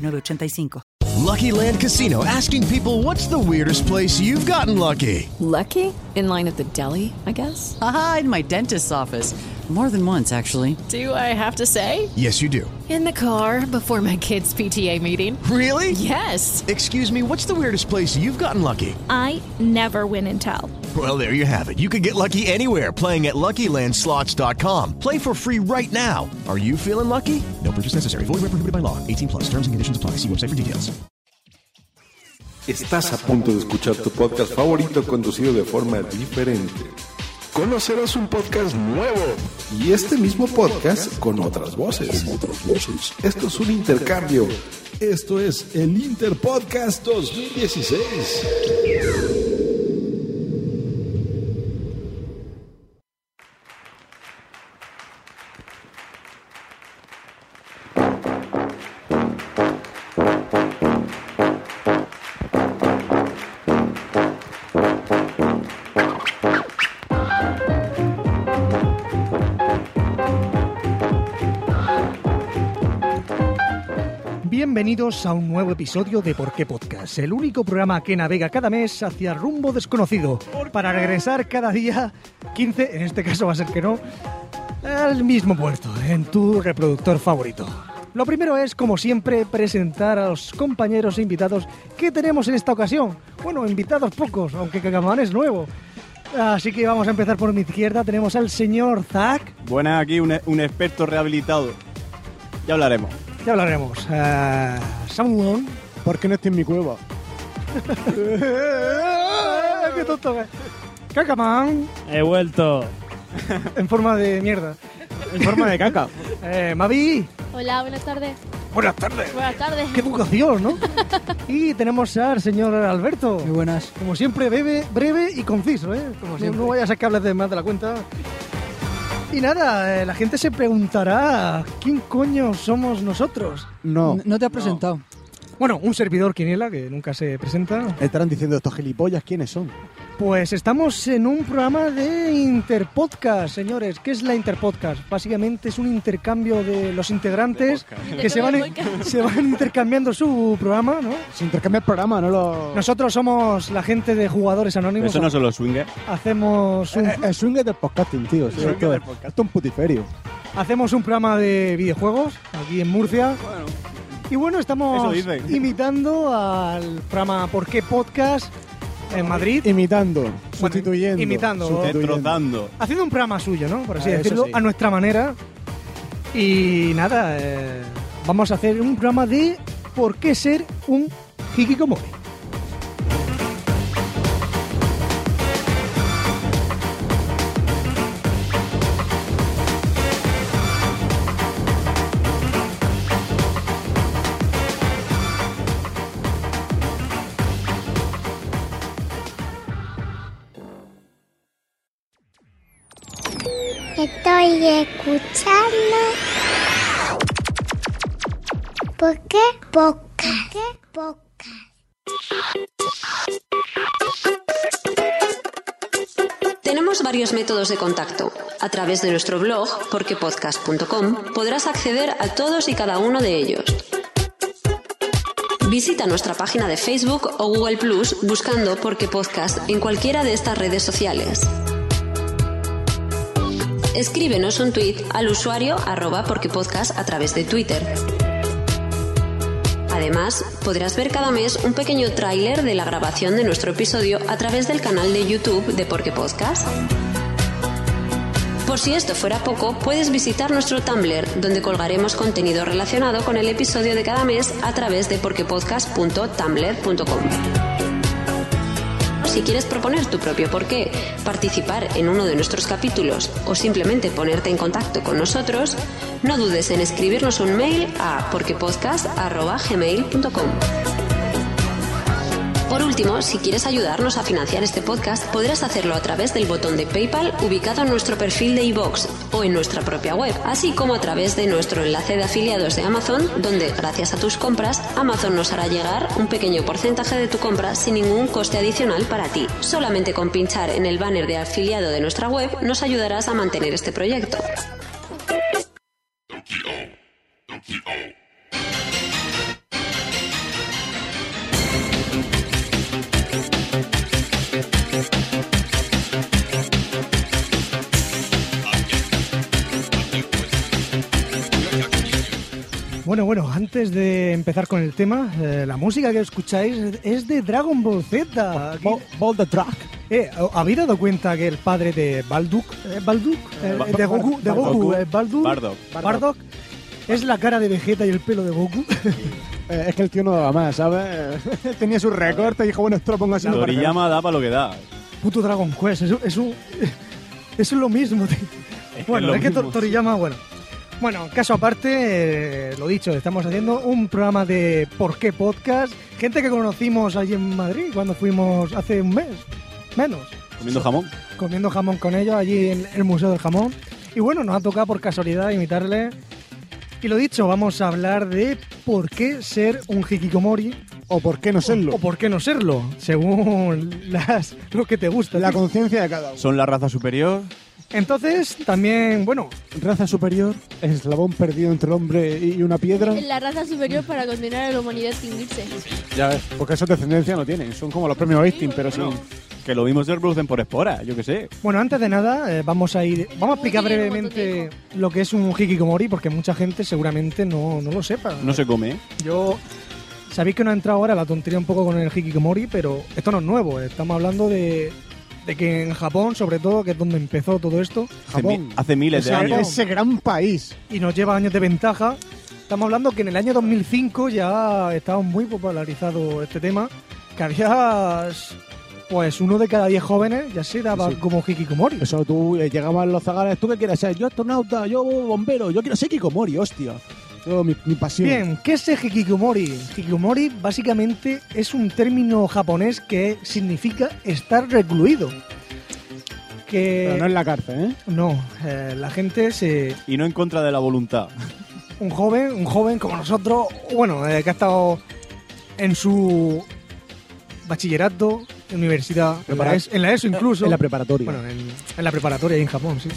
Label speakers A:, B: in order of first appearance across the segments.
A: 985.
B: Lucky Land Casino asking people what's the weirdest place you've gotten lucky?
C: Lucky? In line at the deli, I guess?
D: Aha, in my dentist's office. More than once, actually.
C: Do I have to say?
B: Yes, you do.
E: In the car before my kids' PTA meeting.
B: Really?
E: Yes.
B: Excuse me, what's the weirdest place you've gotten lucky?
F: I never win and tell.
B: Well, there you have it. You can get lucky anywhere playing at LuckyLandSlots.com. Play for free right now. Are you feeling lucky? No purchase necessary. Void where prohibited by law. 18 plus. Terms and conditions apply. See website for details.
G: Estás a punto de escuchar tu podcast favorito conducido de forma diferente. Conocerás un podcast nuevo y este mismo podcast con otras voces. Esto es un intercambio. Esto es el Interpodcast 2016.
H: Bienvenidos a un nuevo episodio de Por qué Podcast, el único programa que navega cada mes hacia rumbo desconocido, para regresar cada día 15, en este caso va a ser que no, al mismo puerto, en tu reproductor favorito. Lo primero es, como siempre, presentar a los compañeros e invitados que tenemos en esta ocasión. Bueno, invitados pocos, aunque Cagamán es nuevo. Así que vamos a empezar por mi izquierda, tenemos al señor Zack.
I: Buenas, aquí un, un experto rehabilitado. Ya hablaremos.
H: Ya hablaremos. Uh, Samuel.
J: ¿Por qué no estoy en mi cueva?
H: ¡Qué tonto! eh. ¡Cacaman!
K: He vuelto.
H: en forma de mierda.
I: En forma de caca.
H: eh, Mavi.
L: Hola, buenas tardes.
H: Buenas tardes.
L: Buenas tardes.
H: Qué educación, ¿no? y tenemos al señor Alberto.
M: Muy buenas.
H: Como siempre, breve, breve y conciso, ¿eh? Como siempre. No vayas a que hables de más de la cuenta. Y nada, eh, la gente se preguntará quién coño somos nosotros.
M: No.
H: N
M: no te has presentado. No.
H: Bueno, un servidor Quiniela que nunca se presenta.
J: Estarán diciendo estos gilipollas quiénes son.
H: Pues estamos en un programa de Interpodcast, señores. ¿Qué es la Interpodcast? Básicamente es un intercambio de los integrantes de que se van, se van intercambiando su programa, ¿no?
J: Se intercambia el programa, no lo...
H: Nosotros somos la gente de Jugadores Anónimos.
I: Eso no son los swingers.
H: Hacemos un...
J: Eh, el swing del podcasting, tío. El swing del podcast. Esto es un putiferio.
H: Hacemos un programa de videojuegos aquí en Murcia. Bueno. Y bueno, estamos imitando al programa ¿Por qué Podcast? En Madrid.
J: Imitando, sustituyendo.
H: Imitando.
I: Sustituyendo.
H: Haciendo un programa suyo, ¿no? Por así ah, decirlo, sí. a nuestra manera. Y nada, eh, vamos a hacer un programa de por qué ser un hikikomori.
N: estoy escuchando. ¿Por qué poca? qué poca?
O: Tenemos varios métodos de contacto. A través de nuestro blog, porquepodcast.com, podrás acceder a todos y cada uno de ellos. Visita nuestra página de Facebook o Google Plus buscando Porque Podcast en cualquiera de estas redes sociales escríbenos un tweet al usuario arroba porque podcast a través de Twitter. Además, podrás ver cada mes un pequeño tráiler de la grabación de nuestro episodio a través del canal de YouTube de Porque Podcast. Por si esto fuera poco, puedes visitar nuestro Tumblr, donde colgaremos contenido relacionado con el episodio de cada mes a través de porquepodcast.tumblr.com si quieres proponer tu propio porqué, participar en uno de nuestros capítulos o simplemente ponerte en contacto con nosotros, no dudes en escribirnos un mail a porquepodcast.gmail.com. Por último, si quieres ayudarnos a financiar este podcast, podrás hacerlo a través del botón de PayPal ubicado en nuestro perfil de iVoox o en nuestra propia web, así como a través de nuestro enlace de afiliados de Amazon, donde gracias a tus compras, Amazon nos hará llegar un pequeño porcentaje de tu compra sin ningún coste adicional para ti. Solamente con pinchar en el banner de afiliado de nuestra web nos ayudarás a mantener este proyecto.
H: Bueno, bueno, antes de empezar con el tema, eh, la música que escucháis es de Dragon Ball Z. Aquí-
J: Ball, Ball the Track.
H: Eh, ¿Habéis dado cuenta que el padre de Balduk, eh, Balduk, Eh,
I: Ba-
H: de Goku, de
I: Bardock.
H: Goku, eh, Balduk,
I: Bardock.
H: Bardock, es la cara de Vegeta y el pelo de Goku?
J: Eh, es que el tío no daba más, ¿sabes? Eh, Tenía su recorte y dijo, bueno, esto lo pongo así.
I: La Toriyama da para lo que da.
H: Puto Dragon Quest, es, un- es un- es lo mismo. tío.
I: Es que
H: bueno,
I: es lo
H: es, que
I: mismo.
H: Tor- Toriyama, bueno. Bueno, caso aparte, eh, lo dicho, estamos haciendo un programa de ¿Por qué podcast? Gente que conocimos allí en Madrid cuando fuimos hace un mes, menos,
I: Comiendo jamón.
H: comiendo jamón con ellos allí en el Museo del Jamón. Y bueno, nos ha tocado por casualidad imitarle. Y lo dicho, vamos a hablar de por qué ser un hikikomori
J: O por qué no serlo.
H: o por qué no serlo, según las, lo que te gusta.
J: La
H: tío.
J: conciencia de cada uno.
I: Son la raza superior.
H: Entonces, también, Eh, bueno,
J: Raza superior, eslabón perdido entre el hombre y una piedra.
N: La raza superior para condenar a la humanidad a extinguirse.
J: Ya ves, porque esa descendencia no tienen. Son como los premios Einstein, pero sin...
I: Que lo mismo se reproducen por espora, yo qué sé.
H: bueno, antes de nada, eh, vamos a ir, vamos a explicar
N: tiene
H: brevemente lo que es un hikikomori, porque mucha gente seguramente no, no lo sepa.
I: No se come, ¿eh?
H: Yo, sabéis que no ha entrado ahora la tontería un poco con el hikikomori, pero esto no es nuevo, eh. estamos hablando de, de que en Japón, sobre todo, que es donde empezó todo esto,
I: Hace,
J: Japón.
I: mi- hace miles de
J: Ese-
I: años.
J: Ese gran país.
H: y nos lleva años de ventaja. Estamos hablando que en el año 2005 ya estaba muy popularizado este tema, que había pues uno de cada diez jóvenes ya se daba
J: Sí, sí.
H: como hikikomori.
J: Eso tú eh, llegabas a los zagales, ¿tú qué quieres ser? Yo astronauta, yo bombero, yo quiero ser Kikomori, hostia. Todo mi, mi pasión.
H: Bien, ¿qué es el hikikomori? Hikikomori básicamente es un término japonés que significa estar recluido.
J: Pero no
H: Que
J: en la cárcel, ¿eh?
H: no, eh, la gente se
I: Y no en contra de la voluntad.
H: un joven, un joven como nosotros, bueno, eh, que ha estado en su bachillerato, en universidad, en la,
J: Prepara-
H: ES- en la ESO incluso.
J: En la preparatoria.
H: Bueno, en, en la preparatoria y en Japón, sí.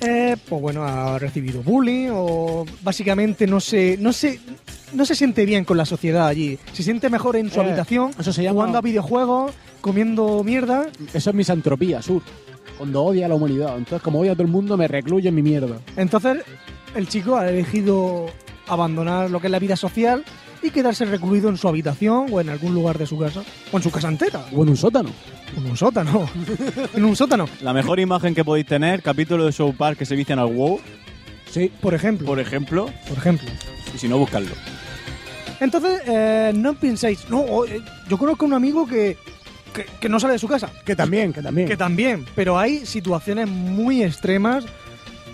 H: Eh, pues bueno, ha recibido bullying o básicamente no se, no se, no se siente bien con la sociedad allí. Se siente mejor en su
J: Eh,
H: habitación,
J: eso se llama-
H: jugando a videojuegos, comiendo mierda.
J: Eso es misantropía, Sur. Cuando odia a la humanidad. Entonces, como odia a todo el mundo, me recluyo en mi mierda.
H: Entonces, el chico ha elegido abandonar lo que es la vida social y quedarse recluido en su habitación o en algún lugar de su casa. O en su casa entera.
J: O en un sótano.
H: En un sótano. en un sótano,
I: La mejor imagen que podéis tener, capítulo de Show Park que se vician al WoW,
J: Sí.
H: por ejemplo.
I: por ejemplo.
H: por ejemplo.
I: Y si no, buscadlo.
H: Entonces, eh, no pensáis, no, o- eh, yo conozco a un amigo que, que, que no sale de su casa,
J: Que también, que también.
H: que también, pero hay situaciones muy extremas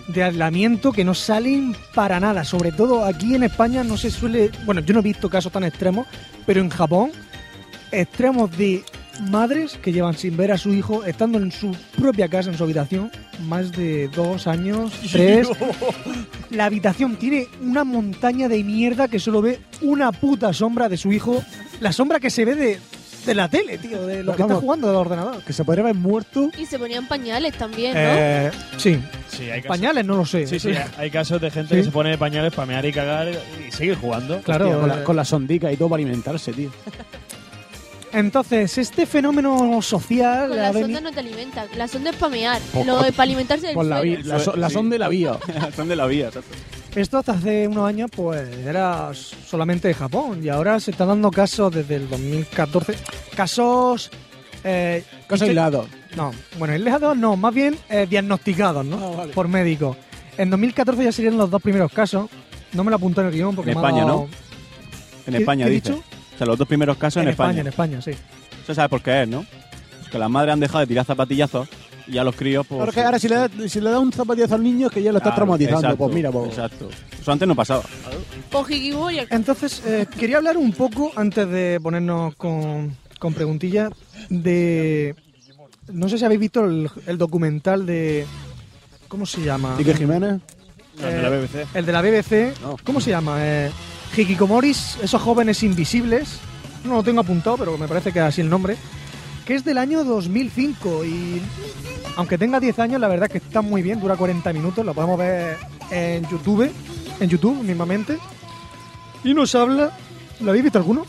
H: de aislamiento que no salen para nada, sobre todo aquí en España no se suele, bueno, yo no he visto casos tan extremos, pero en Japón, extremos de madres que llevan sin ver a su hijo, estando en su propia casa, en su habitación, más de dos años, tres, la habitación tiene una montaña de mierda que solo ve una puta sombra de su hijo. La sombra que se ve de, de la tele, tío, de lo que está
J: Vamos.
H: jugando del ordenador.
J: Que se podría haber muerto.
N: Y se ponían pañales también, ¿no?
H: Eh, sí,
P: Sí, hay casos,
H: pañales no lo sé.
P: sí, sí, hay casos de
H: Sí.
P: gente que se pone pañales para mear y cagar y sigue jugando.
H: Claro,
J: Hostia, con,
H: eh.
J: la, con la sondica y todo para alimentarse, tío.
H: Entonces, este fenómeno social...
N: Con
H: ha
N: la
H: veni-
N: sonda no te alimenta. La sonda es para mear. Lo de para alimentarse del
H: Pues
J: Con la, vi-
N: suelo.
J: la, so- la
I: Sí.
J: sonda y la vía.
I: Son de la vía, exacto.
H: Esto hasta hace unos años pues era solamente de Japón y ahora se está dando casos desde el 2014. Casos... Eh,
J: Cosa aislado.
H: No, bueno, aislados no, más bien eh, diagnosticados, ¿no?
J: Ah, vale.
H: Por médicos. En 2014 ya serían los dos primeros casos. No me lo apunté en el guión porque
I: En
H: me ha
I: España,
H: dado-
I: ¿no? En
H: ¿Qué-
I: España,
H: qué he
I: dice.
H: dicho?
I: O sea, los dos primeros casos en,
H: en España, en España, sí.
I: Eso sabe por qué es, ¿no? que las madres han dejado de tirar zapatillazos y a los críos, pues.
J: Claro que ahora si le, da, si le da un zapatillazo al niño es que ya lo está
I: Claro,
J: traumatizando.
I: exacto,
J: pues mira, pues.
I: Exacto. Eso antes no pasaba.
H: Entonces, eh, quería hablar un poco, antes de ponernos con, con preguntillas, de... No sé si habéis visto el, el documental de... ¿Cómo se llama?
J: Quique Jiménez?
H: Eh, El de la BBC. ¿Cómo se llama? Eh, Hikikomoris, esos jóvenes invisibles. No lo tengo apuntado, pero me parece que es así el nombre. Que es del año 2005 y... Aunque tenga 10 años, la verdad es que está muy bien, dura 40 minutos, lo podemos ver en YouTube, en YouTube mismamente. Y nos habla... ¿Lo habéis visto alguno?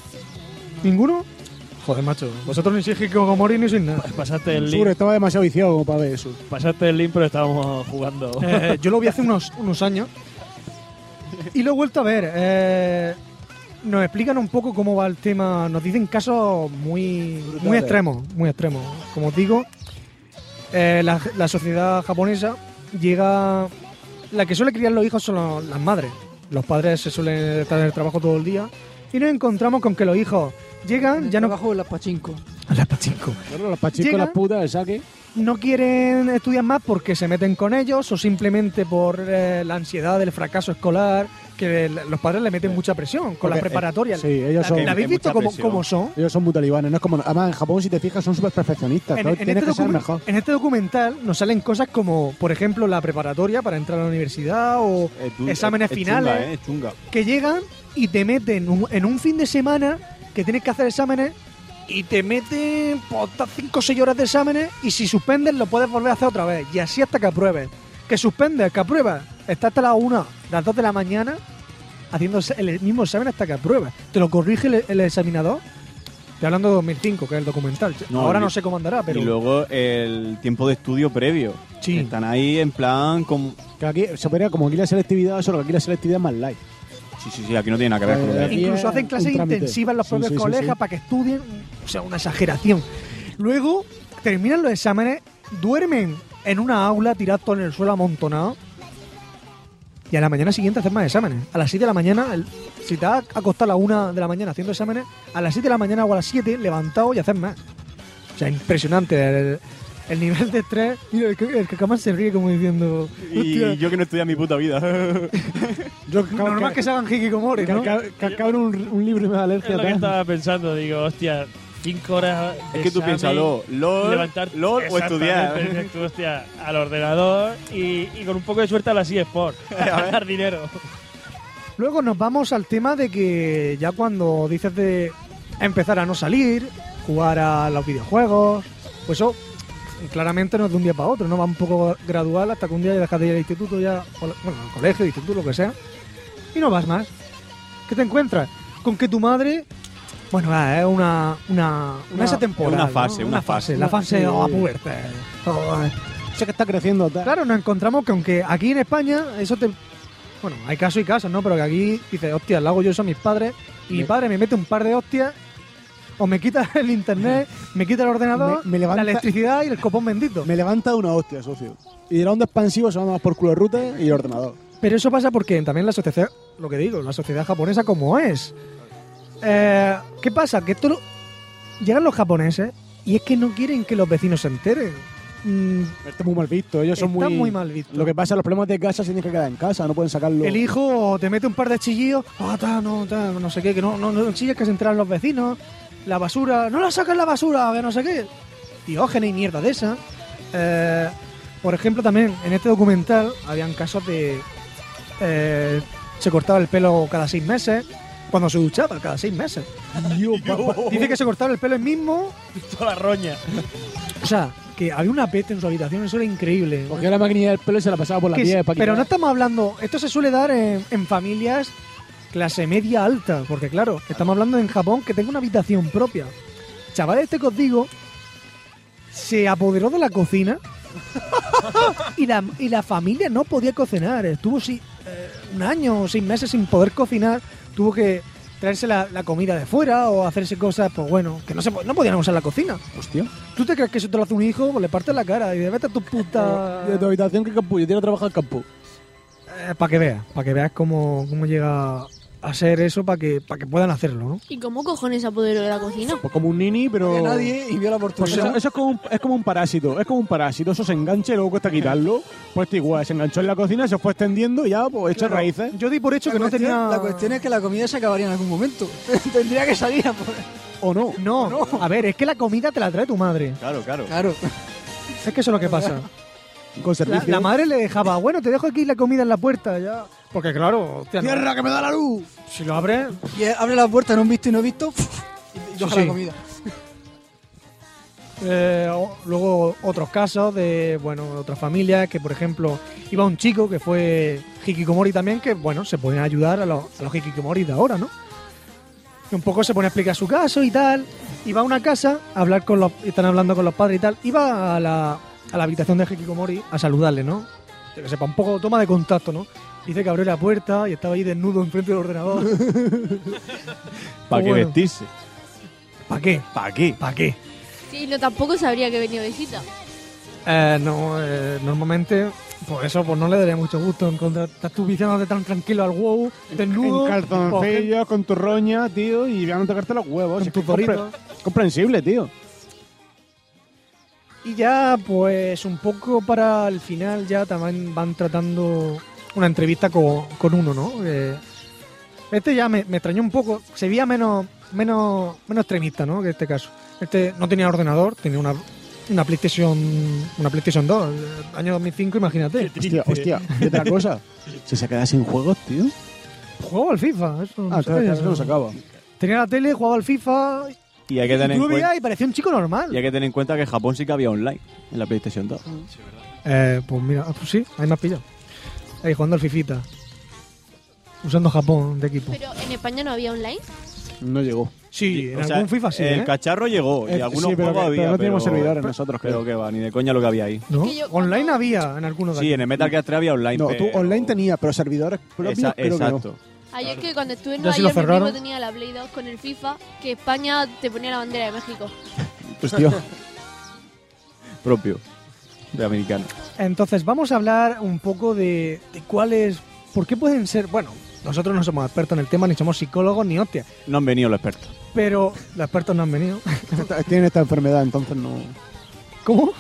H: ¿Ninguno? Joder, macho, vosotros ni sois Hikikomori ni sois nada.
P: Pasaste el
J: Seguro
P: link.
J: estaba demasiado viciado como para ver eso.
P: Pasaste el link, pero estábamos jugando.
H: Eh, yo lo vi hace unos, unos años y lo he vuelto a ver. Eh, nos explican un poco cómo va el tema. Nos dicen casos muy, muy
J: Brutales.
H: extremos, muy extremos. Como os digo, eh, la, la sociedad japonesa llega. La que suele criar los hijos son los- las madres. Los padres se suelen estar en el trabajo todo el día y nos encontramos con que los hijos llegan, ya no. Trabajo
J: las pachinko.
H: Las pachinko.
J: Claro, los pachinko,
H: Llega-
J: las putas, el saque.
H: no quieren estudiar más porque se meten con ellos o simplemente por eh, la ansiedad del fracaso escolar, que el- los padres le meten mucha presión con las
J: Porque, eh,
H: preparatorias.
J: Sí, ellos
H: ¿La-
J: son.
H: ¿La habéis visto cómo, cómo son?
J: Ellos son muy talibanes. No es como, además, en Japón, si te fijas, son súper perfeccionistas.
H: En,
J: claro,
H: en
J: tienes
H: este
J: que ser
H: docu-
J: mejor.
H: en este documental nos salen cosas como, por ejemplo, la preparatoria para entrar a la universidad o
I: chunga,
H: exámenes
I: es chunga,
H: finales
I: ¿eh? Es chunga.
H: que llegan y te meten un- en un fin de semana que tienes que hacer exámenes y te meten 5 o 6 horas de exámenes y si suspendes lo puedes volver a hacer otra vez y así hasta que apruebes. Que suspendes, que apruebas. Estás hasta las 1, las 2 de la mañana haciendo el mismo examen hasta que apruebas. Te lo corrige el, el examinador. Estoy hablando de 2005, que es el documental.
I: No,
H: Ahora
I: y-
H: no sé cómo
J: Ah,
H: andará, pero...
I: Y luego el tiempo de estudio previo. Que Están ahí en plan. Con...
J: Que aquí se opera como aquí la selectividad, solo que aquí la selectividad es más light.
I: Sí, sí, sí, aquí no tiene nada que ver con lo de-
J: Aquí
H: Eh, Incluso
J: es
H: hacen
J: un
H: clases
J: trámite.
H: intensivas en los
J: Sí,
H: propios
J: sí, sí,
H: colegios
J: sí.
H: para que estudien. O sea, una exageración. Luego terminan los exámenes, duermen en una aula tirado en el suelo amontonado. Y a la mañana siguiente hacen más exámenes. A las 7 de la mañana, el- si te has acostado a la 1 de la mañana haciendo exámenes, a las 7 de la mañana o a las 7 levantado y haces más. O sea, impresionante el, el nivel de estrés. Mira, el, que- el Kakamán se ríe como diciendo... "Hostia,
I: Y yo que no estudia mi puta vida.
H: normal que se hagan hikikomori, ¿no?
J: Cabrón, un, un libro y me da
P: Es
J: alergia.
P: lo que
J: tal.
P: estaba pensando, digo, hostia, cinco horas. de
I: Es que tú
P: examen,
I: piénsalo, LOL,
P: levantar-
I: LOL o estudiar.
P: Exactamente, dices tú, hostia, al ordenador y, y con un poco de suerte a la eSport. A ganar dinero.
H: Luego nos vamos al tema de que ya cuando dices de empezar a no salir, jugar a los videojuegos, pues eso claramente no es de un día para otro, no va un poco gradual hasta que un día ya dejas de ir al instituto, ya, o la- bueno, al colegio, instituto, lo que sea, y no vas más. ¿Qué te encuentras? Con que tu madre, bueno, va, es una, una, una, esa temporada.
I: Una fase,
H: ¿no?
I: una fase.
H: La fase de
I: Sí.
H: la pubertad.
J: Sé que está creciendo. tal.
H: Claro, nos encontramos que aunque aquí en España eso te... Bueno, hay casos y casos, ¿no? Pero que aquí dices, hostia, lo hago yo eso a mis padres y mi
J: Me-
H: padre me mete un par de hostias o me quita el internet, me quita el ordenador,
J: Me- me levanta-
H: la electricidad y el copón bendito.
J: Me levanta de una hostia, socio. Y de la onda expansiva se va más por culo de ruta y el ordenador.
H: Pero eso pasa porque también la sociedad, lo que digo, la sociedad japonesa como es. Eh, ¿Qué pasa? Que esto lo- llegan los japoneses y es que no quieren que los vecinos se enteren. Mm,
J: Está Este muy mal visto. Ellos son
H: Está
J: muy,
H: muy mal visto.
J: Lo que pasa, los problemas de casa se tienen que quedar en casa, no pueden sacarlo.
H: El hijo te mete un par de chillidos, ah, ta, no, ta, no sé qué, que no, no, no chilles que se enteran los vecinos, la basura, no la saques la basura, que no sé qué. Diógenes y mierda de esa. Eh, por ejemplo, también en este documental habían casos de. eh, se cortaba el pelo cada seis meses, cuando se duchaba, cada seis meses. Dice que se cortaba el pelo el mismo,
P: Toda roña.
H: o sea, que había una peste en su habitación, eso era increíble.
J: Cogía la maquinilla del pelo y se la pasaba por la
H: Que
J: piel.
H: sí,
J: pa'
H: pero
J: quitar.
H: no estamos hablando, esto se suele dar en, en familias clase media alta, porque claro, estamos hablando en Japón que tengo una habitación propia. Chaval, este que os digo se apoderó de la cocina y, la, y la familia no podía cocinar. Estuvo si- eh, un año o seis meses sin poder cocinar, tuvo que traerse la, la comida de fuera o hacerse cosas, pues bueno, que no, se, po- no podían usar la cocina.
J: Hostia.
H: ¿Tú te crees que eso te lo hace un hijo? Pues le parte la cara y de vete a tu puta...
J: Eh, De tu
H: Eh,
J: habitación, que campo? Yo tiene que trabajar al campo.
H: para que veas, para que veas cómo, cómo llega a, hacer eso para que, para que puedan hacerlo, ¿no?
N: ¿Y cómo cojones apoderó de la cocina?
J: Pues como un nini, pero.
N: No había
H: nadie y vio la oportunidad.
J: Pues eso, eso es, como un, es como un parásito. Es como un parásito. Eso se engancha y luego cuesta quitarlo. Pues está igual, se enganchó en la cocina, se fue extendiendo y ya, pues, echa
A: Claro.
J: raíces.
H: Yo di por hecho
A: La cuestión- La cuestión es que la comida se acabaría en algún momento. Tendría que salir a por...
J: ¿O no?
H: No, a ver, es que la comida te la trae tu madre.
I: Claro, claro.
A: Claro.
H: Es que eso es lo que pasa.
J: Con
H: La,
J: servicio.
H: la madre le dejaba, bueno, te dejo aquí la comida en la puerta ya. Porque claro, hostia, no.
A: ¡Cierra, que me da la luz!
H: Si lo abres,
A: Y él abre la puerta en un visto y no visto y
H: Sí,
A: coge
H: sí.
A: la comida.
H: Eh, o- luego otros casos de, bueno, otras familias que, por ejemplo, iba un chico que fue hikikomori también, que, bueno, se podían ayudar a los, a los hikikomori de ahora, ¿no? Que un poco se pone a explicar su caso y tal. Iba a una casa a hablar con los... Están hablando con los padres y tal. Iba a la, a la habitación de hikikomori a saludarle, ¿no? Yo que sepa, un poco toma de contacto, ¿no? Dice que abrió la puerta y estaba ahí desnudo enfrente del ordenador. Pues
I: ¿Para qué
H: Bueno.
I: vestirse?
H: ¿Para qué?
I: ¿Para qué?
H: ¿Para qué?
N: Sí, no, tampoco sabría que venía visita.
H: Eh, no, eh, normalmente, por eso, pues no le daría mucho gusto encontrar. Estás tú viciándote tan tranquilo al WoW, desnudo.
J: En calzoncillos, con tu roña, tío, y van a tocarte los huevos. Es que es compre-
H: Doritos.
J: comprensible, tío.
H: Y ya, pues, un poco para el final, ya también van tratando una entrevista con, con uno, ¿no? Eh, este ya me, me extrañó un poco. Se veía menos, menos, menos extremista, ¿no? Que este caso. Este no tenía ordenador, tenía una, una PlayStation una PlayStation 2, eh, año 2005, imagínate.
J: Hostia, hostia, y otra cosa. Si se queda sin juegos, tío.
H: Jugaba al FIFA, eso no
J: Ah,
H: sé,
J: claro, claro,
H: eso
J: eso no se acaba.
H: Tenía la tele, jugaba al FIFA,
I: Y hay que tener
H: Tú
I: en
H: lo
I: cuenta.
H: veías y Mm. parecía un chico normal.
I: Y hay que tener en cuenta que en Japón sí que había online en la PlayStation 2.
H: Eh, pues mira, ah, pues sí, ahí me has pillado. Ahí jugando al Fifita. Usando Japón de equipo.
N: Pero en España no había online.
J: No llegó.
H: Sí, en
I: O sea,
H: algún FIFA sí.
I: El
H: ¿eh?
I: cacharro llegó y
J: Eh,
I: algunos
J: sí, pero
I: juegos
J: que-
I: había.
J: pero no teníamos servidores
I: pero-
J: nosotros,
I: Pero
J: creo.
I: que va, ni de coña lo que había ahí.
H: ¿No? Online había en alguno de
I: Sí, en
H: aquí.
I: el Metal Gear 3 había online.
J: No, tú
I: pero-
J: online tenías, pero servidores propios
I: Esa-
J: creo que
I: eh, exacto.
J: no.
N: Ayer que cuando estuve en
J: Ya
N: Nueva
J: si lo
N: York, mi primo
J: cerraron.
N: tenía la Play 2 con el FIFA, que España te ponía la bandera de México.
I: Pues tío. propio. De americano.
H: Entonces, vamos a hablar un poco de, de cuáles. ¿Por qué pueden ser.? Bueno, nosotros no somos expertos en el tema, ni somos psicólogos, ni hostia.
I: No han venido los expertos.
H: Pero los expertos no han venido.
J: Esta- Tienen esta enfermedad, entonces no.
H: ¿Cómo?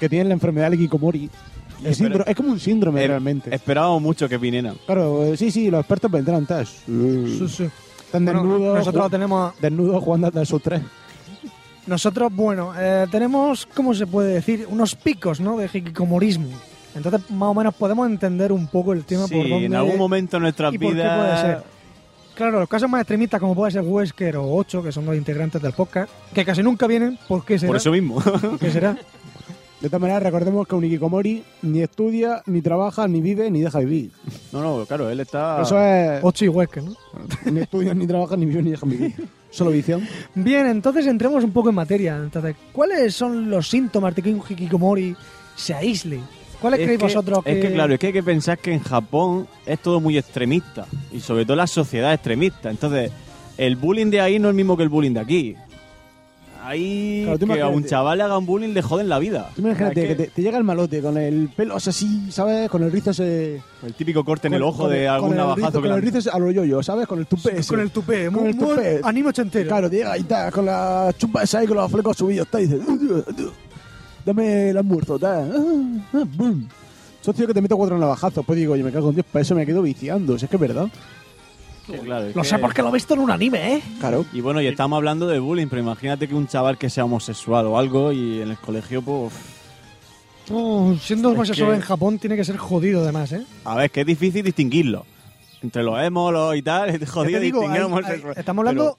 J: Que tienen la enfermedad del Kikomori.
I: espera-
J: es como un síndrome realmente.
I: Esperábamos mucho que vinieran.
J: Claro, eh, sí, sí, los expertos vendrán, tal. Sí,
H: sí.
J: Están
H: Bueno,
J: desnudos.
H: nosotros
J: ju-
H: tenemos
J: Desnudos jugando hasta sus tres.
H: Nosotros, bueno, eh, tenemos, ¿cómo se puede decir? Unos picos, ¿no? De hikikomorismo. Entonces, más o menos podemos entender un poco el tema por
I: Sí,
H: dónde...
I: en algún momento en nuestras
H: y por qué puede
I: vidas.
H: ser. Claro, los casos más extremistas como puede ser Wesker o 8, que son los integrantes del podcast, que casi nunca vienen, ¿por qué será?
I: Por eso mismo.
H: ¿Qué será?
J: De todas maneras, recordemos que un Ikikomori ni estudia, ni trabaja, ni vive, ni deja vivir.
I: No, no, claro, él está.
J: Eso es.
H: 8 y Wesker, ¿no?
J: Ni estudia, ni trabaja, ni vive, ni deja vivir. Solo visión.
H: Bien, entonces entremos un poco en materia. Entonces, ¿cuáles son los síntomas de que un hikikomori se aísle? ¿Cuáles creéis
I: que-
H: vosotros que...?
I: Es que claro, es que hay que pensar que en Japón es todo muy extremista. Y sobre todo la sociedad es extremista. Entonces, el bullying de ahí no es el mismo que el bullying de aquí. Ahí
J: Claro, tú
I: que a un
J: imagínate.
I: chaval le hagan bullying le joden la vida.
J: Tú imagínate
I: Es
J: que, te, te llega el malote con el pelo, o sea, sí, ¿sabes? Con el rizo ese.
I: El típico corte en el
J: con-
I: ojo
J: con
I: de
J: el-
I: algún
J: con el rizo-
I: navajazo que
J: Con el
I: le han-
J: rizo ese a lo yo-yo, ¿sabes? Con el tupé. ese.
H: Con el tupé,
J: Con
H: muy-
J: el
H: muy
J: tupé.
H: anime ochentero.
J: Claro, llega y tal, con la chupa esa y con los flecos subidos, tal, y dices, "Uh, uh, uh, dame el almuerzo, tal. Ah, ah, boom. Son tíos que te meto cuatro navajazos, pues digo, yo me cago en Dios, para eso me quedo viciando, si es que es verdad.
I: Que, claro, es
H: Lo
I: que-
H: sé porque lo he visto en un anime, ¿eh?
J: Claro.
I: Y bueno, y estamos hablando de bullying, pero imagínate que un chaval que sea homosexual o algo y en el colegio, pues.
H: Oh, siendo
I: Es
H: homosexual
I: que-
H: en Japón tiene que ser jodido además, ¿eh?
I: A ver, que es difícil distinguirlo. Entre los emos los y tal, es
H: Ya
I: jodido
H: te digo,
I: distinguir
H: hay-
I: homosexual.
H: hay- estamos hablando...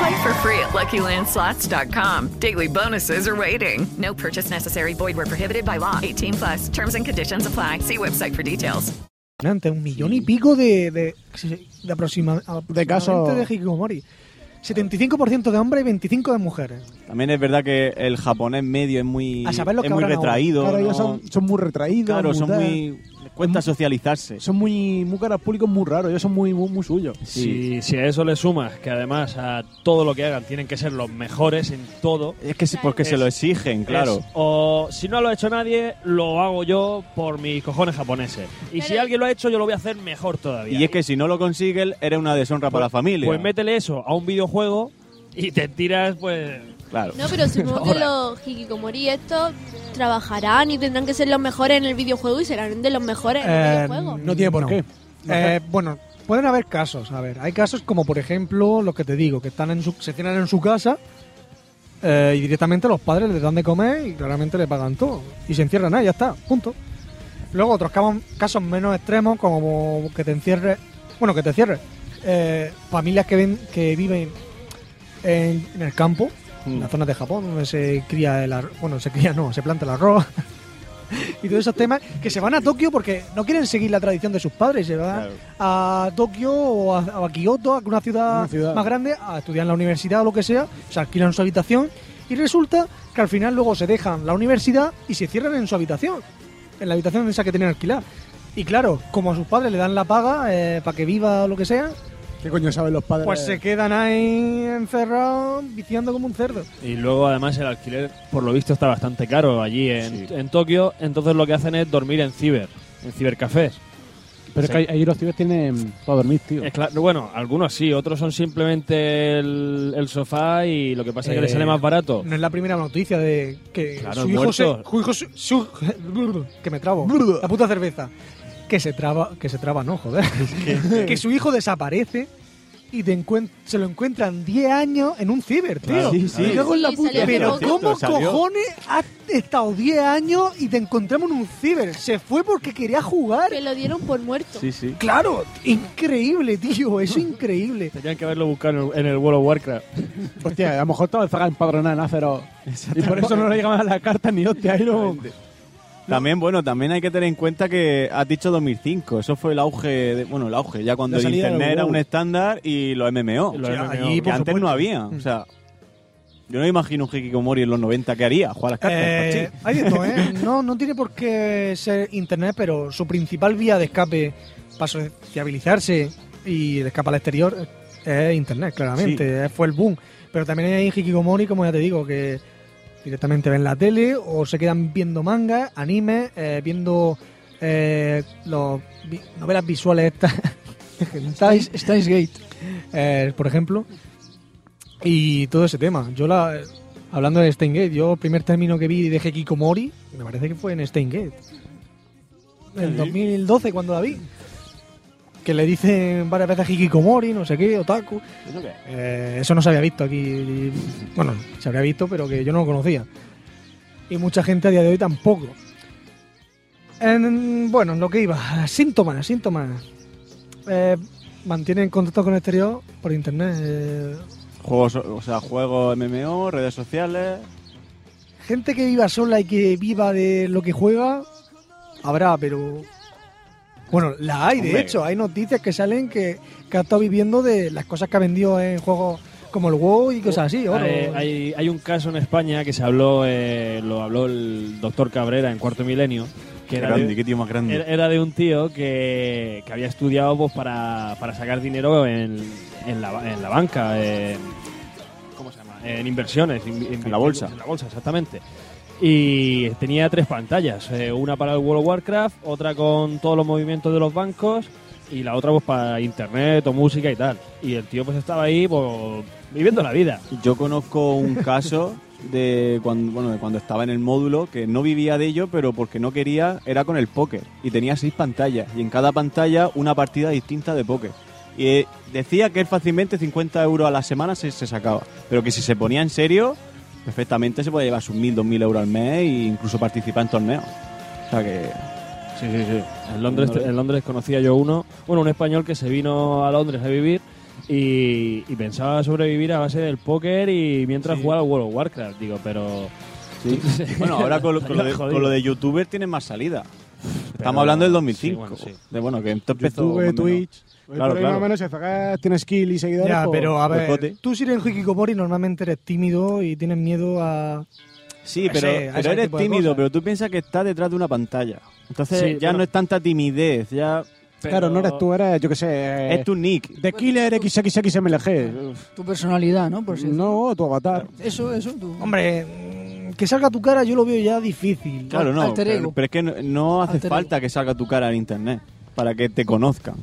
E: Play for free at LuckyLandSlots.com. Daily bonuses are waiting. No purchase necessary. Void where prohibited by law. 18 plus. Terms and conditions apply. See website for details.
H: Impresionante, un millón y pico de, de, de, aproxima- aproximadamente
I: casos.
H: de hikikomori. 75% de hombres y 25% de mujeres.
I: También es verdad que el japonés medio es muy,
H: A saber lo que
I: es muy
H: habrán ahora.
I: retraído.
J: Claro,
I: ¿no?
J: ellos son, son muy retraídos.
I: Claro, son
J: tal.
I: muy. les cuesta socializarse.
J: Son muy, muy caras públicos, muy raros. Ellos son muy, muy, muy suyos.
P: Si, si a eso le sumas que además a todo lo que hagan tienen que ser los mejores en todo.
I: Es que porque se lo exigen, claro.
P: es, o si no lo ha hecho nadie, lo hago yo por mis cojones japoneses. Y si alguien lo ha hecho, yo lo voy a hacer mejor todavía.
I: Y es que si no lo consigues, eres una deshonra para la familia.
P: Pues métele eso a un videojuego y te tiras, pues.
I: Claro.
N: No, pero supongo que
I: Ahora.
N: los hikikomori estos trabajarán y tendrán que ser los mejores en el videojuego y serán de los mejores en el
H: Eh,
N: videojuego.
H: no tiene por qué. Eh, bueno, pueden haber casos. A ver, hay casos como, por ejemplo, lo que te digo, que están en su, se cenan en su casa eh, y directamente los padres les dan de comer y claramente le pagan todo. Y se encierran ahí, ya está, punto. Luego otros camo- casos menos extremos, como que te encierres, bueno, que te cierres. familias que, ven, que viven en, en el campo, en
J: Mm.
H: las zonas de Japón, donde se cría el arroz, bueno, se cría no, se planta el arroz y todos esos temas, que se van a Tokio porque no quieren seguir la tradición de sus padres, se van a Tokio o a, o a Kioto, a una ciudad,
J: Una ciudad.
H: más grande, a estudiar en la universidad o lo que sea, se alquilan su habitación y resulta que al final luego se dejan la universidad y se cierran en su habitación, en la habitación esa que tenían alquilar. Y claro, como a sus padres le dan la paga para que viva o lo que sea,
J: ¿Qué coño saben los padres?
H: pues se quedan ahí encerrados, viciando como un cerdo.
P: Y luego además el alquiler, por lo visto, está bastante caro allí en, en Tokio. Entonces lo que hacen es dormir en ciber, en cibercafés.
J: Pero
P: Sí.
J: es que ahí los tíos tienen para dormir, tío.
P: Es claro, bueno, algunos sí, otros son simplemente el, el sofá y lo que pasa es que
H: Eh,
P: les sale más barato.
H: No es la primera noticia de que
P: Claro,
H: su hijo, se,
P: muertos.
H: su hijo se- su- que me trabo, la puta cerveza, que se traba, que se traba, no, joder, que su hijo desaparece y te encuent- se lo encuentran 10 años en un ciber, tío.
I: Claro, sí, sí.
H: Me cago en la
I: Sí,
H: puta.
I: salió
H: Pero
I: hace
H: ¿cómo
I: poco. Salió.
H: cojones has estado 10 años y te encontramos en un ciber? Se fue porque quería jugar. Que
N: lo dieron por muerto.
I: Sí, sí.
H: Claro, increíble, tío, eso increíble.
P: Tenían que haberlo buscado en el, en el World of Warcraft.
J: Hostia, a lo mejor estaba el zaga empadronado en Acero. Y por eso no le llegaban las cartas ni hostia. Ahí no.
I: También, bueno, también hay que tener en cuenta que has dicho 2005. Eso fue el auge, de- bueno, el auge, ya cuando
J: La
I: el
J: salida de
I: internet
J: los
I: era un
J: WoW.
I: estándar y los MMO.
J: Los
I: Que
J: MMO,
I: que
J: por
I: antes
J: supuesto.
I: no había. O sea, yo no me imagino un Hikikomori en los 90 que haría, jugar a las cartas.
H: Eh,
I: parchís.
H: hay de todo, ¿eh? No, no tiene por qué ser internet, pero su principal vía de escape para sociabilizarse y el escape al exterior es internet, claramente. Fue el boom. Pero también hay hikikomori, como ya te digo, que directamente ven la tele o se quedan viendo manga, anime, eh, viendo eh, los vi- novelas visuales estas. Styles, Styles Gate, eh, por ejemplo. Y todo ese tema. Yo la... Hablando de Steingate, yo el primer término que vi de Hikikomori, me parece que fue en Steingate. En
J: Sí.
H: 2012 cuando la vi. Que le dicen varias veces Hikikomori, no sé qué, otaku. Eh, eso no se había visto aquí. Bueno, se habría visto, pero que yo no lo conocía. Y mucha gente a día de hoy tampoco. En- bueno, en lo que iba. Síntomas, síntomas. Eh, mantienen contacto con el exterior por internet. eh,
I: Juegos, o sea, juegos MMO, redes sociales.
H: gente que viva sola y que viva de lo que juega, habrá, pero. Bueno, la hay, de
I: Hombre.
H: hecho. Hay noticias que salen que, que ha estado viviendo de las cosas que ha vendido en juegos como el WoW y cosas así. oro.
P: Oh, Hay, hay- hay un caso en España que se habló, eh, lo habló el doctor Cabrera en Cuarto Milenio. Que
I: Qué
P: era
I: grande,
P: de-
I: qué tío más grande.
P: Era, era de un tío que, que había estudiado pues, para, para sacar dinero en, en la, en la banca, en, ¿cómo se llama? en inversiones. en la bolsa. En la bolsa, exactamente. Y tenía tres pantallas, eh, una para el World of Warcraft, otra con todos los movimientos de los bancos y la otra pues para internet o música y tal. Y el tío pues estaba ahí pues, viviendo la vida.
I: Yo conozco un caso de cuando, bueno, de cuando estaba en el módulo que no vivía de ello, pero porque no quería, era con el póker. Y tenía seis pantallas. Y en cada pantalla una partida distinta de póker. Y eh, decía que él fácilmente 50 euros a la semana se, se sacaba. Pero que si se ponía en serio, perfectamente se puede llevar sus 1.000, 2.000 euros al mes e incluso participar en torneos. O sea que...
P: Sí, sí, sí. En Londres, en Londres conocía yo uno, bueno, un español que se vino a Londres a vivir y, y pensaba sobrevivir a base del póker y mientras jugaba al World of Warcraft, digo, pero...
I: Bueno, ahora con lo, con lo de, con lo de youtuber tienes más salida. Estamos hablando del 2005.
P: sí, bueno,
I: De, bueno, que esto empezó...
J: YouTube,
I: cuando no.
J: Twitch.
I: Claro,
J: Pero ahí más o
I: claro. Pues
J: menos se zaga- tienes skill y seguidores. pues,
H: Ya,
J: por-
H: pero a
J: por
H: ver,
J: cote.
H: tú si eres Hikikomori normalmente eres tímido y tienes miedo a...
I: Sí,
H: a
I: pero,
H: ese- a
I: pero
H: ese
I: eres
H: tipo de
I: tímido,
H: cosas.
I: pero tú piensas que estás detrás de una pantalla. Entonces
H: Sí,
I: ya
H: bueno.
I: no es tanta timidez, ya...
J: Claro, no eres
H: ¿eh?
J: tú, eres, yo qué sé.
I: Es tu nick.
J: The Killer XXXMLG.
A: Tu personalidad, ¿no? Por si
J: No, tu avatar.
A: Eso, eso, tú.
H: Hombre, mm, que salga tu cara yo lo veo ya difícil.
I: Claro, no.
H: Alter
I: Pero,
H: ego.
I: pero es que no, no hace
H: Alter ego.
I: falta que salga tu cara en internet para que te conozcan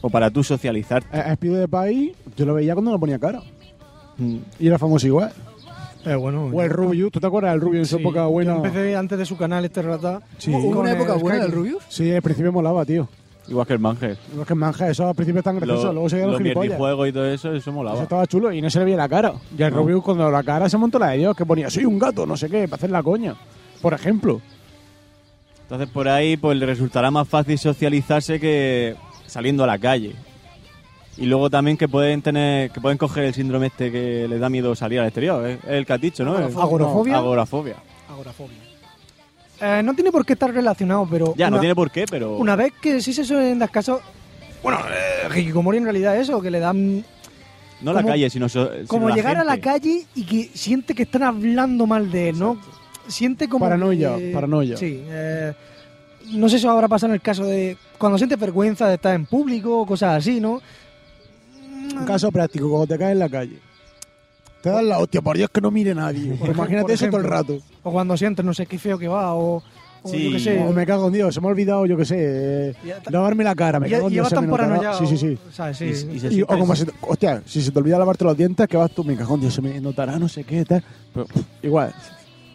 I: o para tú socializarte.
J: A a Speedy eh, de Pai, yo lo veía cuando no ponía cara.
I: Mm.
J: Y era famoso igual.
H: Eh, bueno,
J: o el Rubius, ¿tú te acuerdas del Rubius en su
H: Sí,
J: época
H: yo
J: buena?
H: Empecé antes de su canal este rata.
J: Sí.
H: con el Skyrim.
J: Sí, al principio molaba, tío.
I: Igual que el Manger.
J: Los que manja, eso al principio están graciosos,
I: Lo-
J: luego se veían los
I: los
J: gilipollas.
I: minijuegos y todo eso, eso molaba.
J: Eso estaba chulo y no se le veía la cara. Y el
I: No.
J: Rubius cuando la cara se montó la de Dios, que ponía, soy un gato, no sé qué, para hacer la coña. Por ejemplo.
I: Entonces por ahí pues le resultará más fácil socializarse que saliendo a la calle. Y luego también que pueden tener, que pueden coger el síndrome este que les da miedo salir al exterior, es es el que has dicho, ¿no?
H: Agorafobia. Ah, ¿Agorafobia?
I: Agorafobia.
H: Agorafobia. Eh, no tiene por qué estar relacionado, pero.
I: Ya, no
H: una-
I: tiene por qué, pero.
H: Una vez que sí se suelen dar casos. Bueno, eh, Hikikomori en realidad es eso, que le dan.
I: No la
H: como-
I: calle, sino. so- sino
J: Eh,
H: Como
I: la
H: llegar a la
I: gente.
H: calle y que siente que están hablando mal de él, ¿no? Siente como.
J: Paranoia,
H: que-
J: paranoia.
H: Sí. eh, no sé si ahora pasa en el caso de cuando sientes vergüenza de estar en público o cosas así, ¿no?
J: Un caso práctico, cuando te caes en la calle. Te das la hostia, por Dios que no mire nadie.
H: Por
J: Pues Imagínate
H: ejemplo,
J: eso todo el
H: por
J: rato.
H: ejemplo. O cuando sientes, no sé qué feo que va, o, o yo qué sé.
J: O me cago en Dios, se me ha olvidado, yo qué sé, eh, lavarme la cara. Me
H: Y-
J: cago en
H: y
J: Dios,
H: vas
J: se
H: tan
J: me notará.
H: paranoiao,
J: Sí, sí, sí.
H: ¿sabes? Sí. Y- y se
J: Y-
H: siente
J: o como
H: eso.
J: se te- hostia, si se te olvida lavarte los dientes, que vas tú, me cago en Dios, se me notará, no sé qué, tal. Pero, pff, igual.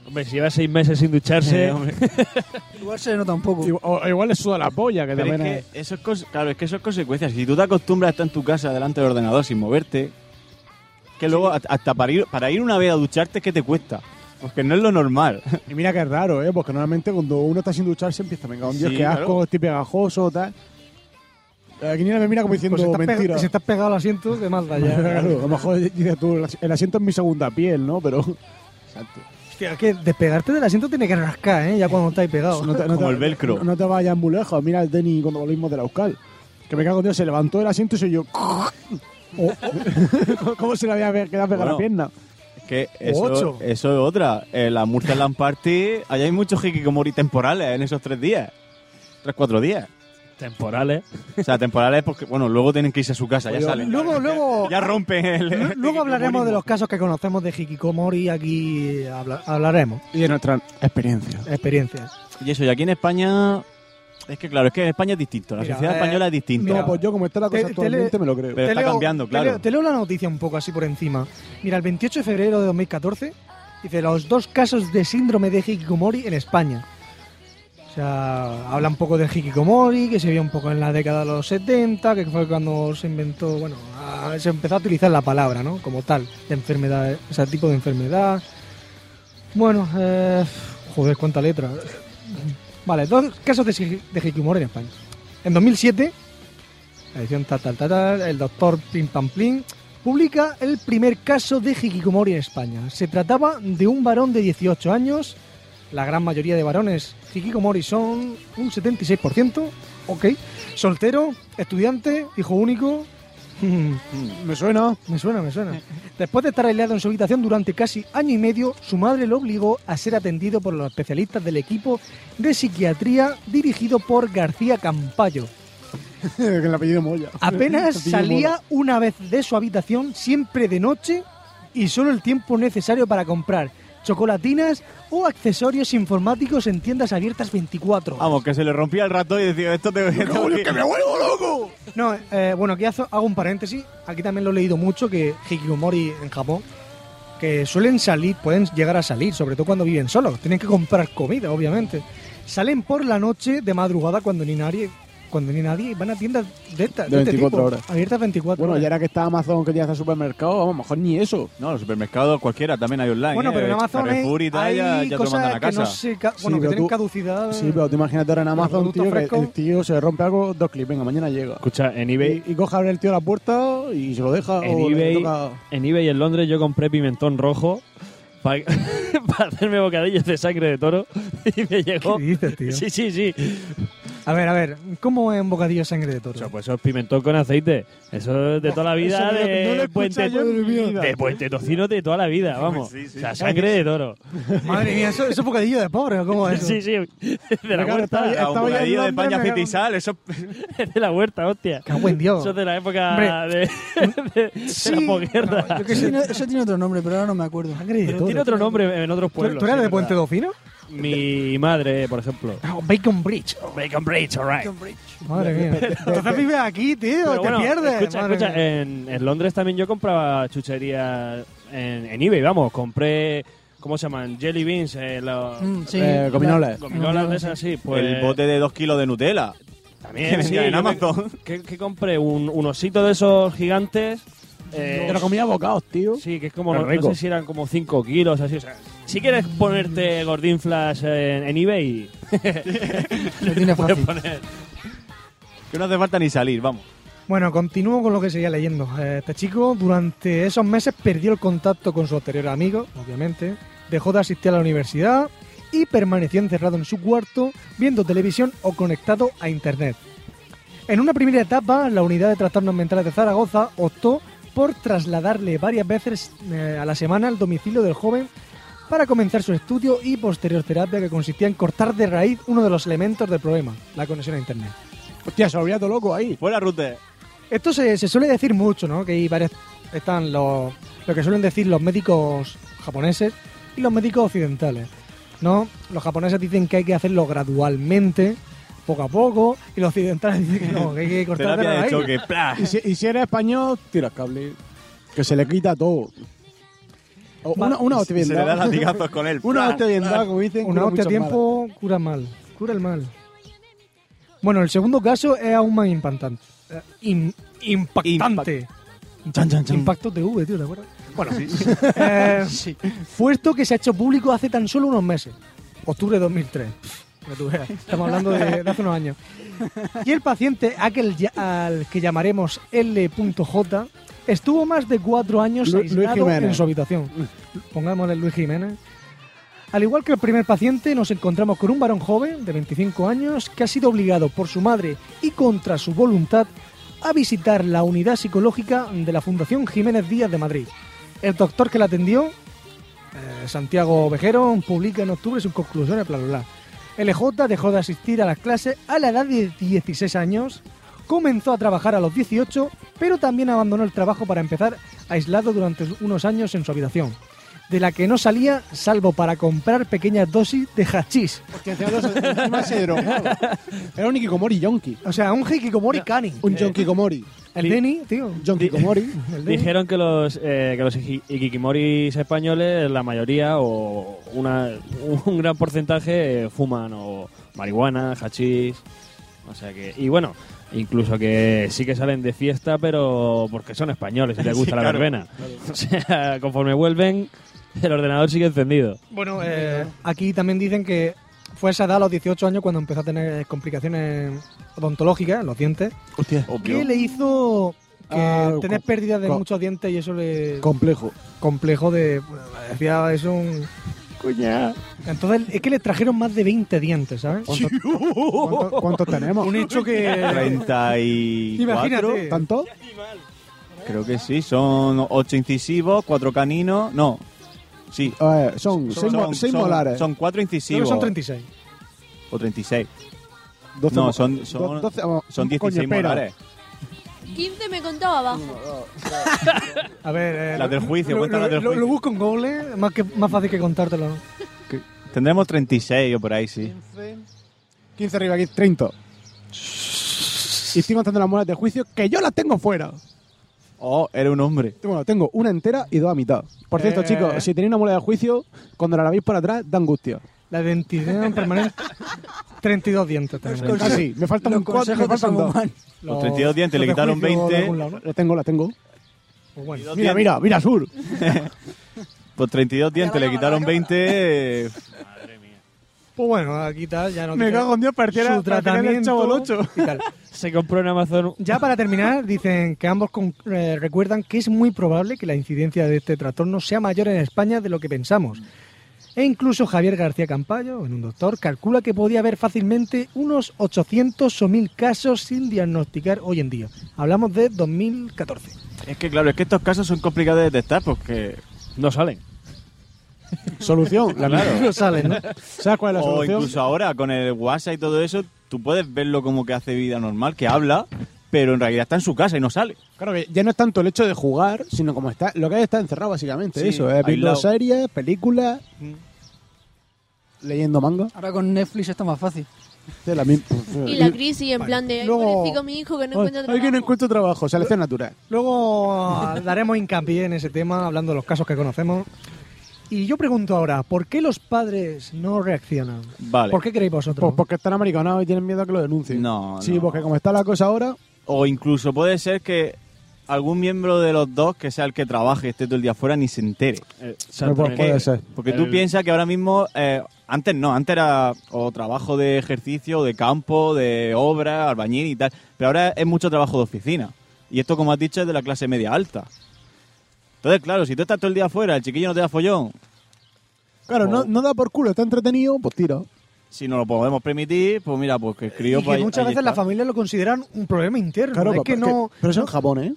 P: Hombre, si lleva seis meses sin ducharse... oh,
J: Eh, hombre.
A: Igual se nota un poco.
J: O, igual le suda la polla, que
I: Pero
J: también
I: es que eso es cos- claro, es que eso es consecuencia. Si tú te acostumbras a estar en tu casa delante del ordenador sin moverte, que luego hasta- hasta para ir, para ir una vez a ducharte es que te cuesta. Porque no es lo normal.
J: Y mira que es raro, ¿eh? Porque normalmente cuando uno está sin ducharse empieza, me cago en Dios,
I: Sí,
J: qué asco,
I: claro.
J: estoy pegajoso, tal. La quiniela me mira como diciendo,
H: Pues si estás pega-
J: mentira.
H: si estás pegado al asiento, de más da ya.
J: Claro, a lo mejor dices tú, el asiento es mi segunda piel, ¿no? Pero... Exacto.
H: Hostia, es que despegarte del asiento tiene que rascar, ¿eh? Ya cuando estáis pegados.
J: No te- no te- No, no te vayas muy lejos. Mira el Denny cuando volvimos de la Euskal. Que me cago en Dios, se levantó del asiento y soy yo. Oh. ¿Cómo se le había pe- quedado
I: Bueno,
J: pegada la pierna?
I: Es que
J: Ocho.
I: eso, eso es otra. En la Murcia Land Party, allá hay muchos hikikomori temporales en esos tres días. Tres, cuatro días.
P: Temporales.
I: O sea, temporales porque, bueno, luego tienen que irse a su casa, ya
H: Oye,
I: salen.
H: Luego, luego.
I: Ya rompen el.
H: lu- Luego hablaremos de los casos que conocemos de Hikikomori. Aquí habla- hablaremos.
J: Y de nuestra experiencia.
H: Experiencias.
I: Y eso, y aquí en España. Es que claro, es que en España es distinto. La
H: Mira,
I: sociedad
H: eh,
I: española es distinta.
J: No, pues yo como está la cosa
H: Te- te
J: actualmente
H: le-
J: me lo creo.
I: Pero
H: Te
I: está
H: leo-
I: cambiando,
H: te
I: claro.
H: leo- Te leo la noticia un poco así por encima. Mira, el 28 de febrero de 2014 dice los dos casos de síndrome de Hikikomori en España. O sea, habla un poco del Hikikomori, que se vio un poco en la década de los 70, que fue cuando se inventó, bueno, ah, se empezó a utilizar la palabra, ¿no? Como tal, de enfermedad, ese tipo de enfermedad. Bueno, eh, joder, cuánta letra. Vale, dos casos de, hi- de Hikikomori en España. En 2007, la edición tal, tal, tal, tal, el doctor Pim Pam Plin publica el primer caso de Hikikomori en España. Se trataba de un varón de 18 años. La gran mayoría de varones Hikikomori son un 76%. Ok. Soltero, estudiante, hijo único.
J: Me suena.
H: Me suena, me suena. Después de estar aislado en su habitación durante casi año y medio, su madre lo obligó a ser atendido por los especialistas del equipo de psiquiatría dirigido por García Campayo.
J: que el apellido Moya.
H: Apenas
J: El apellido
H: salía
J: Mola.
H: una vez de su habitación, siempre de noche, y solo el tiempo necesario para comprar chocolatinas o accesorios informáticos en tiendas abiertas 24.
I: Vamos, que se le rompía el rato y decía, esto te que me vuelvo loco.
H: No, eh, bueno, aquí hazo- hago un paréntesis. Aquí también lo he leído mucho, que Hikikomori en Japón, que suelen salir, pueden llegar a salir, sobre todo cuando viven solos. Tienen que comprar comida, obviamente. Salen por la noche de madrugada cuando ni nadie, cuando ni nadie, van a tiendas de estas.
J: De
H: este
J: 24
H: tipo,
J: horas.
H: Abiertas 24
J: Bueno,
H: horas.
J: ya era que está Amazon, que ya está supermercado, vamos, a lo mejor ni eso.
I: No, los supermercados cualquiera, también hay online.
J: Bueno,
I: ¿eh?
J: pero en Amazon
I: Carrefour y tal,
J: hay-
I: ya,
J: hay
I: ya te lo
J: cosas
I: mandan a
J: que no
I: casa.
H: Sí, ca- bueno,
J: Sí,
H: que
J: pero
H: tienen
J: tú-
H: caducidad.
J: Sí, pero tú imagínate ahora en Amazon,
H: producto
J: tío, que
H: fresco.
J: el tío se rompe algo, dos clics, venga, mañana llega.
P: Escucha, en eBay.
J: Y, y coge, abre el tío la puerta y se lo deja.
P: En
H: oh,
J: o le
P: eBay,
J: toca-
P: en eBay en Londres yo compré pimentón rojo para hacerme bocadillos de sangre de toro y me llegó.
H: ¿Qué dices, tío?
P: Sí, sí, sí.
H: A ver, a ver, ¿cómo es un bocadillo de sangre de toro?
P: O sea, pues eso es pimentón con aceite. Eso es de toda la vida
H: eso no lo-
P: de,
H: no lo he
P: puente,
H: escuchado yo en mi vida.
P: de puente tocino de toda la vida, vamos. O sea, sangre de toro.
H: Madre mía, ¿eso, eso es bocadillo de pobre o cómo es? eso?
P: Sí, sí. De la
H: Claro,
P: huerta.
H: estaba-
P: Ah, un
H: estaba ya en
P: bocadillo de
H: Londres,
P: paña,
H: me
P: aceite y
H: cago-
P: sal. Eso es de la huerta, hostia.
H: Cago en Dios.
P: Eso es de la época
H: Hombre.
P: de, de- de la posguerra.
A: Yo que sé, tiene- eso tiene otro nombre, pero ahora no me acuerdo.
P: Pero tiene otro nombre en otros
H: ¿Tú,
P: pueblos.
H: tú eras
P: sí,
H: de
P: es
H: Puente
P: verdad.
H: Dofino?
P: Mi madre, por ejemplo.
H: Bacon Bridge.
P: Bacon Bridge, alright.
H: Madre mía. Entonces vives aquí, tío,
P: Pero
H: te
P: bueno,
H: pierdes.
P: Escucha,
H: madre
P: escucha,
H: mía.
P: en, en Londres también yo compraba chuchería en, en eBay, vamos, compré, ¿cómo se llaman? Jelly beans, eh, los-
A: Mm, sí.
I: Eh, gominolas.
P: Gominolas de esas, sí, pues...
I: El bote de dos kilos de Nutella.
P: También,
I: que
P: sí,
I: vendía en
P: yo me-
I: Amazon.
P: Que, que compré un, un osito de esos gigantes. eh,
J: Te lo comía a bocados, tío.
P: Sí, que es como,
J: Pero
P: no, no
J: rico.
P: sé si eran como 5 kilos, así, o sea, si quieres ponerte Gordín Flash en, en eBay, lo
A: tienes
P: puedes
A: fácil.
P: poner.
I: Que no hace falta ni salir, vamos.
H: Bueno, continúo con lo que seguía leyendo. Eh, Este chico durante esos meses perdió el contacto con su anterior amigo, obviamente, dejó de asistir a la universidad y permaneció encerrado en su cuarto viendo televisión o conectado a internet. En una primera etapa, la unidad de trastornos mentales de Zaragoza optó por trasladarle varias veces eh, a la semana al domicilio del joven para comenzar su estudio y posterior terapia que consistía en cortar de raíz uno de los elementos del problema, la conexión a internet.
J: Hostia, se volvía todo loco ahí.
I: Fuera, Rute.
H: Esto se, se suele decir mucho, ¿no? Que hay varias. Están los, lo que suelen decir los médicos japoneses y los médicos occidentales, ¿no? Los japoneses dicen que hay que hacerlo gradualmente, poco a poco, y los occidentales dicen que no, que hay que cortar de
J: Terapia de
H: raíz.
J: choque, Y si, y si eres español, tiras cable. Que se le quita todo. O
H: Va-
J: una, una hostia bien
H: Se le
J: dada.
H: da latigazos
I: con él.
J: Una
H: Plan,
J: hostia bien
H: plan.
J: dada, como dicen.
H: Una hostia
J: cura
H: a
J: muchas
H: tiempo cura mal, cura el mal. Bueno, el segundo caso es aún más impactante. Eh, im- impactante. Impacto TV, tío, ¿te acuerdas? Bueno, eh, puesto que se ha hecho público hace tan solo unos meses, octubre de 2003. Pff, que tú veas, Estamos hablando de, de hace unos años. Y el paciente, aquel ya- al que llamaremos L.J., estuvo más de cuatro años
J: Lu- Luis
H: aislado en
J: Jiménez.
H: su habitación. Pongámosle Luis Jiménez. Al igual que el primer paciente, nos encontramos con un varón joven de 25 años que ha sido obligado por su madre y contra su voluntad a visitar la unidad psicológica de la Fundación Jiménez Díaz de Madrid. El doctor que la atendió, eh, Santiago Vejero, publica en octubre sus conclusiones, bla, bla, bla. LJ dejó de asistir a las clases a la edad de 16 años, comenzó a trabajar a los 18, pero también abandonó el trabajo para empezar aislado durante unos años en su habitación, de la que no salía salvo para comprar pequeñas dosis de hachís.
J: Que encima de eso, encima se drogaba. Era un Hikikomori yonki.
H: O sea, un Hikikomori cani.
J: Un Yonkikomori.
H: El Denny, tío.
J: John Hikikomori.
P: Dijeron que los eh, que los iki- ikikimoris españoles, la mayoría o una, un gran porcentaje eh, fuman o marihuana, hachís, o sea que y bueno, incluso que sí que salen de fiesta, pero porque son españoles y les gusta
H: Sí,
P: la
H: claro,
P: verbena. O sea, conforme vuelven, el ordenador sigue encendido.
H: Bueno, eh, aquí también dicen que fue a esa edad, a los 18 años, cuando empezó a tener complicaciones odontológicas, en los dientes,
J: Hostia.
H: que le hizo que
J: Ah,
H: tener pérdida de
J: co-
H: muchos dientes y eso le...
J: Complejo.
H: complejo de... bueno, decía, es un...
J: Coña.
H: Entonces, es que le trajeron más de 20 dientes, ¿sabes?
J: ¿Cuántos tenemos?
H: Un hecho que...
I: 34.
H: Imagínate.
J: ¿Tanto?
I: Creo que sí, son 8 incisivos, 4 caninos. No. Sí.
J: Eh, son 6 molares.
I: Son 4
H: Creo que
I: incisivos.
H: son 36.
I: O 36.
J: Doce
I: no,
J: mo-
I: son, son,
J: do- doce- oh,
I: son
J: coño,
I: 16
J: espera.
I: molares.
N: 15 me contaba abajo.
H: A ver... eh,
I: Las del juicio,
H: lo,
I: cuenta
H: lo-
I: las del
H: lo-
I: juicio.
H: lo busco en Google, ¿eh? más, que, más fácil que contártelo.
I: Tendremos 36 o por ahí, sí.
J: 15 arriba aquí, 30. Y estoy contando las muelas de juicio que yo las tengo fuera.
I: Oh, era un hombre.
J: Bueno, tengo una entera y dos a mitad. Por cierto,
I: Eh.
J: chicos, si tenéis una muela de juicio, cuando la veis por atrás, da angustia.
H: La dentición permanente. 32 dientes tenemos.
J: Los Casi, Ah, me faltan los cuatro, me consejos de faltan dos. Saruman.
I: Los 32 dientes, le quitaron 20.
J: La tengo, la tengo.
H: Pues bueno.
J: Mira, mira, mira, Sur.
I: Por 32 dientes le quitaron 20. eh,
H: Pues bueno, aquí tal, ya no
J: Me
H: tiene
J: cago en Dios, pareciera-
H: su
J: pareciera el
H: tratamiento
J: Chavo del Ocho.
H: y tal.
P: Se compró en Amazon.
H: Ya para terminar, dicen que ambos con- eh, recuerdan que es muy probable que la incidencia de este trastorno sea mayor en España de lo que pensamos. E incluso Javier García Campayo, en un doctor, calcula que podía haber fácilmente unos 800 o 1000 casos sin diagnosticar hoy en día. Hablamos de 2014.
I: Es que claro, es que estos casos son complicados de detectar porque. No salen.
J: Solución, la
I: Claro.
J: mía. ¿Sabes cuál es la
I: O
J: solución?
I: incluso ahora con el WhatsApp y todo eso, tú puedes verlo como que hace vida normal, que habla, pero en realidad está en su casa y no sale.
J: Claro que ya no es tanto el hecho de jugar, sino como está. Lo que hay está encerrado, básicamente.
I: Sí,
J: eso, es viendo
I: aislado. Mm.
J: series, películas, leyendo manga.
A: Ahora con Netflix está más fácil.
J: de la misma-
N: Y la crisis, en plan de.
J: Luego-
N: Luego... mi hijo que no encuentra
J: Ay, que
N: trabajo.
J: no encuentro trabajo, selección natural.
H: Luego ah, daremos hincapié en ese tema, hablando de los casos que conocemos. Y yo pregunto ahora, ¿por qué los padres no reaccionan?
I: Vale.
H: ¿Por qué creéis vosotros?
J: Pues porque están americanados y tienen miedo a que lo denuncien.
I: No,
J: Sí, porque como está la cosa ahora,
I: O incluso puede ser que algún miembro de los dos, que sea el que trabaje, esté todo el día afuera, ni se entere.
H: Eh, pues
J: puede- puede ser.
I: Porque tú
J: El-
I: piensas que ahora mismo, eh, antes no, antes era o trabajo de ejercicio, de campo, de obra, albañil y tal, pero ahora es mucho trabajo de oficina. Y esto, como has dicho, es de la clase media alta. Entonces, claro, si tú estás todo el día afuera, el chiquillo no te da follón,
J: claro, no, no da por culo, está entretenido, pues tira.
I: si no lo podemos permitir, pues mira, pues que el crío...
H: Y
I: pues
H: que
I: ahí-
H: muchas
I: ahí
H: veces las
I: está.
H: familias lo consideran un problema interno.
J: Claro,
H: es
J: papá,
H: que no.
J: Pero eso en Japón, ¿eh?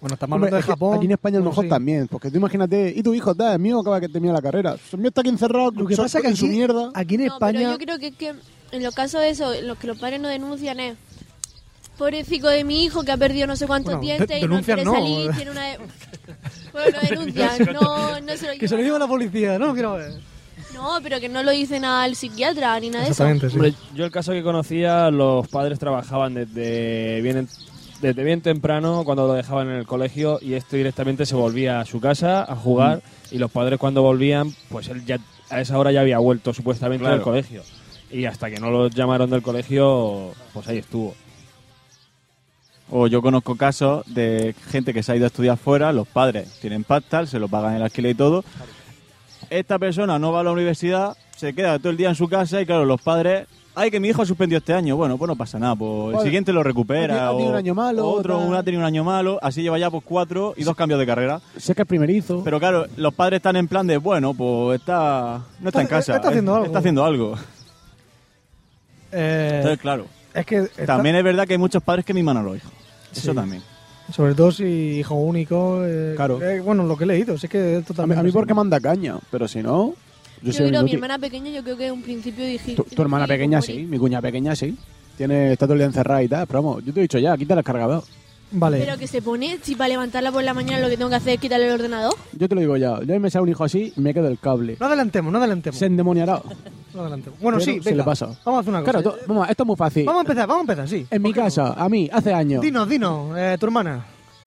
H: Bueno, estamos
J: Hombre,
H: hablando de
J: es que
H: Japón.
J: Aquí en España a lo
H: bueno,
J: mejor
H: sí.
J: también, porque tú imagínate, y tu hijo está, el mío acaba de terminar la carrera. El mío está aquí encerrado,
H: Lo que
J: so-
H: pasa es que
J: en su
H: aquí,
J: mierda.
H: aquí en
N: No,
H: España.
N: pero yo creo que, es que en los casos de eso, los que los padres no denuncian es. Pobrecito de mi hijo que ha perdido no sé cuántos
H: Bueno, de-
N: dientes y no
H: denuncian
N: quiere
H: no.
N: salir, tiene una. Bueno, no denuncian, no, no se lo
H: que se lo diga a la policía, ¿no? Quiero ver.
N: No, pero que no lo dicen al psiquiatra ni nada de eso.
H: Exactamente, sí.
P: Hombre, yo el caso que conocía, los padres trabajaban desde bien, desde bien temprano cuando lo dejaban en el colegio y este directamente se volvía a su casa a jugar y los padres cuando volvían, pues él ya a esa hora ya había vuelto supuestamente
I: Claro.
P: del colegio. Y hasta que no los llamaron del colegio, pues ahí estuvo.
I: O yo conozco casos de gente que se ha ido a estudiar fuera, los padres tienen pactal, se lo pagan el alquiler y todo. Esta persona no va a la universidad, se queda todo el día en su casa y claro, los padres... Ay, que mi hijo suspendió este año. Bueno, pues no pasa nada. Pues el
J: Vale.
I: siguiente lo
J: Ha
I: recupera.
J: tenido- ha tenido
I: o
J: un año malo,
I: Otro,
J: tal.
I: uno ha tenido un año malo. Así lleva ya pues cuatro y dos cambios de carrera.
J: Sé que es primerizo.
I: Pero claro, los padres están en plan de, bueno, pues está... No está en casa.
H: está haciendo
I: eh,
H: algo.
I: Está haciendo algo.
H: Eh,
I: Entonces, claro.
H: es que está-
I: También es verdad que hay muchos padres que miman a los hijos. Eso
H: Sí.
I: también.
H: Sobre todo si hijo único. eh,
J: Claro.
H: eh, bueno, lo que he leído, sí que esto
J: A mí,
H: también.
J: a mí porque manda caña, pero si no, yo,
N: Yo,
J: soy
N: creo
J: un
N: que mi
J: inútil.
N: hermana pequeña, yo creo que en un principio dije.
J: Tu, tu hermana
N: dije,
J: pequeña
N: "Morí".
J: sí, mi cuñada pequeña sí. Tiene, está todo el día encerrada y tal, pero vamos, yo te he dicho ya, quita el cargador.
H: Vale.
N: Pero que se pone, si para levantarla por la mañana lo que tengo que hacer es quitarle el ordenador.
J: Yo te lo digo ya, yo me sale un hijo así y me quedo el cable.
H: No adelantemos, no adelantemos.
J: Se endemoniará.
H: No adelantemos. Bueno,
J: Pero
H: sí,
J: se
H: venga.
J: le pasa.
H: Vamos a hacer una cosa.
J: Claro, to- vamos, esto es muy fácil.
H: Vamos a empezar, vamos a empezar, sí.
J: En mi casa, a mí, hace años.
H: Dinos, dinos, eh, tu hermana.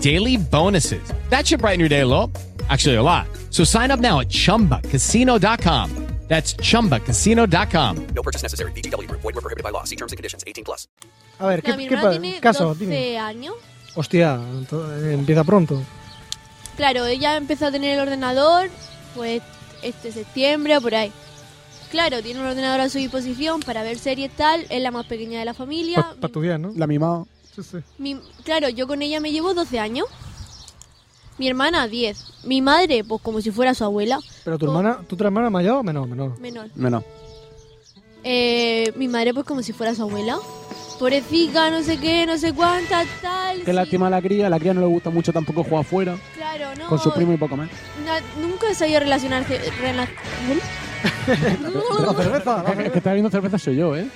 Q: daily bonuses. That should brighten your day, a little. Actually, a lot. So sign up now at chumbacasino.com. That's chumbacasino.com.
R: No purchase necessary. VGW Group. Void were prohibited by law. See terms and conditions. 18 plus.
H: A ver, ¿qué,
N: No, mi
H: qué
N: hermana
H: pa-
N: tiene
H: caso?
N: 12
H: Dime.
N: años.
H: Hostia, ento- eh, empieza pronto.
N: Claro, ella empezó a tener el ordenador, pues este septiembre o por ahí. Claro, tiene un ordenador a su disposición para ver series tal, es la más pequeña de la
J: Ah.
N: familia.
H: Para estudiar, ¿no?
J: La mimada.
H: Sí, sí.
N: Mi- claro, yo con ella me llevo 12 años. Mi hermana, 10. Mi madre, pues como si fuera su abuela.
H: Pero tu hermana, ¿tu otra hermana mayor o menor? Menor.
N: Menor.
I: Menos.
N: Eh, mi madre, pues como si fuera su abuela. Pobrecita, no sé qué, no sé cuánta, tal.
J: Qué lástima la cría, a la cría no le gusta mucho tampoco jugar afuera.
N: Claro, no.
J: Con su primo y poco más.
N: na- nunca he sabido relacionarse. rela-
J: La cerveza, El que está viendo cerveza soy yo, ¿eh?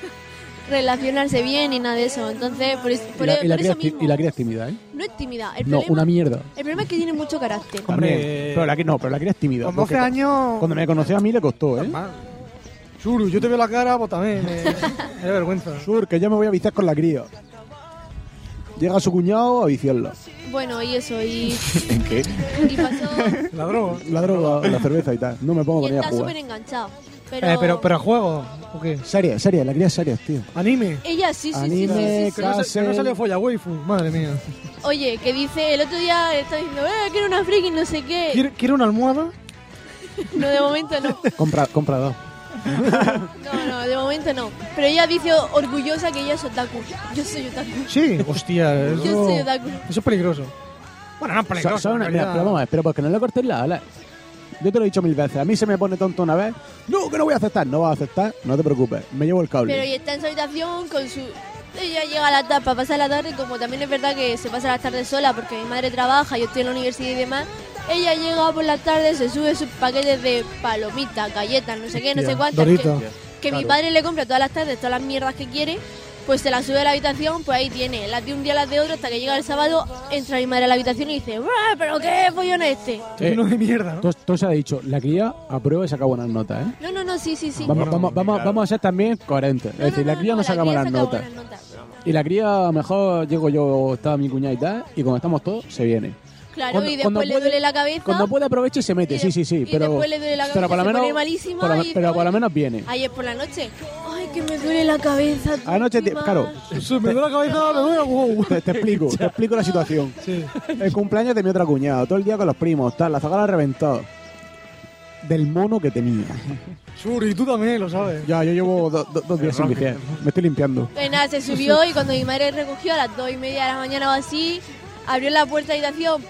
N: relacionarse bien ni nada de eso. Entonces, por, es- por-
J: Y la, y la
N: por
J: cría,
N: eso
J: es ti-
N: mismo.
J: y la cría es tímida, ¿eh?
N: No es tímida. El,
J: No,
N: problema,
J: una mierda.
N: el problema es que tiene mucho carácter.
J: También. Pero la cría, no, pero la cría es tímida.
H: Con
J: porque
H: 12 años-
J: Cuando me conoció a mí le costó, ¿eh?
H: Suru, yo te veo la cara, pues también. Me, me da vergüenza.
J: Sur, que ya me voy a viciar con la cría. Llega su cuñado a viciarla.
N: Bueno, y eso, y,
J: ¿En qué?
N: y pasó.
H: La droga.
J: La droga, la cerveza y tal. No me pongo
N: Y
J: con ella a
N: está
J: jugar.
N: súper enganchado. Pero,
J: Eh, pero- pero-
H: ¿Para juego o qué?
J: Seria, seria, la cría es seria, tío.
H: Anime.
N: Ella sí, sí, sí, sí,
J: Anime,
N: sí, sí.
H: Que no, se- que no salió folla waifu, madre mía.
N: Oye, que dice, el otro día está diciendo, eh, quiero una friki, no sé qué.
H: ¿Quiere, quiere una almohada?
N: No, de momento no.
J: Compra, compra dos.
N: No, no, de momento no. Pero ella dice orgullosa que ella es otaku. Yo soy otaku.
H: Sí, hostia, eso,
N: Yo soy
H: eso
N: otaku.
H: es peligroso. Bueno, no es peligroso.
J: Son- son
H: en
J: una- mira,
H: realidad.
J: pero vamos a ver, pero porque no le cortes la ala. Yo te lo he dicho mil veces, a mí se me pone tonto una vez. No, que no voy a aceptar, no vas a aceptar, no te preocupes, me llevo el cable.
N: Pero y está en su habitación con su... Ella llega a la tarde, para pasar la tarde, como también es verdad que se pasa las tardes sola porque mi madre trabaja, yo estoy en la universidad y demás. Ella llega por la tarde, se sube sus paquetes de palomitas, galletas, no sé qué, no sé cuántas. que-
H: Dorito.
N: que mi padre le compra todas las tardes todas las mierdas que quiere, pues se las sube a la habitación, pues ahí tiene, las de un día, las de otro, hasta que llega el sábado, entra mi madre a la habitación y dice, "Buah, ¿pero qué follón es este?
J: no
H: de mierda,
J: ¿no? Todo se Eh, ha dicho, la cría aprueba y saca buenas notas, ¿eh?
N: No, no, no, sí, sí, sí.
J: Vamos, vamos, vamos, vamos a ser también coherentes. es decir, la cría no, saca malas notas. Y la cría, mejor llego yo, está mi cuñada y tal, y cuando estamos todos, se viene.
N: Claro,
J: Cuando-
N: y
J: cuando
N: después le
J: puede-
N: duele la cabeza.
J: Cuando puede aprovecha y se mete, sí, sí, sí.
N: y
J: pero,
N: después le duele la
J: pero por lo
N: cabeza, se
J: menos,
N: pone malísima
J: por lo-
N: y-
J: pero por lo menos viene.
N: Ayer por la noche. Ay, que me duele la cabeza. tú,
J: Anoche, te,
N: prima".
J: claro.
H: me duele la cabeza, me duele
J: Te, te explico, te explico la situación. El cumpleaños de mi otra cuñada, todo el día con los primos, tal, la zagala reventado. Del mono que tenía.
H: Suri, tú también lo sabes.
J: Ya, yo llevo do- do- dos días sin viciar. Me estoy limpiando.
N: Pues nada, se subió y cuando mi madre recogió a las dos y media de la mañana o así, abrió la puerta de la habitación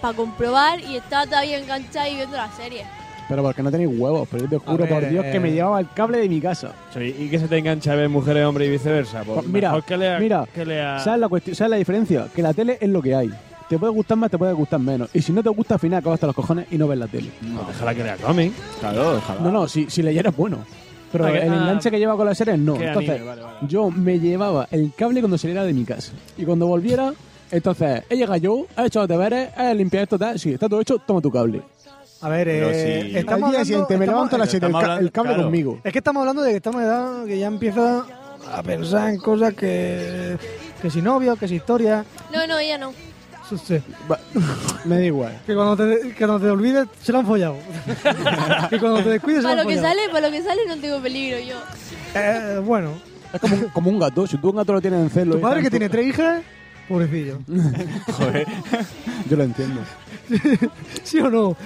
N: para comprobar y estaba todavía enganchada y viendo la serie.
J: Pero porque no tenéis huevos, pero yo te juro
P: ver,
J: por Dios que
P: eh.
J: me llevaba el cable de mi casa.
P: Sí, y que se te engancha a ver mujeres, hombres y viceversa. Pues
J: Pues mira,
P: mejor que lea-
J: mira,
P: que lea-
J: ¿sabes, la cuestión, ¿sabes la diferencia? Que la tele es lo que hay. Te puede gustar más, te puede gustar menos. Y si no te gusta, al final acabas hasta los cojones y no ves la tele.
P: No, déjala que lea cómic. Claro, déjala.
J: No, no, si, si leyeras bueno. Pero
P: Ah, que-
J: el
P: ah,
J: enganche que lleva con las series no.
P: que
J: Entonces,
P: anime, vale, vale.
J: yo me llevaba el cable cuando saliera de mi casa. Y cuando volviera, entonces, he llegado yo, he hecho los deberes, he limpiado esto, tal. Sí, está todo hecho, toma tu cable.
H: A ver,
J: Pero
H: eh,
J: si-
H: estamos
J: Al día
H: hablando-
J: siguiente me
H: estamos- Eh,
J: levanto a las siete, el Estamos ca- hablando- el cable claro. conmigo.
H: Es que estamos hablando de que estamos en edad que ya empieza a pensar en cosas que... Que si novio, que si historia...
N: No, no, ella no.
H: Sí, sí.
J: Me da igual.
H: Que cuando te, que cuando te olvides, se lo han follado. que cuando te descuides, se lo
N: Para
H: han
N: lo que
H: follado.
N: sale, para lo que sale no tengo peligro yo.
H: Eh, bueno.
J: Es como un, como un gato. Si tú un gato lo tienes en celo...
H: Tu
J: y
H: padre que
J: tanto-
H: tiene tres hijas, pobrecillo.
J: Joder. Yo lo entiendo.
H: ¿Sí o no?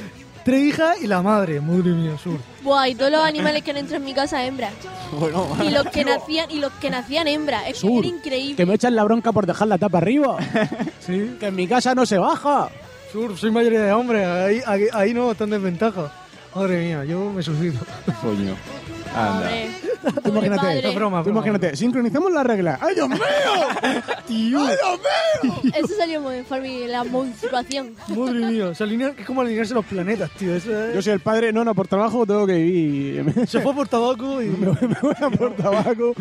H: Tres hijas y la madre, madre mía, sur.
N: Buah, y todos los animales que han entrado en mi casa hembras.
J: Bueno,
N: Y los que nacían, y los que nacían hembras. Es que
J: Sur,
N: era increíble.
J: que me echan la bronca por dejar la tapa arriba.
H: Sí.
J: Que en mi casa no se baja.
H: Sur, soy mayoría de hombres, ahí, ahí, ahí no, están desventaja. Madre mía, yo me suicido.
J: Coño.
N: Hombre,
J: Tú imagínate,
N: madre.
J: tú imagínate, sincronizamos la regla. ¡Ay, Dios mío! ¡Ay, Dios mío!
N: Eso salió muy informe, la monstruación.
H: Madre mía, o sea, alinear- es como alinearse los planetas, tío. eso es-
J: Yo soy el padre, no, no, por trabajo tengo que vivir.
H: Se fue por tabaco y...
J: me, voy, me voy a por tabaco.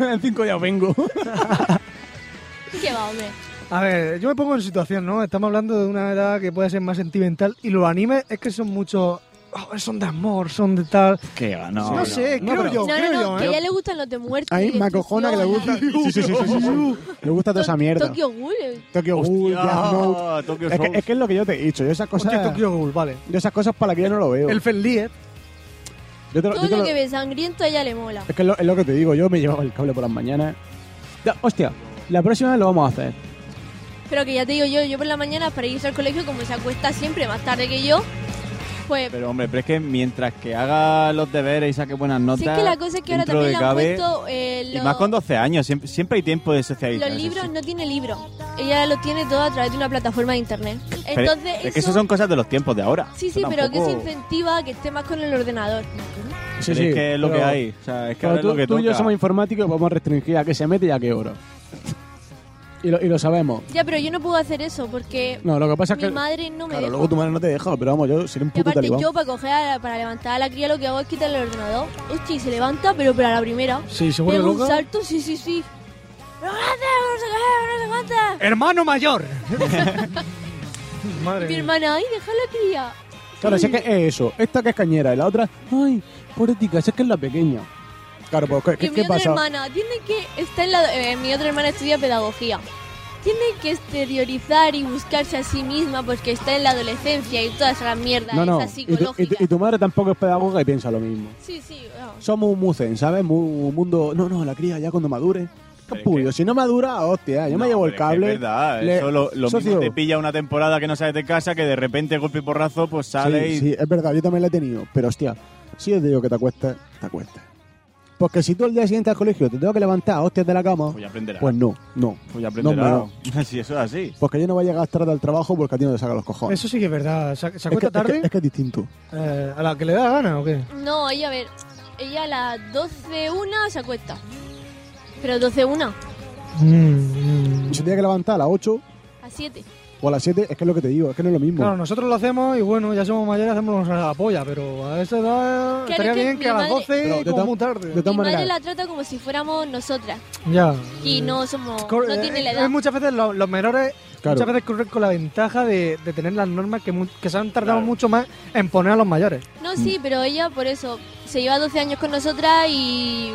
J: En cinco días vengo.
N: Qué va, hombre.
H: A ver, yo me pongo en situación, ¿no? Estamos hablando de una edad que puede ser más sentimental y los animes es que son muchos... oh, son de amor, son de tal...
I: Que va, no.
H: No sé, creo
N: no,
H: yo,
N: no,
H: creo
N: no,
H: yo,
N: que
H: ¿eh?
N: a ella le gustan los de muerte.
J: Ahí me acojona que le gusta. Sí, sí, sí, sí, sí, sí. Le gusta toda esa mierda.
N: Tokyo Ghoul. eh.
J: Tokyo Ghoul,
I: Hostia,
J: Death Note.
I: Tokyo
J: es, que,
I: Ghoul.
J: es que es lo que yo te he dicho. Yo esas cosas.
H: Hostia, Tokyo Ghoul, vale.
J: Yo esas cosas para que yo no lo veo.
H: El Fenlier.
J: Yo te lo-
N: Todo
J: yo te
N: lo
J: lo-
N: que ve sangriento a ella le mola.
J: Es que es lo, es lo que te digo. Yo me llevaba el cable por las mañanas. Ya, hostia, la próxima lo vamos a hacer.
N: Pero que ya te digo yo, yo por la mañana para irse al colegio, como se acuesta siempre más tarde que yo, Pues
I: Pero hombre, pero es que mientras que haga los deberes y saque buenas notas.
N: si es que la cosa es que ahora
I: dentro
N: también
I: de
N: le han
I: cabe-
N: puesto eh,
I: Y
N: los-
I: más con 12 años, siempre, siempre hay tiempo de socializar.
N: los libros no tiene libro. Ella lo tiene todo a través de una plataforma de internet.
I: Pero
N: Entonces,
I: es que eso son cosas de los tiempos de ahora.
N: Sí, sí,
I: Eso
N: pero que eso
I: tampoco-
N: incentiva a que esté más con el ordenador.
I: Pero
J: Sí, sí,
I: es que es lo que
J: pero-
I: hay. O sea, es que
J: Pero
I: ahora es
J: tú,
I: lo que
J: tú y yo
I: toca.
J: somos informáticos y podemos restringir a qué se mete y a qué hora. Y lo, y lo sabemos.
N: Ya, pero yo no puedo hacer eso porque
J: No, lo que pasa es
N: mi
J: que-
N: madre no me
J: Claro,
N: deja.
J: luego tu madre no te deja, pero vamos, yo sería un
N: Y
J: puto
N: aparte
J: talibán.
N: yo para coger a la- para levantar a la cría lo que hago es quitarle el ordenador. Hostia, y se levanta, pero para la primera.
H: Sí, se vuelve
N: Pega un
H: loca.
N: salto, sí, sí, sí. ¡No lo haces, no sé qué, no sé cuántas!
H: Hermano mayor.
J: Madre
N: Mi
J: mía.
N: hermana, ay, deja la cría.
J: Claro, si es que es eso. Esta que es cañera y la otra, ay, pobretica, si es que es la pequeña. Claro, pues, ¿qué,
N: Que
J: qué,
N: mi
J: qué
N: otra
J: pasa?
N: hermana tiene que está en la eh, mi otra hermana estudia pedagogía. Tiene que exteriorizar y buscarse a sí misma porque está en la adolescencia y todas esas mierdas
J: No, no.
N: esas
J: Y tu, y
N: psicológicas.
J: tu- y tu madre tampoco es pedagoga y piensa lo mismo.
N: Sí, sí, no.
J: Somos un zen, ¿sabes? Mu- Un mundo. No, no, la cría ya cuando madure. Capullo, si no madura, hostia, yo me llevo el
I: Pero es que
J: cable.
I: Es verdad,
J: le-
I: eso lo, lo
J: Socio,
I: mismo te pilla una temporada que no sales de casa, que de repente golpe y porrazo, pues sale
J: sí,
I: y...
J: sí, es verdad, yo también la he tenido. Pero hostia, si es digo que te acuestes, te acuestes. Porque si tú al día siguiente al colegio te tengo que levantar a hostias de la cama,
I: Pues ya aprenderá.
J: pues no, no.
I: Pues ya
J: No, hombre,
I: aprenderá.
J: no.
I: si eso es así.
J: Porque yo no voy a llegar tarde al trabajo porque a ti no te saca los cojones.
H: Eso sí que es verdad. ¿Se, se
J: es que,
H: acuesta
J: es que-
H: tarde?
J: es que es distinto.
H: Eh, ¿A la que le da gana o qué?
N: No, ella, a ver, ella a las 12 una se acuesta. Pero 12 una, Mm,
J: Si tenía que levantar a las 8
N: a 7.
J: o a las 7, es que es lo que te digo, es que no es lo mismo.
H: Claro, nosotros lo hacemos y bueno, ya somos mayores, hacemos la polla, pero a esa edad
N: Claro,
H: estaría
N: es que
H: bien
N: mi
H: que a las
N: madre-
H: 12
J: Pero de
H: como
J: to-
H: muy tarde.
J: de todas
N: Mi madre
J: maneras,
N: la trata como si fuéramos nosotras
H: ya.
N: y no somos,
H: Mm. Cor-
N: no tiene la
H: eh,
N: edad.
H: Muchas veces lo- los menores
J: Claro.
H: muchas veces corren con la ventaja de, de tener las normas que, mu- que se han tardado mucho más en poner a los mayores.
N: No, sí, pero ella por eso se lleva 12 años con nosotras y.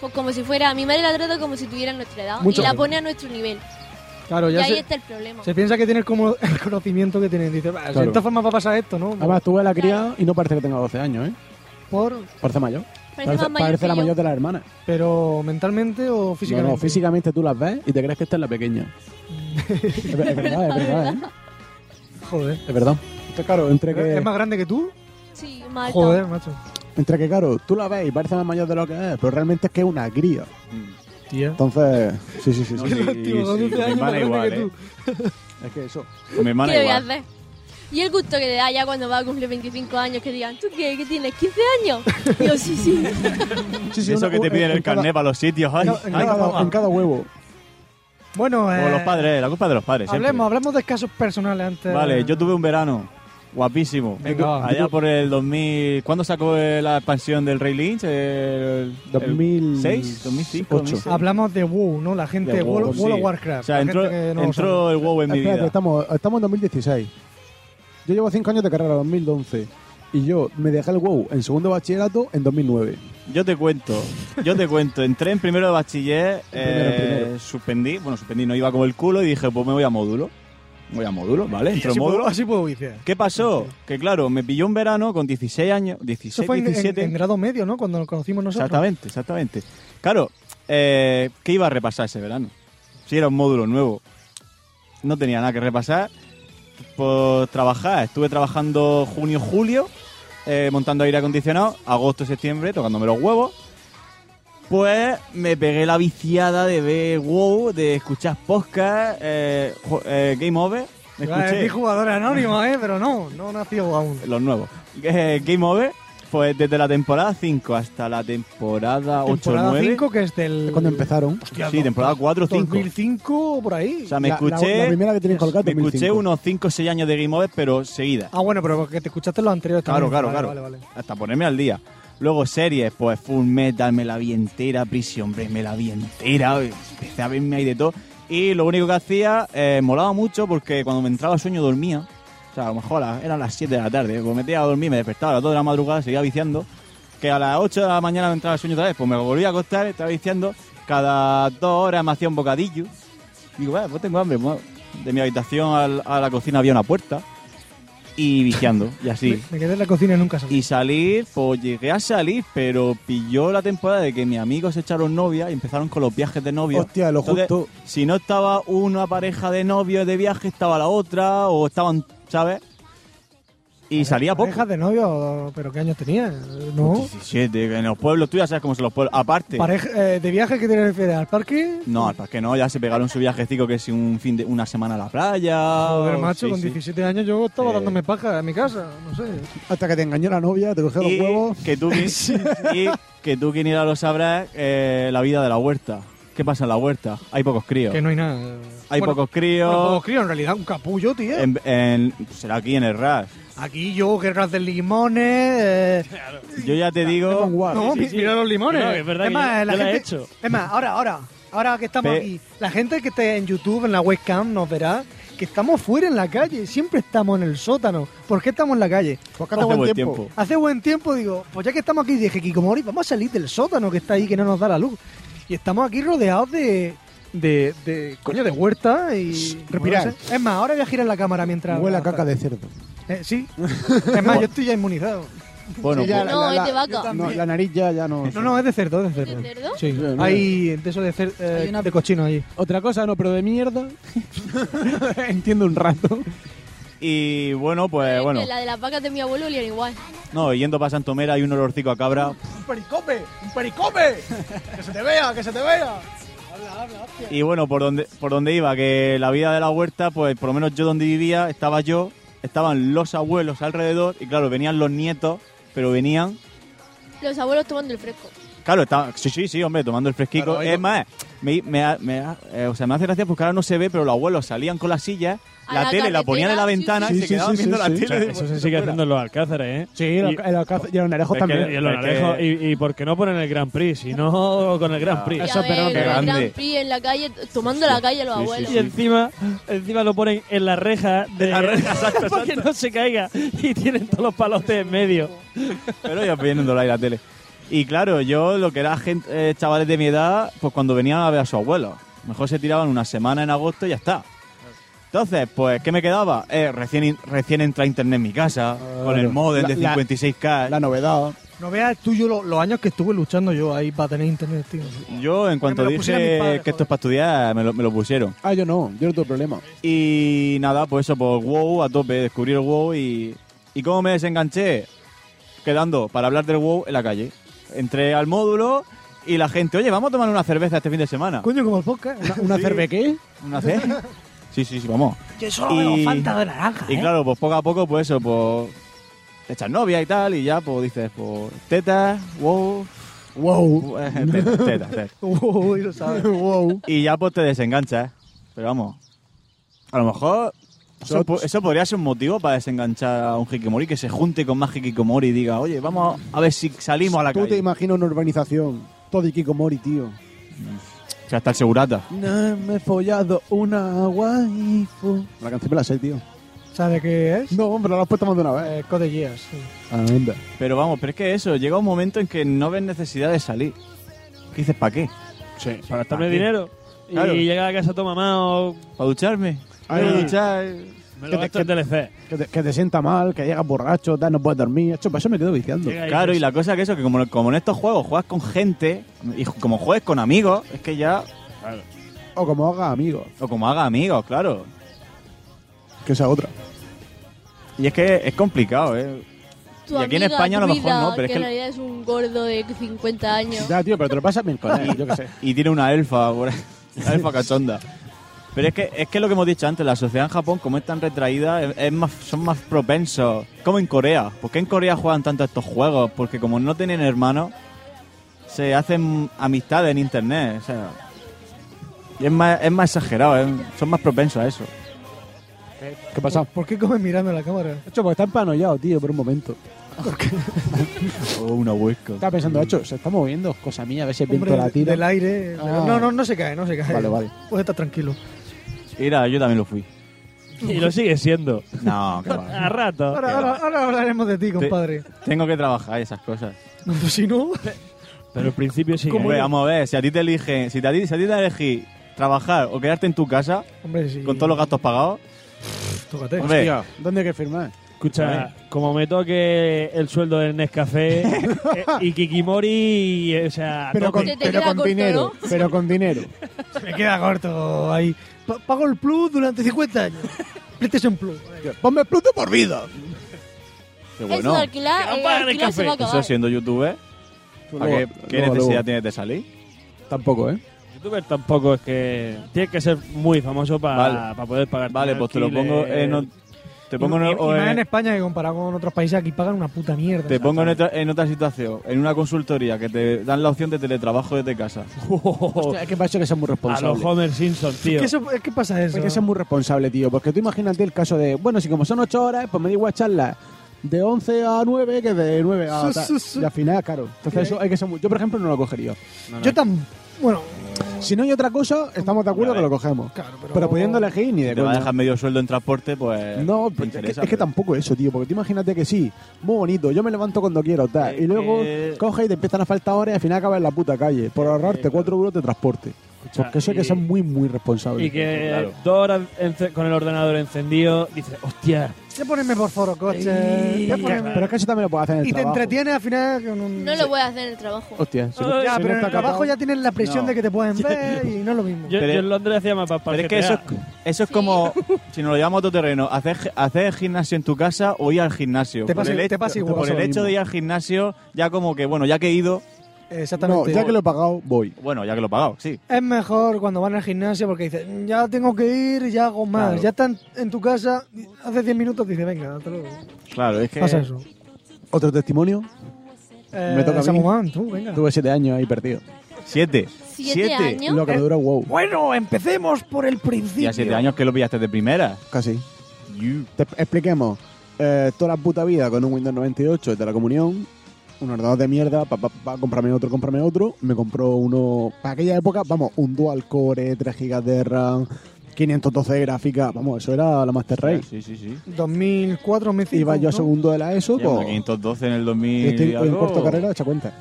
N: Pues como si fuera. Mi madre la trata como si tuviera nuestra edad
H: Mucho
N: y la
H: menos.
N: pone a nuestro nivel.
H: Claro,
N: y
H: ya
N: ahí
H: se,
N: está el problema.
H: se piensa que tienen como el conocimiento que tienen. Dice, "Bah, de
J: Claro.
H: esta forma va a pasar esto, ¿no?
J: Además, tuve la cría y no parece que tenga 12 años, ¿eh?
H: Por,
J: Parece mayor.
N: Parece más mayor
J: parece
N: que
J: la
N: yo.
J: mayor de las hermanas.
H: pero mentalmente o
J: No,
H: físicamente.
J: no, físicamente tú las ves y te crees que esta es la pequeña. es, ver- es verdad, es verdad, ¿eh?
H: Joder.
J: Es verdad. Entonces, claro, entre que,
H: ¿Es más grande que tú?
N: Sí, mal.
H: Joder, macho.
J: entre que, claro, tú la ves y parece más mayor de lo que es, pero realmente es que es una cría.
H: Tía.
J: Entonces, sí, sí, sí.
I: No,
J: sí.
I: sí, sí,
H: con 12 años
I: mi
H: más
I: hermana
H: grande
I: igual,
H: que
I: ¿eh?
H: tú.
J: Es que eso.
I: Con mi
N: ¿Qué
I: hermana
N: le voy a
I: igual.
N: hacer? Y el gusto que le da ya cuando va a cumplir 25 años, que digan, ¿tú qué? ¿Qué tienes? ¿15 años? Y Yo sí, sí.
J: Sí, sí,
I: Eso
J: una-
I: que te
J: un-
I: piden
J: en
I: el
J: cada-
I: carnet para los sitios, ay,
J: en,
I: ay,
J: cada, en cada huevo.
H: Bueno, eh,
I: O los padres, la culpa es de los padres. siempre.
H: hablemos, hablemos de casos personales antes.
I: Vale, yo tuve un verano guapísimo.
H: Venga.
I: Allá por el 2000. ¿Cuándo sacó eh, la expansión del Rey Lynch? El, 2006, 2005, 2006.
H: Mm, Hablamos de WoW, ¿no? La gente de
I: De
H: World,
I: WoW, Oh, sí.
H: World of Warcraft.
I: O sea,
H: la
I: entró,
H: gente que no lo
I: entró el WoW en mi
J: Espérate,
I: vida.
J: estamos, estamos en 2016. Yo llevo 5 años de carrera, 2011. Y yo me dejé el WoW en segundo bachillerato en 2009.
I: Yo te cuento, yo te cuento. Entré en primero de bachiller,
J: Primero,
I: eh,
J: primero.
I: suspendí, bueno, suspendí, no iba como el culo y dije, pues me voy a módulo. Voy a módulo, ¿vale?
H: sabe.
I: Entró
H: así,
I: en módulo.
H: puedo, así puedo viciar.
I: ¿Qué pasó? Que claro, me pilló un verano con 16 años,
H: Eso
I: 16,
H: fue en, en-
I: 17.
H: en grado medio, ¿no? Cuando nos conocimos nosotros.
I: Exactamente, exactamente. Claro, eh, ¿qué iba a repasar ese verano? Si era un módulo nuevo, no tenía nada que repasar. Pues trabajar, estuve trabajando junio, julio, eh, montando aire acondicionado, agosto, septiembre, tocándome los huevos. Pues me pegué la viciada de ver wow, de escuchar podcast, eh, jo- eh, Game Over. Me
H: Iba a decir
I: escuché
H: jugador anónimo, ¿eh? Pero no, no nació aún.
I: los nuevos. Eh, Game Over, pues desde la temporada 5 hasta la temporada 8
H: Temporada
I: 9.
H: 5, que es del...
J: Cuando empezaron.
I: Sí, temporada 4 o 5.
H: 2005 o por ahí.
I: O sea, me
J: La- la-
I: escuché.
J: la primera que tienen colgada,
I: Me escuché
J: 2005.
I: unos 5 o 6 años de Game Over, pero seguida.
H: Ah, bueno, pero porque te escuchaste los anteriores
I: Claro,
H: también.
I: claro,
H: Vale,
I: claro.
H: Vale, vale.
I: Hasta ponerme al día. Luego series, pues Full Metal, me la vi entera, Prisión Break, me la vi entera, empecé a verme ahí de todo. Y lo único que hacía, eh, molaba mucho porque cuando me entraba sueño dormía. O sea, a lo mejor a las- eran las 7 de la tarde, pues me metía a dormir, me despertaba a las 2 de la madrugada, seguía viciando. Que a las 8 de la mañana me entraba sueño otra vez, pues me volvía a acostar, estaba viciando. Cada dos horas me hacía un bocadillo. Digo, "Bueno, pues tengo hambre. me voy". De mi habitación al- a la cocina había una puerta. Y viciando, y así.
H: Me quedé en la cocina y nunca salí.
I: Y salir, pues llegué a salir, pero pilló la temporada de que mis amigos echaron novia y empezaron con los viajes de novio.
J: Hostia, lo
I: Entonces,
J: justo.
I: Si no estaba una pareja de novios de viaje, estaba la otra, o estaban, ¿sabes? Y salía poco.
H: ¿Parejas de novio? ¿Pero qué años tenía? ¿No?
I: 17, en los pueblos, tú ya sabes cómo son los pueblos. Aparte.
H: Pareja, eh, ¿De viaje que te refieres? ¿Al parque?
I: No, al parque no, ya se pegaron su viajecico que es un fin de una semana a la playa.
H: Joder,
I: o-
H: macho,
I: Oh, sí,
H: con
I: sí.
H: 17 años yo estaba dándome paja en mi casa, no sé.
J: Hasta que te engañó la novia, te cogió los
I: Y
J: huevos.
I: que tú, qui- y que tú quien irá lo sabrás, eh, la vida de la huerta. ¿Qué pasa en la huerta? Hay pocos críos.
H: Que no hay nada.
I: Hay
H: Bueno,
I: pocos críos.
H: bueno, pocos críos, en realidad, un capullo, tío.
I: En- en- pues será aquí en el RAS.
H: Aquí yo, guerras de limones. eh,
I: Yo ya te digo.
H: No, mi- mira los limones.
P: No, es verdad que
H: más,
P: yo-
H: la
P: yo la he
H: gente-
P: hecho.
H: Es más, ahora, ahora, ahora que estamos
I: Pe-
H: aquí, la gente que esté en YouTube, en la webcam, nos verá que estamos fuera en la calle, siempre estamos en el sótano. ¿Por qué estamos en la calle? Porque
I: Hace buen tiempo.
H: Hace buen tiempo, digo, pues ya que estamos aquí, dije, Kiko Mori, vamos a salir del sótano que está ahí, que no nos da la luz. Y estamos aquí rodeados de... De, de- coño de huerta y
J: respirar.
H: no sé. es más ahora voy a girar la cámara mientras
J: Huele a caca de cerdo.
H: Eh, sí es más yo estoy ya inmunizado
J: Bueno,
H: Sí, ya,
J: pues-
H: la- la-
N: No,
H: la-
N: es de vaca.
J: No, la nariz ya, ya no.
H: no, no, es de cerdo, es de cerdo.
N: ¿De cerdo?
H: Sí,
J: mira.
H: hay de eso de, cer- eh,
J: Hay una-
H: de cochino allí.
J: Otra cosa, no, pero de mierda. Entiendo un rato.
I: Y bueno, pues bueno.
N: Que La de las vacas de mi abuelo olían igual.
I: No, yendo para Santomera hay un olorcico a cabra.
H: ¡Un pericope! ¡Un pericope! ¡Que se te vea, que se te vea!
I: Y bueno, por donde, por donde iba, que la vida de la huerta, pues por lo menos yo donde vivía, estaba yo, estaban los abuelos alrededor, y claro, venían los nietos, pero venían.
N: Los abuelos tomando el fresco.
I: Claro, estaban. Sí, sí, sí, hombre, tomando el fresquico.
J: Claro, ahí
I: es
J: no-
I: más, me, me ha- me ha- eh, o sea, me hace gracia porque ahora no se ve, pero los abuelos salían con la silla,
N: A
I: la,
N: la
I: tele la ponían en la
N: carretera, sí,
I: ventana
J: sí.
I: y
J: Sí,
I: se
J: sí,
I: quedaban
J: sí,
I: viendo
J: sí,
I: la
J: sí.
I: tele.
P: Eso se sigue haciendo en los alcázares, ¿eh?
J: Sí, los-
P: Y-
J: el alcázar- y los naranjos
I: Es que-
J: también.
P: Y en los
I: Es que-
P: Naranjos, y, y por qué no ponen el Grand Prix, si no con el Grand Prix.
N: Ya ves,
I: qué
N: el
I: grande.
N: Grand Prix en la calle, tomando la calle los
I: Sí, sí,
N: abuelos.
I: sí.
P: Y encima, encima lo ponen en la reja de
I: la reja, exacto,
P: para que no se caiga y tienen todos los palotes en medio.
I: Pero ya viendo ahí la tele. Y claro, yo lo que era gente, eh, chavales de mi edad, pues cuando venían a ver a su abuelo. Mejor se tiraban una semana en agosto y ya está. Entonces, pues, ¿qué me quedaba? Eh, recién, in- recién entra internet en mi casa, con el modem
J: La-
I: de
J: la-
I: 56K.
J: La novedad.
H: No veas tú yo lo- los años que estuve luchando yo ahí para tener internet, tío.
I: yo, en cuanto
H: lo
I: dije
H: pusieron mis padres,
I: que esto es para estudiar, me lo, me lo pusieron.
J: Ah, yo no, yo no tengo problema.
I: Y nada, pues eso, por WoW a tope, descubrí el WoW y... ¿Y cómo me desenganché? Quedando para hablar del WoW en la calle. Entré al módulo y la gente, oye, vamos a tomar una cerveza este fin de semana.
H: Coño, como el podcast. Una,
J: ¿Una cerve qué?
I: ¿Una C? Sí, sí, sí, vamos.
H: Yo solo veo
I: Y-
H: Fanta de naranja,
I: Y
H: ¿eh?
I: claro, pues poco a poco, pues eso, pues. Te echas novia y tal, y ya, pues dices, pues. Tetas, wow.
J: Wow.
I: eh, Tetas, tetas, tetas.
H: Uy, lo sabes.
J: wow.
I: Y ya, pues te desenganchas. Pero vamos. A lo mejor. Eso,
J: Son-
I: po- eso podría ser un motivo para desenganchar a un hikikomori que se junte con más hikikomori y diga, oye, vamos a ver si salimos a la
J: Tú te
I: calle.
J: imaginas una urbanización. Todo Ikikomori, tío.
I: O sea, hasta el segurata.
J: No me he follado una waifu. La canción me la sé, tío.
H: ¿Sabes qué es?
J: No, hombre, la has puesto más de una vez.
H: Eh, Code Geass. sí.
J: Anda.
I: Pero vamos, pero es que eso, llega un momento en que no ves necesidad de salir. ¿Qué dices, para qué?
J: Sí.
P: Para gastarme dinero.
I: Claro.
P: Y llega a la casa tu mamá o
I: ¿Para ducharme?
J: Ay.
I: ¿Para duchar?
P: me
J: Que
P: lo
J: te-
P: gasto en DLC.
J: Que te, que te sienta mal, que llegas borracho, tal, no puedes dormir. Esto, para eso me quedo viciando.
P: Llega
I: Claro,
H: pues,
P: dices,
I: y la cosa que eso, que como, como en estos juegos juegas con gente, y ju- como juegues con amigos, es que ya.
J: O como haga amigos,
I: O como hagas amigos, claro.
J: que esa otra.
I: Y es que es complicado, ¿eh?
N: Tu
I: Y aquí en
N: amiga,
I: España a lo
N: tu
I: mejor
N: vida,
I: no, pero es
N: que
I: que-
N: en realidad es un gordo de 50 años.
J: Ya, tío, pero te lo pasas bien con él, yo qué sé.
I: Y tiene una elfa, por ahí, una elfa cachonda. Pero es que es que lo que hemos dicho antes, la sociedad en Japón, como es tan retraída, es, es más, son más propensos. Como en Corea. ¿Por qué en Corea juegan tanto a estos juegos? Porque como no tienen hermanos, se hacen amistades en internet. O sea, y es más, es más exagerado, ¿eh? son más propensos a eso.
J: ¿Qué pasa?
H: eh, ¿Por qué comes mirando la cámara?
J: Hecho, porque está empanollado, tío, por un momento.
I: Oh, una huesca.
J: Estaba pensando, hecho, se está moviendo, cosa mía, a ver si el viento
H: Mm. Hombre,
J: la tira.
H: del aire.
J: Ah.
H: No, no, no se cae, no se cae.
J: Vale, vale.
H: Pues está tranquilo.
I: Mira, yo también lo fui.
P: Y lo sigue siendo.
I: No, qué
P: A
I: va.
P: rato.
H: Ahora, ahora, ahora hablaremos de ti, compadre.
I: Tengo que trabajar esas cosas.
H: No, pues si no...
P: Pero al principio sí.
I: Hombre,
P: ¿eh?
I: vamos a ver, si a ti te eligen, si, te- a ti- si a ti te elegí trabajar o quedarte en tu casa
H: Hombre, sí.
I: con todos los gastos pagados, pues
H: Tócate.
I: hombre,
J: Tío, ¿dónde hay que firmar?
P: Escucha, como me toque el sueldo del Nescafé eh, y Kikimori, y, o sea, a
J: Pero
P: tope.
J: con,
N: Te- te
J: pero
N: queda
J: con
N: corto,
J: dinero, pero con dinero.
H: Me queda corto ahí. Pa- pago el plus durante 50 años. PlayStation Plus.
J: Ponme el Pluto por vida.
I: Qué
N: Eso de alquilar, eh, alquilar se va a acabar.
I: Eso siendo youtuber,
J: Pues
I: ¿a
J: luego-
I: qué, qué
J: luego,
I: necesidad
J: luego.
I: tienes de salir?
J: Tampoco, ¿eh?
P: Youtuber tampoco es que. Tienes que ser muy famoso para
I: Vale.
P: poder pagar.
I: Vale, pues te lo pongo en o- te pongo en
H: y,
I: o-
H: y- y más
I: en-
H: en España que comparado con otros países aquí pagan una puta mierda.
I: Te pongo en otra, en otra situación, en una consultoría que te dan la opción de teletrabajo desde casa.
J: Hostia, es que parece que seas muy responsable.
P: A los Homer Simpson, tío.
H: ¿Qué, eso, ¿Qué pasa eso?
J: Es que ese es muy responsable, tío. Porque tú imagínate el caso de, bueno, si como son 8 horas, pues me da igual charla de 11 a 9 que de 9 a
H: Su,
J: tal.
H: su, su.
J: Y al final, claro. Entonces, eso hay que ser muy... Yo, por ejemplo, no lo cogería.
H: Yo también. Bueno,
J: Si no hay otra cosa, estamos de acuerdo que lo cogemos. pero... pudiendo elegir ni
I: Si
J: de
I: te va a
J: coña.
I: dejar medio sueldo en transporte, pues. te
J: No, pues es, que-
I: interesa,
J: es que
I: pero-
J: tampoco eso, tío. Porque tú imagínate que sí, muy bonito, yo me levanto cuando quiero, tal. Y luego
I: que-
J: coges y te empiezan a faltar horas y al final acabas en la puta calle. Por ahorrarte 4 euros de transporte. Porque eso hay que
P: y-
J: ser muy, muy responsable.
P: Y que dos horas ence- con el ordenador encendido dices, hostia.
H: ya ponerme por foro coche.
J: Sí,
H: ya
J: que-
H: ponerme-
J: pero es que eso también lo puedes hacer en el
H: y te
J: trabajo.
H: entretienes al final con un.
N: No lo voy a hacer en el trabajo.
J: Hostia, si
H: ya,
J: no- si no
H: pero en
J: está
H: el trabajo
J: capaz-
H: ya tienes la presión
I: No.
H: de que te pueden ver y no es lo mismo.
P: Yo,
I: Pero-
P: yo en Londres hacía mapas para
I: Pero es que eso, es- eso es como, si nos lo llevamos a otro terreno, hacer, gi- hacer gimnasio en tu casa o ir al gimnasio.
H: Te
I: Por
H: pasa-
I: el
H: te
I: hecho-
H: pasa igual.
I: Por el
H: Pasa lo
I: hecho de ir al gimnasio, ya como que, bueno, ya que he ido,
J: No,
H: Exactamente.
J: ya que lo he pagado, voy.
I: bueno, ya que lo he pagado, sí.
H: Es mejor cuando van al gimnasio porque dices, ya tengo que ir, ya hago más.
I: Claro.
H: Ya están en tu casa, hace 10 minutos dices, venga, hasta luego.
I: Claro, es que.
H: Pasa eso.
J: Otro testimonio.
H: Eh,
J: Me toca a mí.
H: San Juan, tú, venga.
J: Tuve siete años ahí perdido.
I: Siete.
H: ¿Siete Siete. años? Eh.
J: Lo que me duró wow.
H: Bueno, empecemos por el principio.
I: Y a siete años que lo pillaste de primera.
J: Casi. Te expliquemos. Eh, toda la puta vida con un Windows 98 de la comunión. Un ordenador de mierda. Pa, pa, pa, comprarme otro, comprarme otro. Me compró uno. Para aquella época, vamos, un dual core, 3 GB de RAM, 512 de gráfica. Vamos, eso era la Master Race.
I: Sí, sí, sí.
H: 2004, 2005.
J: Iba yo a
H: ¿no?
J: segundo de la E ESO.
I: Llevamos
J: con-
I: 512 en el 2000.
J: estoy
I: y
J: en
I: algo.
J: Este, cuarto de carrera, echa cuenta.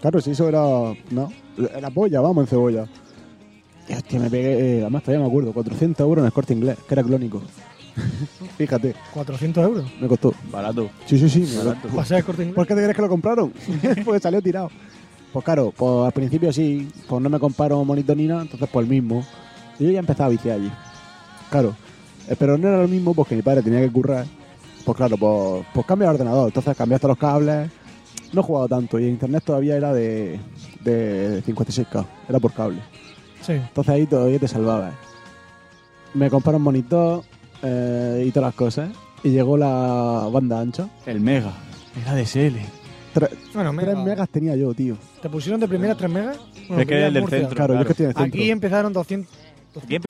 J: Claro, si eso era. No, era polla, vamos, en cebolla. Y hostia, me pegué, eh, además todavía me acuerdo, 400 euros en el corte inglés, que era clónico. Fíjate,
H: 400 euros.
J: me costó.
I: Barato.
J: Sí, sí, sí. me costó.
H: Pasé el corte inglés.
J: ¿Por qué te crees que lo compraron? pues salió tirado. Pues claro, pues al principio sí, pues no me comparo monito ni nada, entonces pues el mismo. Y yo ya empezaba a viciar allí. Claro, eh, pero no era lo mismo porque mi padre tenía que currar. Pues claro, pues, pues cambia el ordenador, entonces cambiaste los cables. No he jugado tanto y el internet todavía era de, de 56K, era por cable.
H: Sí.
J: Entonces ahí todavía te salvabas. Me compré un monitor eh, y todas las cosas. Y llegó la banda ancha.
I: El Mega. Era de SL.
J: Tres,
H: Bueno, mega.
J: tres megas tenía yo, tío.
H: ¿Te pusieron de primera 3 megas?
I: Es que
H: vivía
I: era
H: en
I: el del
H: Murcia.
I: centro.
J: Claro, yo es que estoy en el centro.
H: Aquí empezaron 200.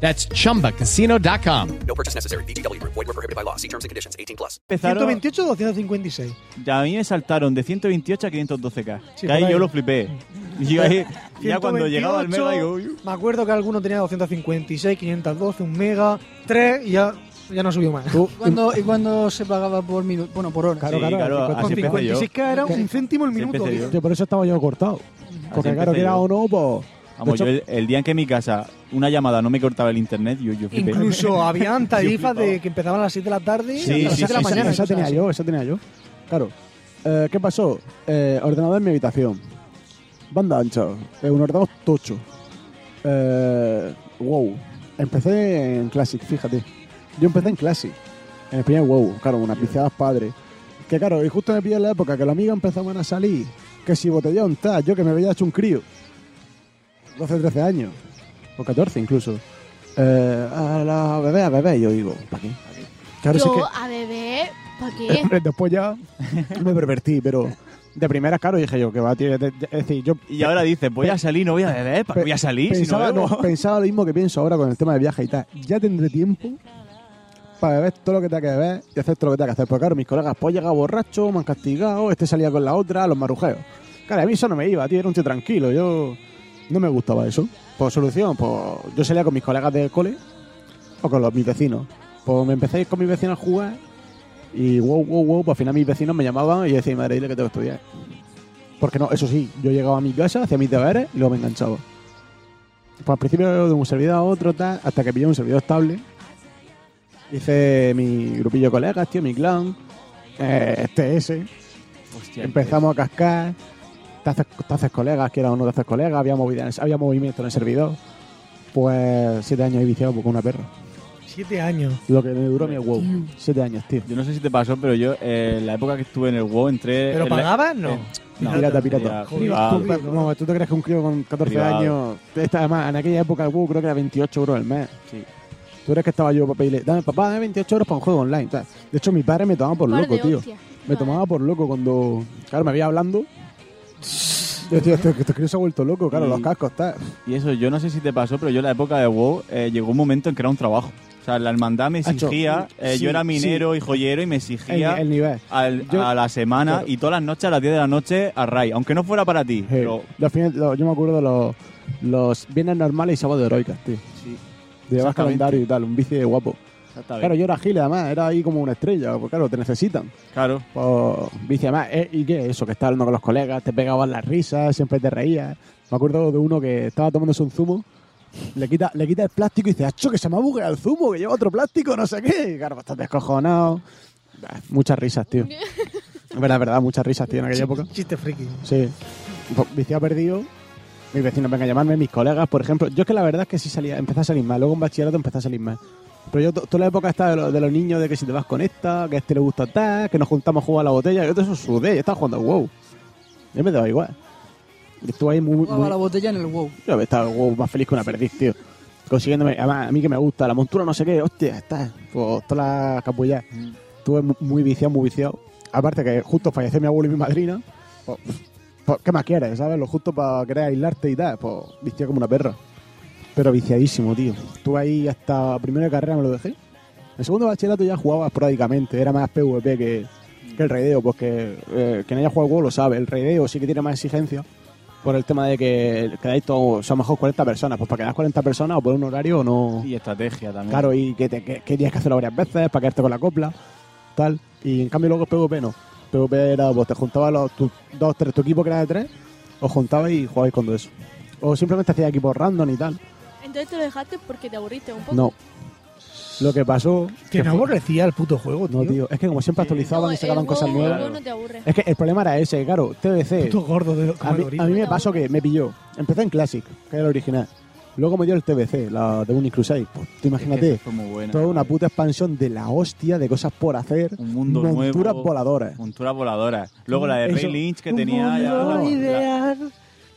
Q: That's chumbacasino.com.
R: No purchase necessary. VGW Group. Void were prohibited by law. See terms and conditions. 18 plus.
I: Empezaron,
H: 128 o 256.
I: ya a mí me saltaron de 128 a 512K.
H: Sí,
I: que ahí
H: por ahí.
I: yo lo flipé. Y yo ahí, ya cuando llegaba al Mega, digo,
H: 128,
I: uy,
H: Me acuerdo que alguno tenía 256, 512, un mega, 3 y ya, ya no subió más.
A: ¿Cuándo- ¿Y cuándo se pagaba por minuto? Bueno, por hora.
J: Claro,
I: Sí,
J: claro,
I: claro,
J: cincuenta-
I: así empecé yo.
H: 56 era
J: Ok.
H: un céntimo el
I: Sí,
H: minuto.
I: empecé
H: tío.
J: Yo por eso estaba yo cortado. Porque
I: empecé
J: claro, que era
I: yo.
J: o no, pues.
I: Vamos,
J: de hecho,
I: yo el, el día en que en mi casa una llamada no me cortaba el internet, yo, yo flipé.
H: Incluso habían tarifas
I: flipaba.
H: de que empezaban a las 7 de la tarde y
I: Sí,
H: a las
I: sí,
H: 7 de la
I: sí, sí,
H: mañana.
J: esa
H: cosas
J: tenía
H: así.
J: yo, esa tenía yo. Claro. Eh, ¿Qué pasó? Eh, ordenador en mi habitación. Banda ancha. Eh, un ordenador tocho. Eh, wow. Empecé en Classic, fíjate. Yo empecé en Classic. En el primer wow. Claro, unas piciadas padres. Que claro, y justo me pillé en la época que los amigos empezaban a salir. Que si botellón, tal. Yo que me había hecho un crío. 12, 13 años. O 14 incluso. Eh, a la bebé, a bebé. Y yo digo, ¿para qué? ¿Pa' qué?". Claro, si es
N: Yo
J: que-
N: a beber, ¿para qué?
J: Hombre, Después ya me pues pervertí, pero De primera, claro, dije yo, que va, tío. de- de- Es decir, yo.
I: Y ahora dices, voy a salir, no voy a beber, ¿eh? ¿para qué voy a salir si no
J: Pensaba,
I: bebo?
J: no, pensaba lo mismo que pienso ahora con el tema de viaje y tal. Ya tendré tiempo para beber todo lo que tenga que beber y hacer todo lo que tenga que hacer. Porque claro, mis colegas, pues llegado borracho, me han castigado, este salía con la otra, los marujeos. Claro, a mí eso no me iba, tío, era un tío tranquilo, yo no me gustaba eso. Por solución, pues yo salía con mis colegas del cole o con los, mis vecinos. Pues me empecé a ir con mis vecinos a jugar y wow, wow, wow, pues al final mis vecinos me llamaban y decían, madre, dile que tengo que estudiar. Porque no, eso sí, yo llegaba a mi casa, hacía mis deberes y luego me enganchaba. Pues al principio de un servidor a otro, tal, hasta que pillé un servidor estable. Hice mi grupillo de colegas, tío, mi clan, eh, TS. Empezamos a cascar. Te haces, te haces colegas, quieras o no te haces colegas. Había, movida en el- había movimiento en el servidor. Pues siete años he viciado con una perra.
H: Siete años.
J: Lo que me duró mi WoW. Siete años, tío.
I: Yo no sé si te pasó, pero yo, eh, la época que estuve en el WoW, entré.
J: ¿Pero
I: en la-
J: pagabas? No.
I: eh, no,
J: pirata, pirata.
I: era
J: Tú,
I: privado.
J: pero, no, ¿Tú te crees que un crío con 14
I: Privado.
J: años... Esta, además, en aquella época el WoW creo que era 28 euros al mes.
I: Sí.
J: Tú eres que estaba yo para pedirle, dame papá, dame 28 euros para un juego online. tal. de hecho, mi padre me tomaba por
C: Par
J: loco,
C: de
J: tío.
C: hostias.
J: Me tomaba por loco cuando, claro, me veía hablando. Yo decía, este, este crío se ha vuelto loco, claro,
I: Y-
J: los cascos, tal.
I: Y eso, yo no sé si te pasó, pero yo en la época de WoW eh, llegó un momento en que era un trabajo. O sea, la hermandad me
J: Hacho,
I: exigía, eh,
J: sí,
I: yo era
J: sí.
I: minero y joyero y me exigía
J: El- el nivel.
I: al-
J: Yo-
I: a la semana
J: claro.
I: y todas las noches a las 10 de la noche a Rai, aunque no fuera para ti. Pero
J: Los fines- los- yo me acuerdo de los, los viernes normales y sábados heroicas, tío.
I: Sí.
J: Llevas
I: Exactamente.
J: calendario y tal, un bici de guapo.
I: Exactamente.
J: Claro, yo era gil, además, era ahí como una estrella, porque claro, te necesitan.
I: Claro.
J: Pues, bici, además, eh, ¿y qué? Eso, que estás hablando con los colegas, te pegabas las risas, siempre te reías. Me acuerdo de uno que estaba tomándose un zumo, le quita, le quita el plástico y dice, ¡acho, que se me ha bugueado el zumo, que lleva otro plástico, no sé qué! Y claro, pues, estás descojonado. Bah, Muchas risas, tío. Es verdad, es verdad, muchas risas, tío, en aquella época.
H: Chiste friki.
J: Sí. Pues, Viciado perdido. Mis vecinos vengan a llamarme, mis colegas, por ejemplo. Yo es que la verdad es que sí salía, empecé a salir más. Luego en bachillerato empecé a salir más. Pero yo, to- toda la época esta de, lo- de los niños, de que si te vas con esta, que a este le gusta tal, que nos juntamos a jugar a la botella. Yo todo eso sudé, yo estaba jugando al wow. Yo me daba igual. Y Estuve ahí muy, muy-
A: Jugaba la botella en el WoW.
J: yo estaba wow, más feliz que una perdiz, tío. Consiguiéndome, además, a mí que me gusta, la montura no sé qué, hostia, está, pues todas las capullas. Estuve mu- muy viciado, muy viciado. Aparte que justo falleció mi abuelo y mi madrina, pues, pues, ¿qué más quieres, sabes? Lo justo para querer aislarte y tal, pues viciado como una perra. Pero viciadísimo, tío. Estuve ahí hasta primero de carrera me lo dejé. En segundo de bachillerato ya jugaba esporádicamente, era más PvP que, que el raideo, porque eh, quien haya jugado al WoW lo sabe, el raideo sí que tiene más exigencia por el tema de que quedáis todos, son mejor 40 personas, pues para quedar 40 personas o por un horario o no...
I: Y estrategia también.
J: Claro, y que, te, que, que tienes que hacerlo varias veces para quedarte con la copla, tal. Y en cambio luego el PvP no. PvP era, pues te juntabas los tu, dos, tres, tu equipo que era de tres, os juntabais y jugabais con todo eso. O simplemente hacías equipos random y tal.
N: Entonces te lo dejaste porque te aburriste un poco.
J: No. Lo que pasó...
H: Que no
J: fue-
H: aborrecía el puto juego, tío.
J: No, tío. Es que como siempre actualizaban
N: No,
J: y sacaban
N: el
J: cosas
N: WoW,
J: nuevas.
N: el WoW no te aburre.
J: Es que el problema era ese, claro, TDC.
H: Puto gordo de- como
J: a,
H: el
J: mí,
H: gorila.
J: a mí me pasó que me pilló. Empecé en Classic, que era el original. Luego me dio el TBC, la de Unicrusade. Pues, tú imagínate,
I: esa fue muy buena,
J: toda una puta expansión de la hostia, de cosas por hacer,
I: un mundo
J: monturas
I: nuevo.
J: voladoras.
I: Monturas voladoras. Luego la de Ray
J: Eso.
I: Lynch que tenía. ya-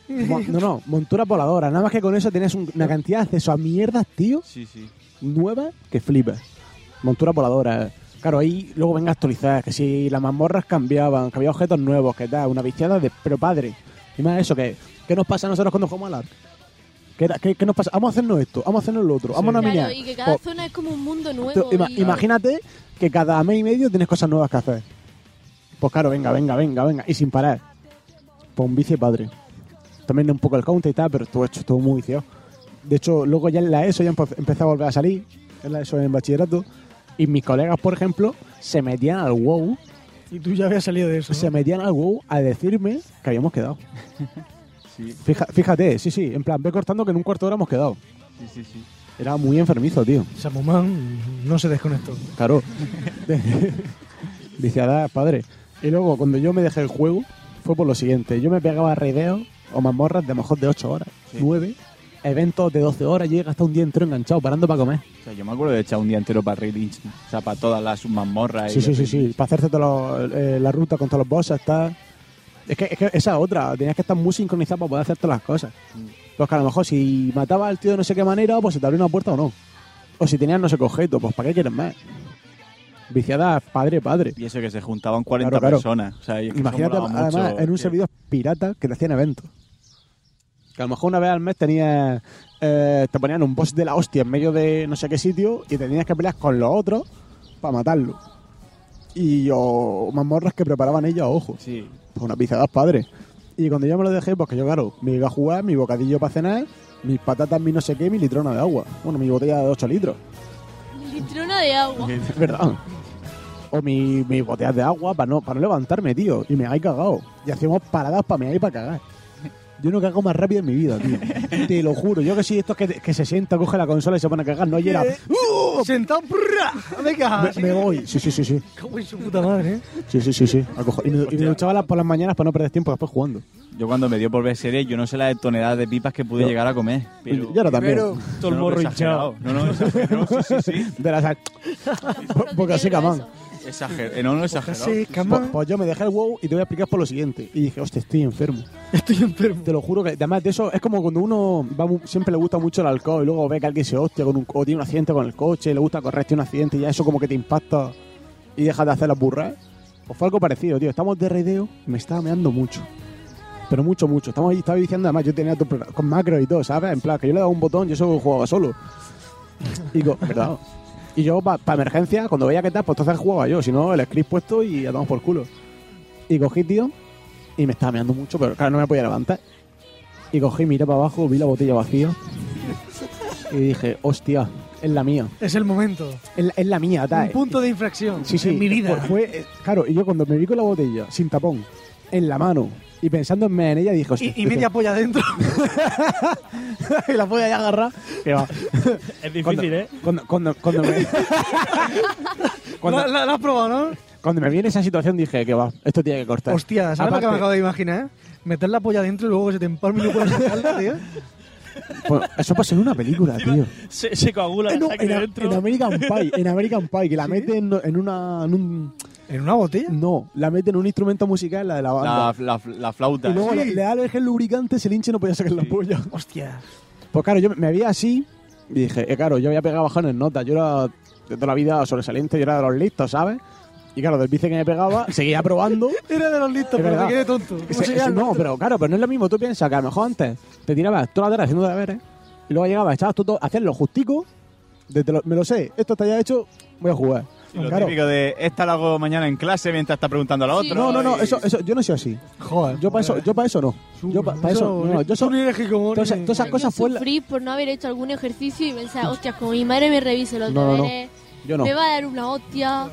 J: Mo- No, no, monturas voladoras. Nada más que con eso tenías un- una cantidad de acceso a mierdas, tío,
I: Sí, sí.
J: nuevas que flipas. Monturas voladoras. Claro, ahí luego venga a actualizar, que si las mazmorras cambiaban, que había objetos nuevos, que tal, una viciada de... Pero padre, y más eso, que ¿qué nos pasa a nosotros cuando jugamos al ARC? ¿Qué, era- qué- qué nos pasa? Vamos a hacernos esto, vamos a hacernos lo otro, vamos a Pues, mirar.
N: Claro, y que cada zona es como un mundo nuevo.
J: Pero ima-
N: y-
J: Imagínate que cada mes y medio tienes cosas nuevas que hacer. Pues claro, venga, venga, venga, venga. Y sin parar. Pues un vicio padre. También un poco el counter y tal, pero estuvo hecho, estuvo muy viciado. De hecho, luego ya en la ESO ya empe- empecé a volver a salir. En la ESO en bachillerato. Y mis colegas, por ejemplo, se metían al WoW.
H: Y tú ya habías salido de eso.
J: Se metían al WoW a decirme que habíamos quedado.
I: Sí.
J: Fija- fíjate, sí, sí. En plan, ve cortando que en un cuarto de hora hemos quedado.
I: Sí, sí, sí.
J: Era muy enfermizo, tío.
H: Samumán no se desconectó.
J: Claro. Viciada, padre. Y luego, cuando yo me dejé el juego, fue por lo siguiente. Yo me pegaba reideos o mazmorras de a lo mejor de 8 horas, 9, eventos de 12 horas, llegué hasta un día entero enganchado, parando para comer.
I: O sea, yo me acuerdo de echar un día entero para Ray Lynch. O sea, para todas las mazmorras. y
J: Sí, sí,
I: los-
J: sí, sí. Para hacerte todos los- eh, la ruta con todos los bosses, está. Es que, es que esa es otra, tenías que estar muy sintonizado para poder hacer todas las cosas. Pues que a lo mejor si mataba al tío de no sé qué manera, pues se te abrió una puerta o no. O si tenías no sé qué objeto, pues ¿para qué quieres más? Viciada padre, padre.
I: Y eso que se juntaban 40
J: Claro, claro.
I: personas. O sea, y es que eso
J: Imagínate,
I: molaba
J: además,
I: mucho.
J: en un servidor pirata que te hacían eventos. Que a lo mejor una vez al mes tenías. eh, te ponían un boss de la hostia en medio de no sé qué sitio y te tenías que pelear con los otros para matarlo. Y yo, mazmorras que preparaban ellos a ojo.
I: Sí.
J: Pues unas pizadas padres. Y cuando yo me lo dejé, pues que yo, claro, me iba a jugar, mi bocadillo para cenar, mis patatas, mi no sé qué, mi litrona de agua. Bueno, mi botella de 8 litros.
N: Litrona de agua.
J: Es verdad. O mi- mis botellas de agua para no, para no levantarme, tío. Y me hay cagado. Y hacíamos paradas para me hay para cagar. Yo no cago más rápido en mi vida, tío. Te lo juro. Yo que sí, esto es que, que se sienta, coge la consola y se pone a cagar. No llega.
H: ¡Uh! Sentado, ¡prra! Venga,
J: Me, me voy. Sí, sí, sí, sí.
H: Cago en su puta madre, ¿eh?
J: Sí, sí, sí, sí. A cojo- Y me, y me duchaba las- por las mañanas para no perder tiempo después jugando.
I: Yo cuando me dio por ver series, yo no sé la de toneladas de pipas que pude
J: Yo-
I: llegar a comer. Pero,
J: yo ahora también.
I: No, no, pero exagerado. No, no, exagerado. Sí, sí, sí.
J: De las... Porque así, camán.
I: Exager- eh, No, no, exagerado.
J: Pues, pues yo me dejé el WoW y te voy a explicar por lo siguiente. Y dije, hostia, estoy enfermo. Estoy enfermo. Te lo juro que además de eso es como cuando uno va mu- siempre le gusta mucho el alcohol y luego ve que alguien se hostia con un, co- o tiene un accidente con el coche, le gusta correr, tiene un accidente y ya eso como que te impacta y dejas de hacer las burras. Pues fue algo parecido, tío. Estamos de redeo y me estaba meando mucho. Pero mucho, mucho. Estamos ahí, estaba diciendo además, yo tenía todo pre- con macro y todo, ¿sabes? En plan, que yo le daba un botón y eso jugaba solo. Y co- ¿verdad? Y yo, para emergencia, cuando veía que tal, pues entonces jugaba yo. Si no, el script puesto y ya damos por culo. Y cogí, tío, y me estaba meando mucho, pero claro, no me podía levantar. Y cogí, miré para abajo, vi la botella vacía. Y dije, hostia, es la mía.
H: Es el momento.
J: Es la, es la mía, tal.
H: Un punto de inflexión
J: eh, Sí, sí.
H: en mi vida.
J: Fue, fue- eh, claro, y yo cuando me vi con la botella, sin tapón, en la mano, y pensando en en ella, dije, hostia.
H: y, y media
J: Pues
H: polla
J: que-
H: adentro.
J: y la polla ya agarrar. Que va.
P: Es difícil,
J: Cuando-
P: ¿eh?
J: Cuando, cuando, cuando me... cuando-
H: La, la- la has probado, ¿no?
J: Cuando me vi en esa situación dije que va, esto tiene que cortar.
H: Hostia, ¿sabes lo que me
J: Aparte,
H: acabo de imaginar? Meter la polla adentro y luego que se te empalme y no puedes sacarla, tío.
J: pues, eso pasa en una película, tío.
P: Se, se coagula
J: Eh,
P: la
J: no,
P: sangre
J: en, a-
P: dentro.
J: en American Pie, en American Pie, que la meten en una... En, un-
H: una botella?
J: No, la meten en un instrumento musical, la de la banda.
I: La, la, la flauta.
J: Y luego
I: Sí.
J: le, le da el gel lubricante, se linche y no podía sacar la polla.
H: Hostia.
J: Pues claro, yo me- me vi así y dije, eh, claro, yo había pegado bajones en nota. Yo era de toda la vida sobresaliente, yo era de los listos, ¿sabes? Y claro, del bice que me pegaba, seguía probando.
H: Era de los listos,
J: Es
H: pero
J: verdad.
H: me quedé tonto. ¿Cómo
J: Ese-
H: se
J: ese-
H: llama?
J: no, pero claro, pero no es lo mismo. Tú piensas que a lo mejor antes te tirabas toda la tarde haciendo deberes y luego llegabas, echabas tú todo, hacías lo justico, desde lo- me lo sé, esto está ya hecho, voy a jugar.
I: Y lo
J: Claro.
I: típico de, esta la hago mañana en clase mientras está preguntando a la otra.
J: No, no, no,
I: y-
J: eso, eso, yo no soy así.
H: Joder.
J: Yo para eso, yo para eso no. Yo para eso, no, yo soy. Todas esas- todas esas cosas fue la-
N: Sufrí por no haber hecho algún ejercicio y pensar, hostias, como mi madre me revise los
J: No, no, no.
N: deberes,
J: Yo no.
N: me va a dar una hostia.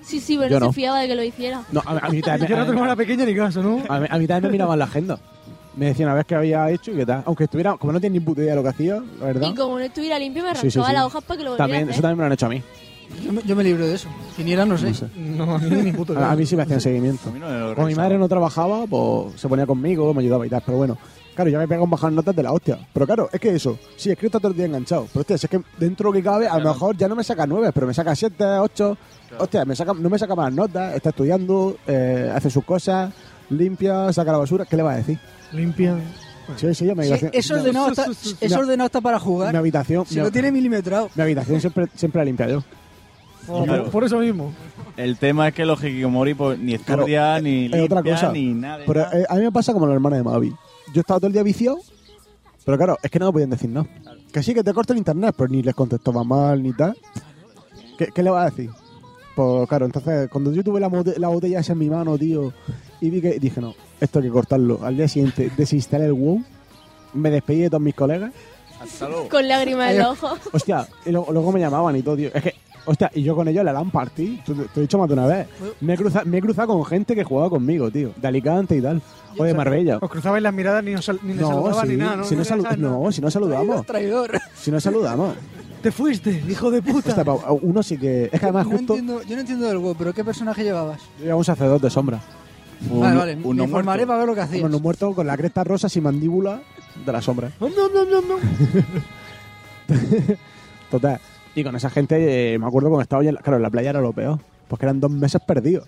N: Sí, sí, pero
J: Yo
N: no,
J: no.
N: se fiaba de que lo hiciera.
J: No, a, a mí también.
H: Yo no tengo una pequeña ni caso, ¿no?
J: A mí, a mí también me miraban la agenda. Me decían a ver qué había hecho y qué tal. Aunque estuviera, como no tenía ni puta idea de lo que hacía, la verdad.
N: Y como no estuviera limpio, me arrancaba
J: Sí, sí, sí.
N: las hojas para que lo volviera
J: También,
N: a
J: eso
N: hacer.
J: también me lo han hecho a mí.
A: Yo me, yo me libro de eso. Quien era, no sé.
H: No, a mí ni puto.
J: A, a mí sí me hacían seguimiento. Como mi madre no trabajaba, pues se ponía conmigo, me ayudaba y tal. Pero bueno, claro, ya me pegan bajar notas de la hostia. Pero claro, es que eso, sí, es que está todo el día enganchado. Pero hostia, si es que dentro que cabe, a lo mejor ya no me saca nueve, pero me saca siete, ocho. Hostia, me saca, no me saca más notas, está estudiando, eh, hace sus cosas, limpia, saca la basura. ¿Qué le vas a decir?
H: Limpia.
J: Sí, sí, yo me
A: Sí,
J: iba a hacer-
A: eso
J: me-
A: ordenado está, eso ordenado está para jugar.
J: Mi habitación.
A: Si
J: mi-
A: lo tiene milimetrado.
J: Mi habitación siempre, siempre la limpia yo.
I: Claro.
H: Por eso mismo.
I: El tema es que los hikikomori pues, ni
J: Claro, eh,
I: estudian, ni
J: es
I: limpian,
J: otra cosa.
I: ni nada.
J: Pero eh, a mí me pasa como la hermana de Mavi. Yo estaba todo el día viciado, pero claro, es que no me podían decir no. Que sí, que te corta el internet, pero ni les contestaba mal ni tal. ¿Qué, qué le vas a decir? Pues claro, entonces cuando yo tuve la, mote- la botella esa en mi mano, tío, y vi que dije, no, esto hay que cortarlo. Al día siguiente desinstalé el WoW, me despedí de todos mis colegas.
N: Con lágrimas en
J: Ay,
N: los ojos.
J: Hostia, y lo- luego me llamaban y todo, tío. Es que, hostia, y yo con ellos la LAN Party, te, te lo he dicho más de una vez. Me he, cruzado, me he cruzado con gente que jugaba conmigo, tío. De Alicante y tal. O de Marbella.
H: Os cruzabais las miradas ni, os sal- ni le saludabas
J: sí,
H: ni nada, ¿no?
J: Si no, salu-
H: ¿Sabes?
J: no, si no saludamos.
A: Traidor.
J: Si no saludamos.
H: Te fuiste, hijo de puta.
J: Hostia, pa- uno sí que. Es que además
A: No
J: justo
A: entiendo, yo no entiendo del WoW, pero ¿qué personaje llevabas?
J: era un sacerdote sombra.
A: vale, vale. me informaré para ver lo que hacías.
J: Bueno, un muerto con la cresta rosa sin mandíbula de la sombra.
H: No, no, no, no, no.
J: Total. pues Y con esa gente, eh, me acuerdo cuando estaba yo en la, claro, en la playa era lo peor. Porque eran dos meses perdidos.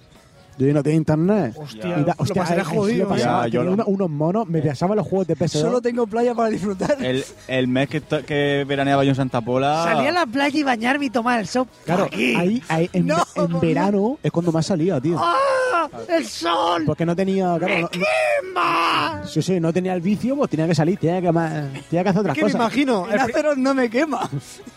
J: Yo no tenía internet.
H: Hostia,
J: Y da-
H: lo
J: hostia,
H: pasaré
J: ahí- ahí sí
H: jodido,
J: lo pasaba,
I: ¿eh? Ya, yo
J: tenía
I: lo-
J: una- unos monos, me pasaba los juegos de PS2.
A: Solo tengo playa para disfrutar.
I: El, el mes que, to- que veraneaba yo en Santa Pola.
A: Salía a la playa y bañarme y tomar el sol.
J: Ah. Claro,
A: Aquí.
J: ahí, ahí en,
A: No,
J: ve- en
A: por
J: verano es cuando más salía, tío.
A: ¡Ah! ¡El sol!
J: Porque no tenía, claro,
A: ¡Me
J: no- no-
A: quema!
J: sí, sí, no tenía el vicio, pues tenía que salir, tenía que, ma- tenía que hacer otras
H: Es que me
J: cosas.
H: imagino.
A: El acero no me quema.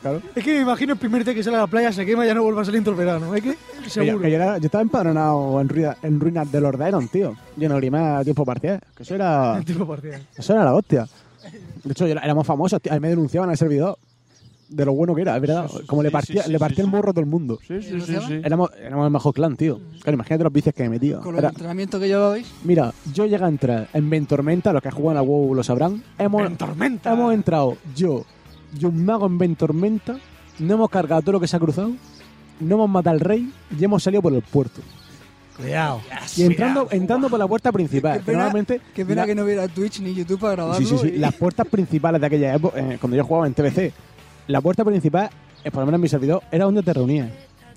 J: Claro.
H: Es que me imagino el primer día que sale a la playa se quema y ya no vuelve a salir en todo el verano. Es que
J: Que yo,
H: seguro.
J: que yo era- yo estaba empadronado en, ruida- en ruinas del Orderon, tío. Yo no grimé a tiempo parcial. Que eso era.
H: Tipo partida.
J: Eso era la hostia. De hecho, yo era- éramos famosos, tío. A mí me denunciaban al servidor de lo bueno que era, es verdad. Como le partía, le partía el morro a todo el mundo.
A: Sí, sí, sí, sí.
J: Éramos, éramos el mejor clan, tío. Claro, imagínate los vicios que me metía.
A: Mm. Con los
J: Era-
A: entrenamientos que llevabais.
J: mira, yo llegué a entrar en Ventormenta, los que juegan a WoW lo sabrán. Hemos,
H: Ventormenta.
J: Hemos entrado yo y un mago en Ventormenta, no hemos cargado todo lo que se ha cruzado, no hemos matado al rey y hemos salido por el puerto.
H: Cuidado.
J: Y entrando, entrando por la puerta principal.
A: Qué pena-
J: Normalmente,
A: Qué pena
J: la-
A: que no hubiera Twitch ni YouTube para
J: Sí,
A: grabarlo. eh.
J: sí, sí.
A: y-
J: Las puertas principales de aquella época, eh, cuando yo jugaba en TBC, la puerta principal, eh, por lo menos en mi servidor, era donde te reunías.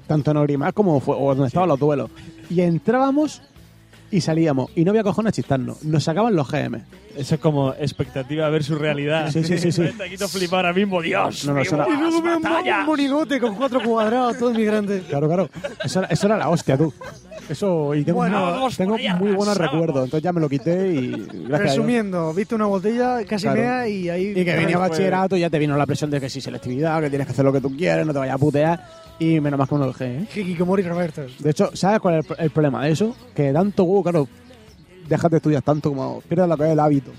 J: Tanto en Orimar como fue, o donde estaban los duelos. Y entrábamos y salíamos. Y no había cojones a chistarnos. Nos sacaban los GM.
P: Eso es como expectativa versus realidad.
J: Sí, sí, sí, sí.
P: Te quito flipar ahora mismo, Dios.
J: No, no,
P: mío,
J: eso era-
P: las
J: Y luego
H: Un mon-
P: batallas.
H: un monigote con cuatro cuadrados, todo inmigrante.
J: Claro, claro. Eso, era- eso era la hostia, tú. Eso, y tengo,
H: Bueno,
J: muy-
H: dos
J: tengo
H: podías,
J: muy buenos
H: sábado.
J: recuerdos. Entonces ya me lo quité y. Gracias a Dios.
H: Resumiendo, viste una botella, casi
J: Claro.
H: mea y ahí.
J: Y que
H: Pues-
J: venía bachillerato y ya te vino la presión de que sí, selectividad, que tienes que hacer lo que tú quieres, no te vayas a putear. Y menos más que uno lo dejé, ¿eh?
H: Hikikomori Roberto.
J: De hecho, ¿sabes cuál es el, pro- el problema de eso? Que tanto huevo, claro, dejas de estudiar tanto como pierdes la cabeza del hábito.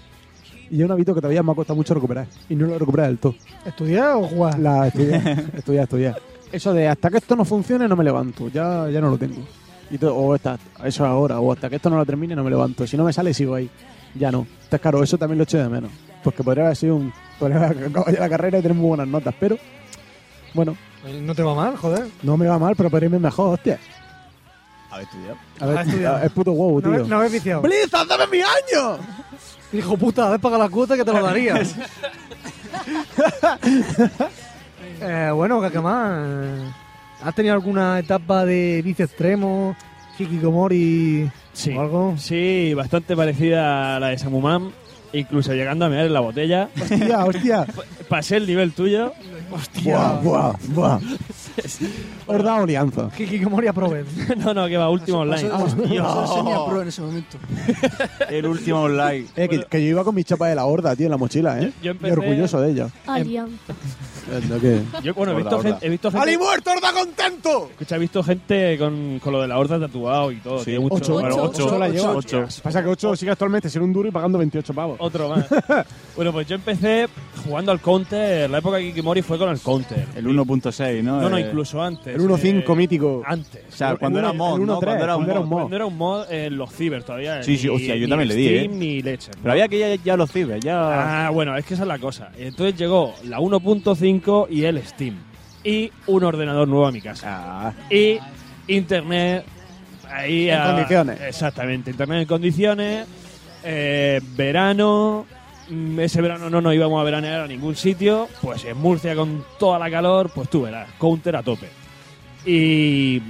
J: Y es un hábito que todavía me ha costado mucho recuperar. Y no lo he recuperado del todo.
H: ¿Estudiar o jugar?
J: La estudiar, estudiar, estudiar. Eso de hasta que esto no funcione no me levanto. Ya, ya no lo tengo. Y todo, o hasta, eso ahora, o hasta que esto no lo termine no me levanto. Si no me sale sigo ahí. Ya no. Está claro, eso también lo echo de menos. Porque podría haber sido un... Podría haber acabado ya la carrera y tener muy buenas notas. Pero, bueno,
H: No te va mal, joder.
J: no me va mal, pero podría irme mejor, hostia.
I: A ver, estudiado.
J: A
H: Ah,
J: ver,
H: estudiado.
J: es puto huevo,
H: No
J: tío.
H: habéis no habéis viciado.
J: ¡Blizzard, dame mi año!
H: Hijo puta, a ver, paga la cuota que te lo daría. eh, bueno, Kakamán, ¿has tenido alguna etapa de vice extremo, hikikomori
P: Sí.
H: o algo?
P: Sí, bastante parecida a la de Samumam. Incluso llegando a mear en la botella.
J: Hostia, hostia.
P: Pasé el nivel tuyo.
J: Buah, buah, buah. Os da alianza.
H: Hikikomori
J: Pues,
H: aprobé.
P: No, no, que va, último online. Ah,
A: Yo soy semi pro en ese momento.
I: El último online.
J: Eh, que, que yo iba con mi chapa de la horda, tío, en la mochila, ¿eh?
P: Yo- yo
J: Y
P: empecé-
J: orgulloso de ella.
N: Ah,
J: No, que-
P: Yo, bueno, he
I: Horda,
P: visto,
I: horda.
P: gente, he visto gente.
J: ¡Ali muerto, horda contento!
P: Escucha, he visto gente con, con lo de la horda tatuado y todo. tío, mucho-
J: Ocho,
P: bueno,
J: ocho,
P: ocho,
J: ocho la llevo.
P: ocho.
J: Pasa que 8 sigue actualmente siendo un duro y pagando 28 pavos.
P: Otro más. bueno, pues yo empecé jugando al counter. La época de Kikimori fue con el counter.
I: El 1.6, ¿no?
P: No, no,
I: Eh,
P: incluso antes.
J: El 1.5
P: eh,
J: mítico.
P: Antes.
I: O sea, cuando
J: El
I: era
J: uno-
I: mod,
J: el uno
I: ¿no?
J: tres,
I: Cuando era un
J: cuando era
I: mod.
J: un mod.
P: Cuando era un mod en los ciber todavía.
I: Sí, sí,
P: ni-
I: hostia, yo
P: ni
I: también le di,
P: Steam,
I: eh.
P: Ni leche. ¿no?
I: Pero había que ya, ya los cibers, ya.
P: Ah, bueno, es que esa es la cosa. Entonces llegó la 1.5 y el Steam. Y un ordenador nuevo a mi
I: Ah.
P: casa. Y internet. Ahí
J: En
P: a-
J: condiciones.
P: Exactamente, internet en condiciones. eh, verano. mm, Ese verano no nos íbamos a veranear a ningún sitio. Pues en Murcia con toda la calor, pues tú verás, counter a tope. Y, y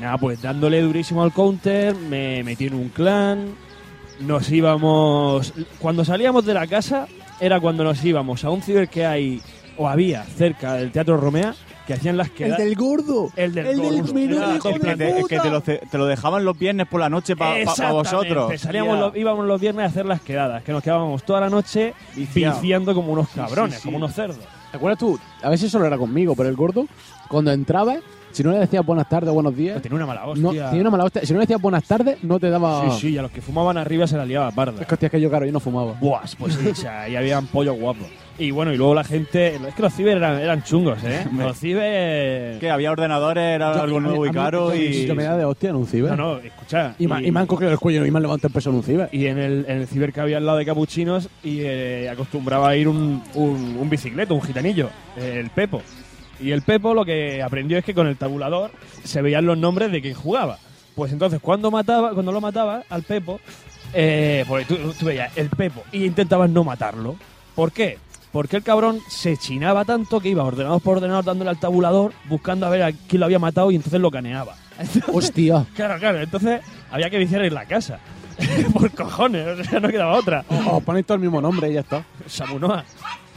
P: nada, pues dándole durísimo al counter, me metí en un clan, nos íbamos... Cuando salíamos de la casa era cuando nos íbamos a un ciber que hay, o había, cerca del Teatro Romea, que hacían las
J: El
P: quedadas...
J: del gordo.
P: El del
J: el del
P: gordo.
J: menú
P: Era
J: de
P: todo
J: hijo
I: Es que,
J: de
I: te, es que te
J: puta.
I: lo, ce- te lo dejaban los viernes por la noche para
P: Exactamente.
I: vosotros.
P: Salíamos los- íbamos los viernes a hacer las quedadas, que nos quedábamos toda la noche
I: Viciado.
P: viciando como unos
I: sí,
P: cabrones,
I: sí.
P: como unos cerdos.
J: ¿Te acuerdas tú? A veces solo era conmigo, pero el gordo, cuando entraba, si no le decías buenas tardes o buenos días...
P: Pero tenía una mala
J: No,
P: hostia.
J: tenía una mala hostia. Si no le decías buenas tardes, no te daba...
P: Sí, sí, y a los que fumaban arriba se la liaba parda.
J: Ah. Es que hostia, es que yo, claro, yo no fumaba.
P: Buah, pues sí, o sea, ahí habían pollos guapos. Y bueno, y luego la gente. Es que los ciber eran, eran chungos, ¿eh? Los ciber.
I: Que había ordenadores, era
J: Yo-
I: algo
J: a mí-
I: nuevo
J: a
I: y
J: mí-
I: caro.
J: yo-
I: y
J: Yo me da de hostia en un ciber.
P: No, no, escucha.
J: Y, me- y me han cogido el cuello y me han levantado el peso en un ciber.
P: y en el, en el ciber que había al lado de capuchinos, y eh, acostumbraba a ir un, un, un bicicleto, un gitanillo, eh, el Pepo. Y el Pepo lo que aprendió es que con el tabulador se veían los nombres de quien jugaba. Pues entonces, cuando mataba, cuando lo mataba al Pepo, eh, pues tú, tú veías el Pepo y intentabas no matarlo. ¿Por qué? Porque el cabrón se chinaba tanto que iba ordenador por ordenador dándole al tabulador, buscando a ver a quién lo había matado y entonces lo caneaba.
J: Hostia.
P: Claro, claro. Entonces había que viciar en la casa. Por cojones, o sea, no quedaba otra.
J: Os ponéis todo el mismo nombre y ya está.
P: Samunoa.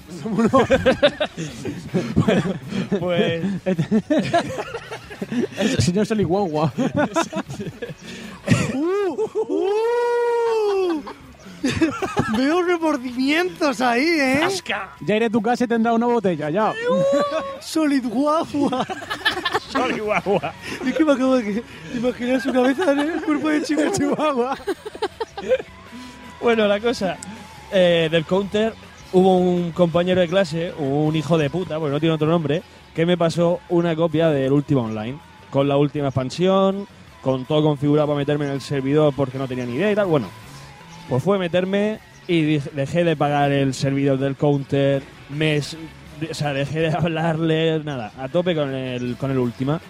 P: Pues.
J: El señor Saliguagua.
P: Uh,
H: ¡Uh! Veo remordimientos ahí, ¿eh?
J: ya iré a tu casa y tendrá una botella, ya.
H: Solid guagua.
P: Solid guagua.
H: Es que me acabo de imaginar su cabeza en el cuerpo de chico
J: chihuahua.
P: Bueno, la cosa. eh, del counter hubo un compañero de clase, un hijo de puta, porque no tiene otro nombre, que me pasó una copia del último online. Con la última expansión, con todo configurado para meterme en el servidor porque no tenía ni idea y tal. Bueno, pues fue meterme y dij- dejé de pagar el servidor del counter. Me, s- de- o sea, dejé de hablarle, nada, a tope con el, con el última.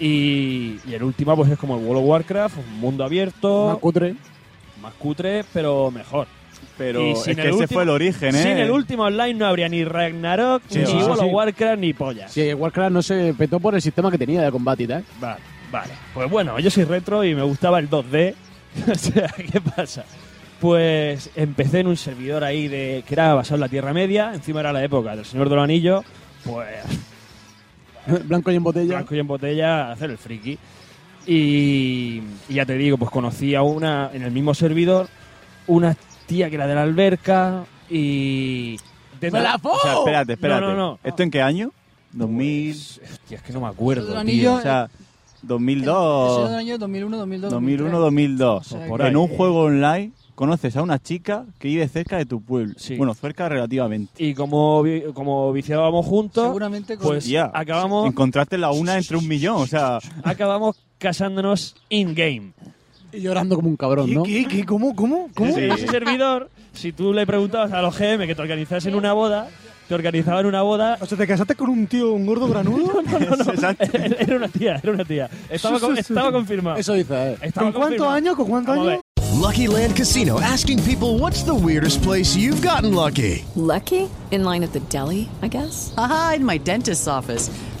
P: Y, y el última, pues es como el World of Warcraft, un mundo abierto.
J: Más cutre.
P: Más cutre, pero mejor.
I: Pero
P: Y
I: es
P: sin
I: que
P: el
I: ese
P: último-
I: fue el origen, ¿eh?
P: Sin el último online no habría ni Ragnarok,
J: Sí,
P: ni
J: va.
P: World
J: Sí.
P: of Warcraft, ni pollas.
J: Sí, Warcraft no se petó por el sistema que tenía de combate y tal.
P: Vale, vale. Pues bueno, yo soy retro y me gustaba el 2D. o sea, ¿qué pasa? Pues empecé en un servidor ahí de que era basado en la Tierra Media, encima era la época del Señor de los Anillos, pues
J: Blanco y en botella.
P: blanco y en botella a hacer el friki. Y, y ya te digo, pues conocí a una, en el mismo servidor, una tía que era de la alberca y...
I: O sea, espérate, espérate.
P: No, no, no.
I: ¿Esto en qué año? 2000.
P: Pues, hostia, es que no me acuerdo.
A: Señor del Anillo,
I: tío. O sea,
A: El Señor
I: 2002.
A: del Anillo 2001, 2002,
I: 2001,
A: 2003.
I: 2002.
A: sea,
P: por ahí.
I: en un juego online conoces a una chica que vive cerca de tu pueblo. Bueno, cerca relativamente.
P: Y como, vi- como viciábamos juntos,
A: Seguramente con-
P: pues
I: Ya.
P: acabamos,
I: Encontraste la una entre un millón. O sea,
P: acabamos casándonos in-game.
J: Y llorando como un cabrón, ¿no?
H: ¿Qué, qué, cómo, cómo, cómo?
P: En ese servidor, si tú le preguntabas a los GM que te organizasen una boda, te organizaban una boda.
H: O sea, ¿te casaste con un tío, un gordo granudo?
P: no, no, no. Era una tía, era una tía. Estaba, con- estaba confirmado.
J: Eso dice, eh.
P: Estaba
H: ¿Con cuántos
P: confirmado.
H: años? ¿Con cuántos años?
B: Lucky Land Casino asking people what's the weirdest place you've gotten lucky?
C: Lucky? In line at the deli, I guess?
D: Aha, in my dentist's office.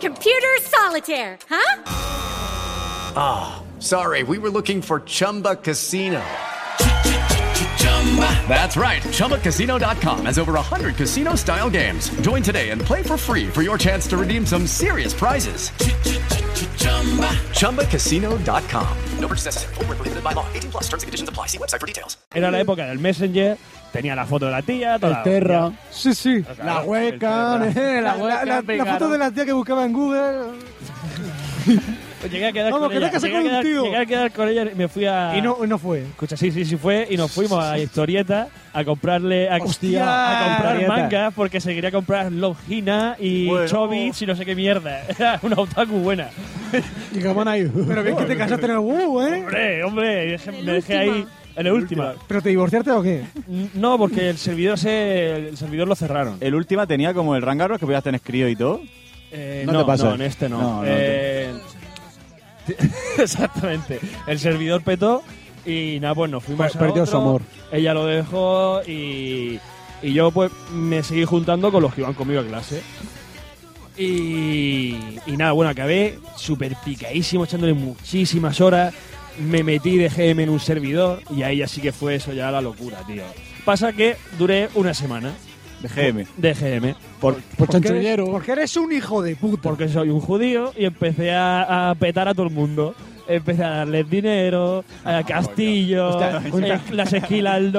S: Computer solitaire, huh?
T: Ah, sorry, we were looking for Chumba Casino. That's right, ChumbaCasino.com has over 100 casino style games. Join today and play for free for your chance to redeem some serious prizes. ChumbaCasino.com. No purchase necessary. Void where prohibited by law. 18 plus terms and conditions apply. See website for details.
P: Era la época del Messenger, tenía la foto de la tía, toda la-
J: Terra.
H: Sí, sí.
J: La hueca, eh, la hueca.
H: La, la foto de la tía que buscaba en Google.
P: Pues Llegué a quedar
H: Vamos, que
P: con
H: te
P: ella.
H: has casado
P: llegué, a
H: con un tío.
P: quedar, llegué a quedar con ella y me fui a.
H: Y no, y no fue.
P: Escucha, sí, sí, sí fue. Y nos fuimos a historieta a comprarle. A,
H: Hostia.
P: a comprar
H: Historieta.
P: mangas porque se quería comprar Longina y
H: Bueno.
P: Chobits y no sé qué mierda. Era una otaku buena.
J: Y cabrón ahí.
H: Pero bien que te casaste en el WoW, ¿eh?
P: Hombre, hombre, dejé- me dejé
H: última.
P: ahí en el último.
H: ¿Pero te divorciaste o qué?
P: No, porque el servidor se, el servidor lo cerraron.
I: el última tenía como el Rangarro que podías tener escrito y todo.
P: Eh,
I: No
P: no,
I: te pases.
P: no, en este no.
I: No, no,
P: Eh, Exactamente. El servidor petó y nada, pues nos fuimos
J: Per-
P: a
J: perdió
P: otro.
J: su amor.
P: Ella lo dejó y, y yo pues me seguí juntando con los que iban conmigo a clase. Y, y nada, bueno, acabé súper picadísimo, echándole muchísimas horas. Me metí de GM en un servidor y ahí ya sí que fue eso ya la locura, tío. Pasa que duré una semana.
I: De GM.
P: De GM. Por,
H: eres- porque eres un hijo de puta.
P: Porque soy un judío y empecé a, a petar a todo el mundo. Empecé a darles dinero, a Castillo,
J: Ah, Hostia,
P: eh,
J: cuenta.
P: las esquilas al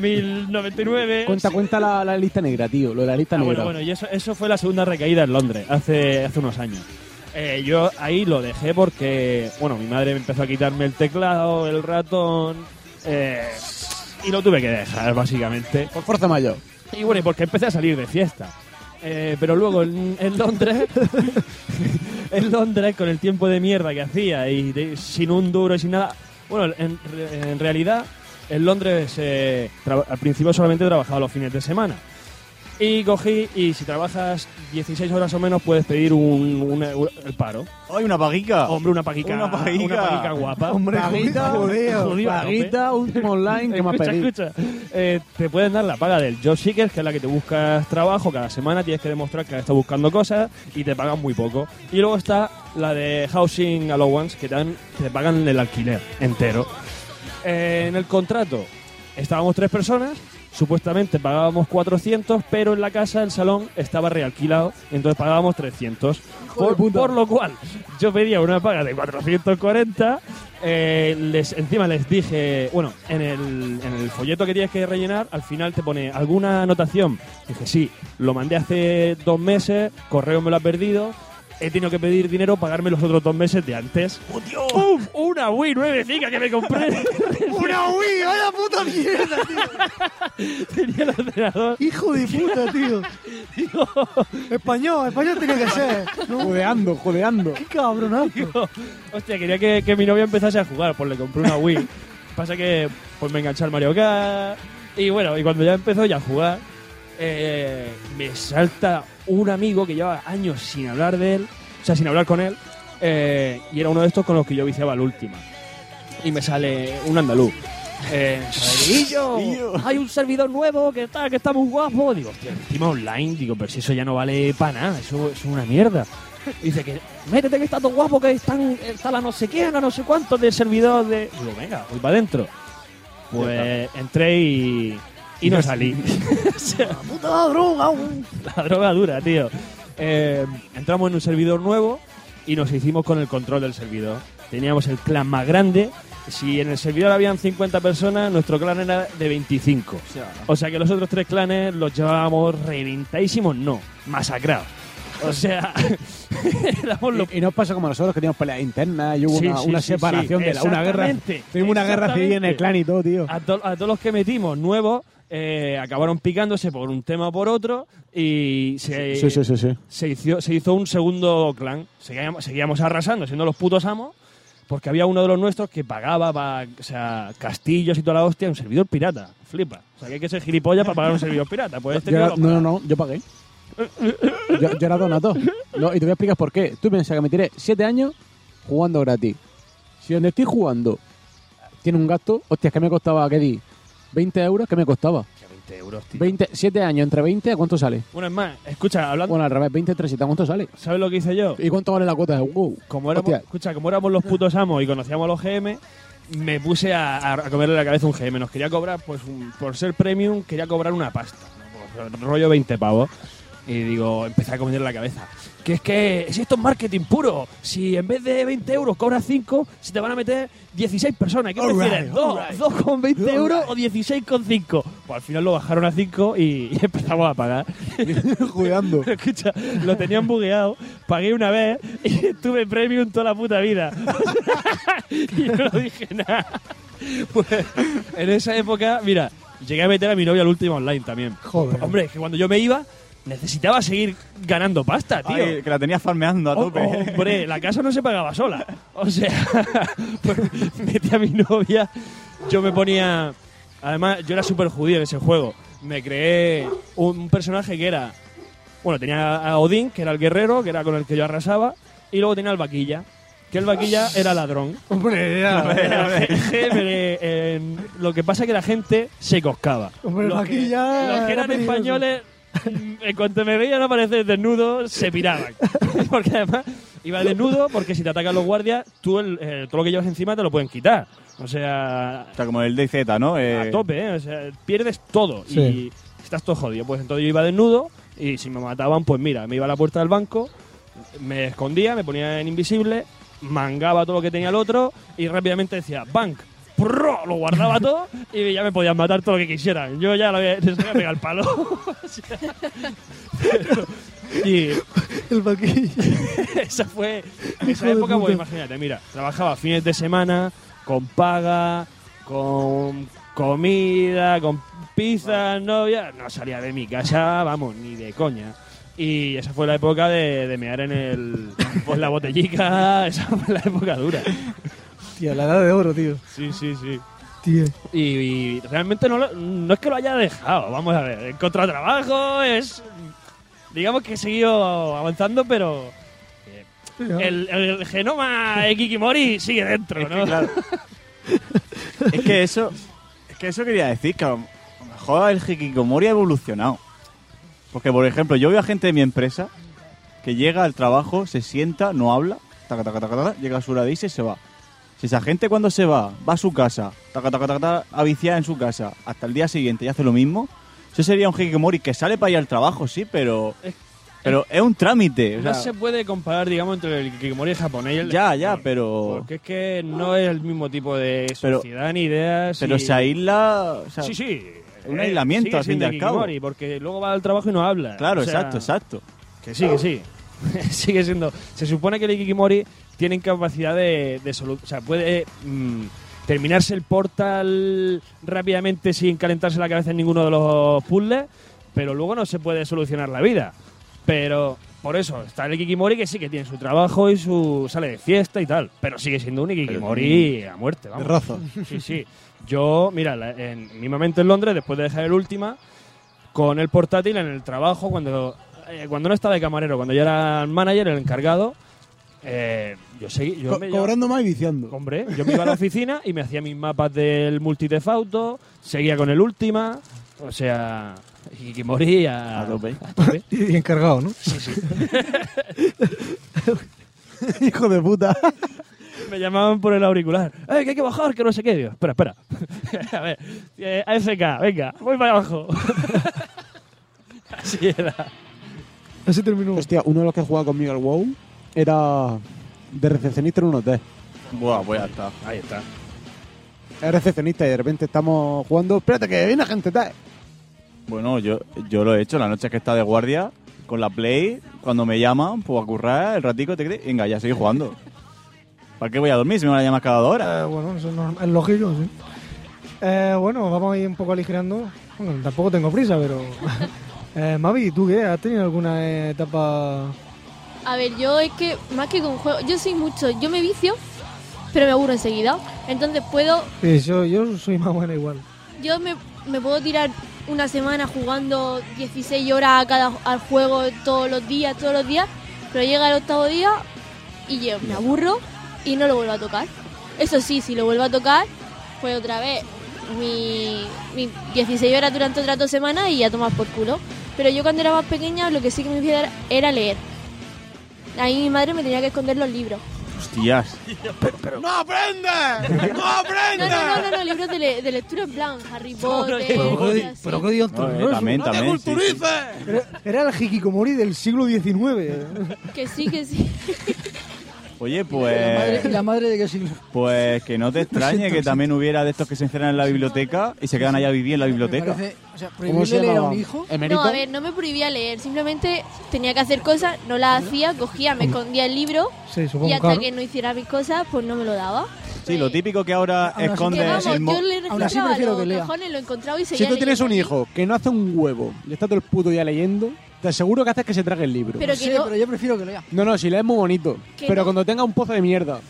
P: 999.099.
J: Cuenta, cuenta la, la lista negra, tío. Lo de la lista
P: Ah,
J: negra.
P: bueno, bueno, y eso, eso fue la segunda recaída en Londres, hace, hace unos años. Eh, yo ahí lo dejé porque, bueno, mi madre me empezó a quitarme el teclado, el ratón, eh, y lo tuve que dejar, básicamente.
J: Por fuerza mayor.
P: Y bueno, y porque empecé a salir de fiesta. Eh, pero luego en, en Londres, en Londres, con el tiempo de mierda que hacía y de- sin un duro y sin nada. Bueno, en, re- en realidad, en Londres eh, tra- al principio solamente trabajaba los fines de semana. Y cogí, y si trabajas 16 horas o menos, puedes pedir un, una- un- el paro.
I: ¡Ay, una paguica!
P: Hombre, una paguica.
I: Una paguica.
P: paguica guapa.
I: Hombre,
A: Paguita,
P: judío,
A: judío,
P: a tope.
A: paguita, último online, que más
P: Escucha,
A: pedí.
P: escucha. Eh, te pueden dar la paga del job seeker, que es la que te buscas trabajo cada semana, tienes que demostrar que has estado buscando cosas y te pagan muy poco. Y luego está la de housing allowance, que te, dan- te pagan el alquiler entero. Eh, en el contrato estábamos tres personas, supuestamente pagábamos 400, pero en la casa el salón estaba realquilado, entonces pagábamos 300. Por, por lo cual, yo pedía una paga de 440. eh, les, encima les dije, bueno, en el, en el folleto que tienes que rellenar, al final te pone alguna anotación. Dije, sí, lo mandé hace dos meses, correo me lo ha perdido, he tenido que pedir dinero, pagarme los otros dos meses de antes. ¡Uf! ¡Una Wii 9 gigas que me compré!
A: ¡Una Wii! ¡Vaya puta mierda, tío!
P: Tenía el ordenador.
A: ¡Hijo de puta, tío! español, español tiene que ser.
J: Jodeando, jodeando.
A: ¡Qué cabronazo!
P: Hostia, quería que, que mi novia empezase a jugar, pues le compré una Wii. Pasa que pues me enganché al Mario Kart. Y bueno, y cuando ya empezó ya a jugar, eh, me salta un amigo que llevaba años sin hablar de él, o sea, sin hablar con él, eh, y era uno de estos con los que yo viciaba la última. Y me sale un andaluz. Eh, "Madrillo, hay un servidor nuevo que está, que está muy guapo. Digo, hostia, encima online, digo, pero si eso ya no vale para nada, eso es una mierda. Dice que, métete que está todo guapo, que están, está la no sé quién, la no sé cuánto del servidor de. Digo, venga, voy para adentro. Pues entré y. Y no salí. O sea,
A: ¡Puta droga!
P: la droga dura, tío. Eh, entramos en un servidor nuevo y nos hicimos con el control del servidor. Teníamos el clan más grande. Si en el servidor habían 50 personas, nuestro clan era de 25. O sea que los otros tres clanes los llevábamos reventadísimos, no, masacrados. O sea,
J: Y, y no pasa como nosotros que teníamos peleas internas y hubo
P: Sí,
J: una,
P: sí,
J: una
P: sí,
J: separación
P: sí.
J: de la, una guerra.
P: Exactamente,
J: Tuvimos una guerra civil en el
P: exactamente. Ah,
J: clan y todo, tío.
P: a, to- a todos los que metimos nuevos eh, acabaron picándose por un tema o por otro y se,
J: Sí, sí, sí, sí.
P: Se, hizo, se hizo un segundo clan. Seguíamos, seguíamos arrasando, siendo los putos amos, porque había uno de los nuestros que pagaba para o sea, castillos y toda la hostia, un servidor pirata. Flipa. O sea, que hay que ser gilipollas para pagar un servidor pirata. Pues este
J: Yo
P: tío
J: era-
P: lo
J: no, no, no, yo pagué. Yo, yo era donato. No, y te voy a explicar por qué. Tú piensas que me tiré 7 años jugando gratis. Si donde estoy jugando tiene un gasto, hostias, ¿qué me costaba? ¿Qué di? 20 euros, ¿qué me costaba?
P: 20 euros, tío.
J: 20, 7 años entre 20, ¿a cuánto sale?
P: Bueno, es más, escucha, hablando.
J: Bueno, al revés, 20 entre 7, ¿a cuánto sale?
P: ¿Sabes lo que hice yo?
J: ¿Y cuánto vale la cuota? Wow.
P: como éramos,
J: Hostia.
P: escucha, como éramos los putos amos y conocíamos a los GM, me puse a, a- a comerle la cabeza a un GM. Nos quería cobrar, pues un- por ser premium, quería cobrar una pasta. ¿no? Por- rollo 20 pavos. Y digo, empecé a comerle la cabeza. Que es que si esto es marketing puro, si en vez de 20 euros cobras 5, se te van a meter 16 personas. ¿Qué
A: All
P: prefieres?
A: right,
P: ¿Dos,
A: all right.
P: dos con 20
A: All
P: euros
A: right.
P: o 16 con 5? Pues al final lo bajaron a 5 y, y empezamos a pagar.
J: Jugando.
P: Escucha, lo tenían bugueado, pagué una vez y tuve premium toda la puta vida. y no lo dije nada. Pues en esa época, mira, llegué a meter a mi novia al último online también.
A: Joder.
P: Hombre, es que cuando yo me iba, necesitaba seguir ganando pasta, tío.
I: Ay, que la tenías farmeando a
P: Oh,
I: tope.
P: hombre, la casa no se pagaba sola. O sea, pues, metí a mi novia. Yo me ponía. Además, yo era súper judío en ese juego. Me creé un personaje que era. Bueno, tenía a Odín, que era el guerrero, que era con el que yo arrasaba. Y luego tenía al vaquilla. Que el vaquilla era ladrón.
A: Hombre, ya,
P: Era jefe de- en- lo que pasa es que la gente se coscaba.
A: Hombre, el
P: Los que-
A: vaquilla
P: los que
A: era
P: eran
A: peligroso.
P: españoles, mm, en cuanto me veían aparecer desnudo, se piraban. porque además iba desnudo, porque si te atacan los guardias, tú el- eh, todo lo que llevas encima te lo pueden quitar. O sea,
I: O sea, como el DayZ, ¿no? Eh,
P: a tope, ¿eh? O sea, pierdes todo
I: Sí.
P: y estás todo jodido. Pues entonces yo iba desnudo y si me mataban, pues mira, me iba a la puerta del banco, me escondía, me ponía en invisible, mangaba todo lo que tenía el otro y rápidamente decía, bank. ¡Prrro! Lo guardaba todo y ya me podían matar todo lo que quisieran. Yo ya lo había, les había pegado el palo. O sea, pero- y
A: El vaquilla.
P: esa fue
A: Hijo
P: esa
A: de
P: época, pues
A: puta.
P: imagínate, mira, trabajaba fines de semana, con paga, con comida, con pizzas, novia. No salía de mi casa, vamos, ni de coña. Y esa fue la época de, de mear en el. en la botellica. Esa fue la época dura.
A: Tío, la edad de oro, tío.
P: Sí, sí, sí.
A: Tío.
P: Y, y realmente no, lo- no es que lo haya dejado. Vamos a ver, he encontrado trabajo, es. Digamos que he seguido avanzando, pero. eh, El, el genoma de Kikimori sigue dentro, ¿no?
I: es que eso es que eso quería decir que a lo mejor el hikikomori ha evolucionado porque por ejemplo yo veo a gente de mi empresa que llega al trabajo se sienta no habla taca, taca, taca, taca, llega a su hora y se va si esa gente cuando se va va a su casa taca, taca, taca, taca, a viciar en su casa hasta el día siguiente y hace lo mismo eso sería un hikikomori que sale para ir al trabajo sí pero pero es un trámite o sea,
P: no se puede comparar, digamos, entre el Kikimori japonés y el.
I: ya ya pero
P: Porque es que no es el mismo tipo de
I: Pero-
P: sociedad ni ideas.
I: pero
P: y-
I: se aísla o sea,
P: sí, sí.
I: un
P: Eh,
I: aislamiento,
P: sigue
I: al fin y
P: siendo
I: al cabo.
P: Kikimori, Porque luego va al trabajo y no habla.
I: Claro,
P: O sea,
I: exacto, exacto.
P: Que sí, que sí. sigue siendo. Se supone que el Ikikimori tienen capacidad de, de solu- O sea, puede mm, terminarse el portal rápidamente sin calentarse la cabeza en ninguno de los puzzles, pero luego no se puede solucionar la vida. Pero por eso está el Ikikimori que sí que tiene su trabajo y su sale de fiesta y tal, pero sigue siendo un Ikikimori
I: Pero-
P: a muerte, vamos.
I: De raza.
P: Sí, sí. Yo, mira, la- en, mismamente en Londres, después de dejar el última, con el portátil en el trabajo, cuando, eh, cuando no estaba de camarero, cuando yo era el manager, el encargado, eh, yo seguí. Yo
J: Co-
P: me llevaba-
J: cobrando más y viciando.
P: Hombre, yo me iba a la oficina y me hacía mis mapas del multidefauto, seguía con el última, o sea, y que moría. A tope.
A: Y encargado, ¿no?
P: Sí, sí.
J: Hijo de puta.
P: Me llamaban por el auricular. ¡Eh, que hay que bajar! Que no sé qué. Digo, espera, espera. a ver, eh, AFK, venga, voy para abajo. Así era.
J: Así terminó. Hostia, uno de los que jugaba conmigo al WoW era de recepcionista en un hotel.
I: Buah, voy hasta. Ahí está.
J: Era recepcionista y de repente estamos jugando. Espérate, que viene gente. tal.
I: Bueno, yo, yo lo he hecho la noche que está de guardia con la Play. Cuando me llaman, pues a currar el ratico, te crees. Venga, ya sigo jugando. ¿Para qué voy a dormir si me van a llamar cada dos horas?
A: Eh, bueno, eso es normal, es lógico, sí. Eh, bueno, vamos a ir un poco aligerando. Bueno, tampoco tengo prisa, pero... eh, Mavi, ¿tú qué? ¿Has tenido alguna eh, etapa...?
N: A ver, yo es que más que con juegos, yo soy mucho, yo me vicio, pero me aburro enseguida. Entonces puedo,
A: Sí, yo, yo soy más buena igual.
N: yo me, me puedo tirar una semana jugando 16 horas a cada, al juego todos los días, todos los días, pero llega el octavo día y yo me aburro y no lo vuelvo a tocar. Eso sí, si lo vuelvo a tocar, pues otra vez mi, mi 16 horas durante otras dos semanas y ya tomas por culo. Pero yo cuando era más pequeña lo que sí que me hacía era leer. Ahí mi madre me tenía que esconder los libros.
I: Hostias.
J: ¡No aprende! ¡No
N: No, no,
J: aprende!
N: no, no, no, libros de, le- de lectura en plan, Harry Potter. cosas así.
A: pero qué dios
I: No, eh, también, también. sí, sí.
A: Era, era el hikikomori del siglo XIX.
N: Que sí, que sí.
I: Oye,
A: La
I: pues.
A: madre- ¿La madre de qué siglo?
I: Pues que no te extrañe que también hubiera de estos que se encierran en la biblioteca y se quedan allá a vivir en la biblioteca.
A: O sea,
I: ¿Cómo se
A: prohibirle leer a
I: llamaba?
A: un hijo.
N: No, a ver, no me prohibía leer, simplemente tenía que hacer cosas, no las hacía, cogía, me escondía el libro
A: Sí,
N: y
A: supongo
N: hasta
A: claro.
N: que no hiciera mis cosas, pues no me lo daba.
I: Sí, lo típico que ahora
J: así
N: Que
I: esconde
N: vamos,
I: el mo-
N: yo le
J: Aún así
N: registraba
J: prefiero
N: los
J: que lea.
N: cajones, lo encontraba y seguía
J: Si tú tienes
N: leyendo.
J: un hijo que no hace un huevo y está todo el puto día leyendo, te aseguro que haces que se trague el libro.
N: Pero que no-
A: pero yo prefiero que lea.
J: No, no, si lees muy bonito.
N: Que
J: Pero
N: no.
J: cuando tenga un pozo de mierda,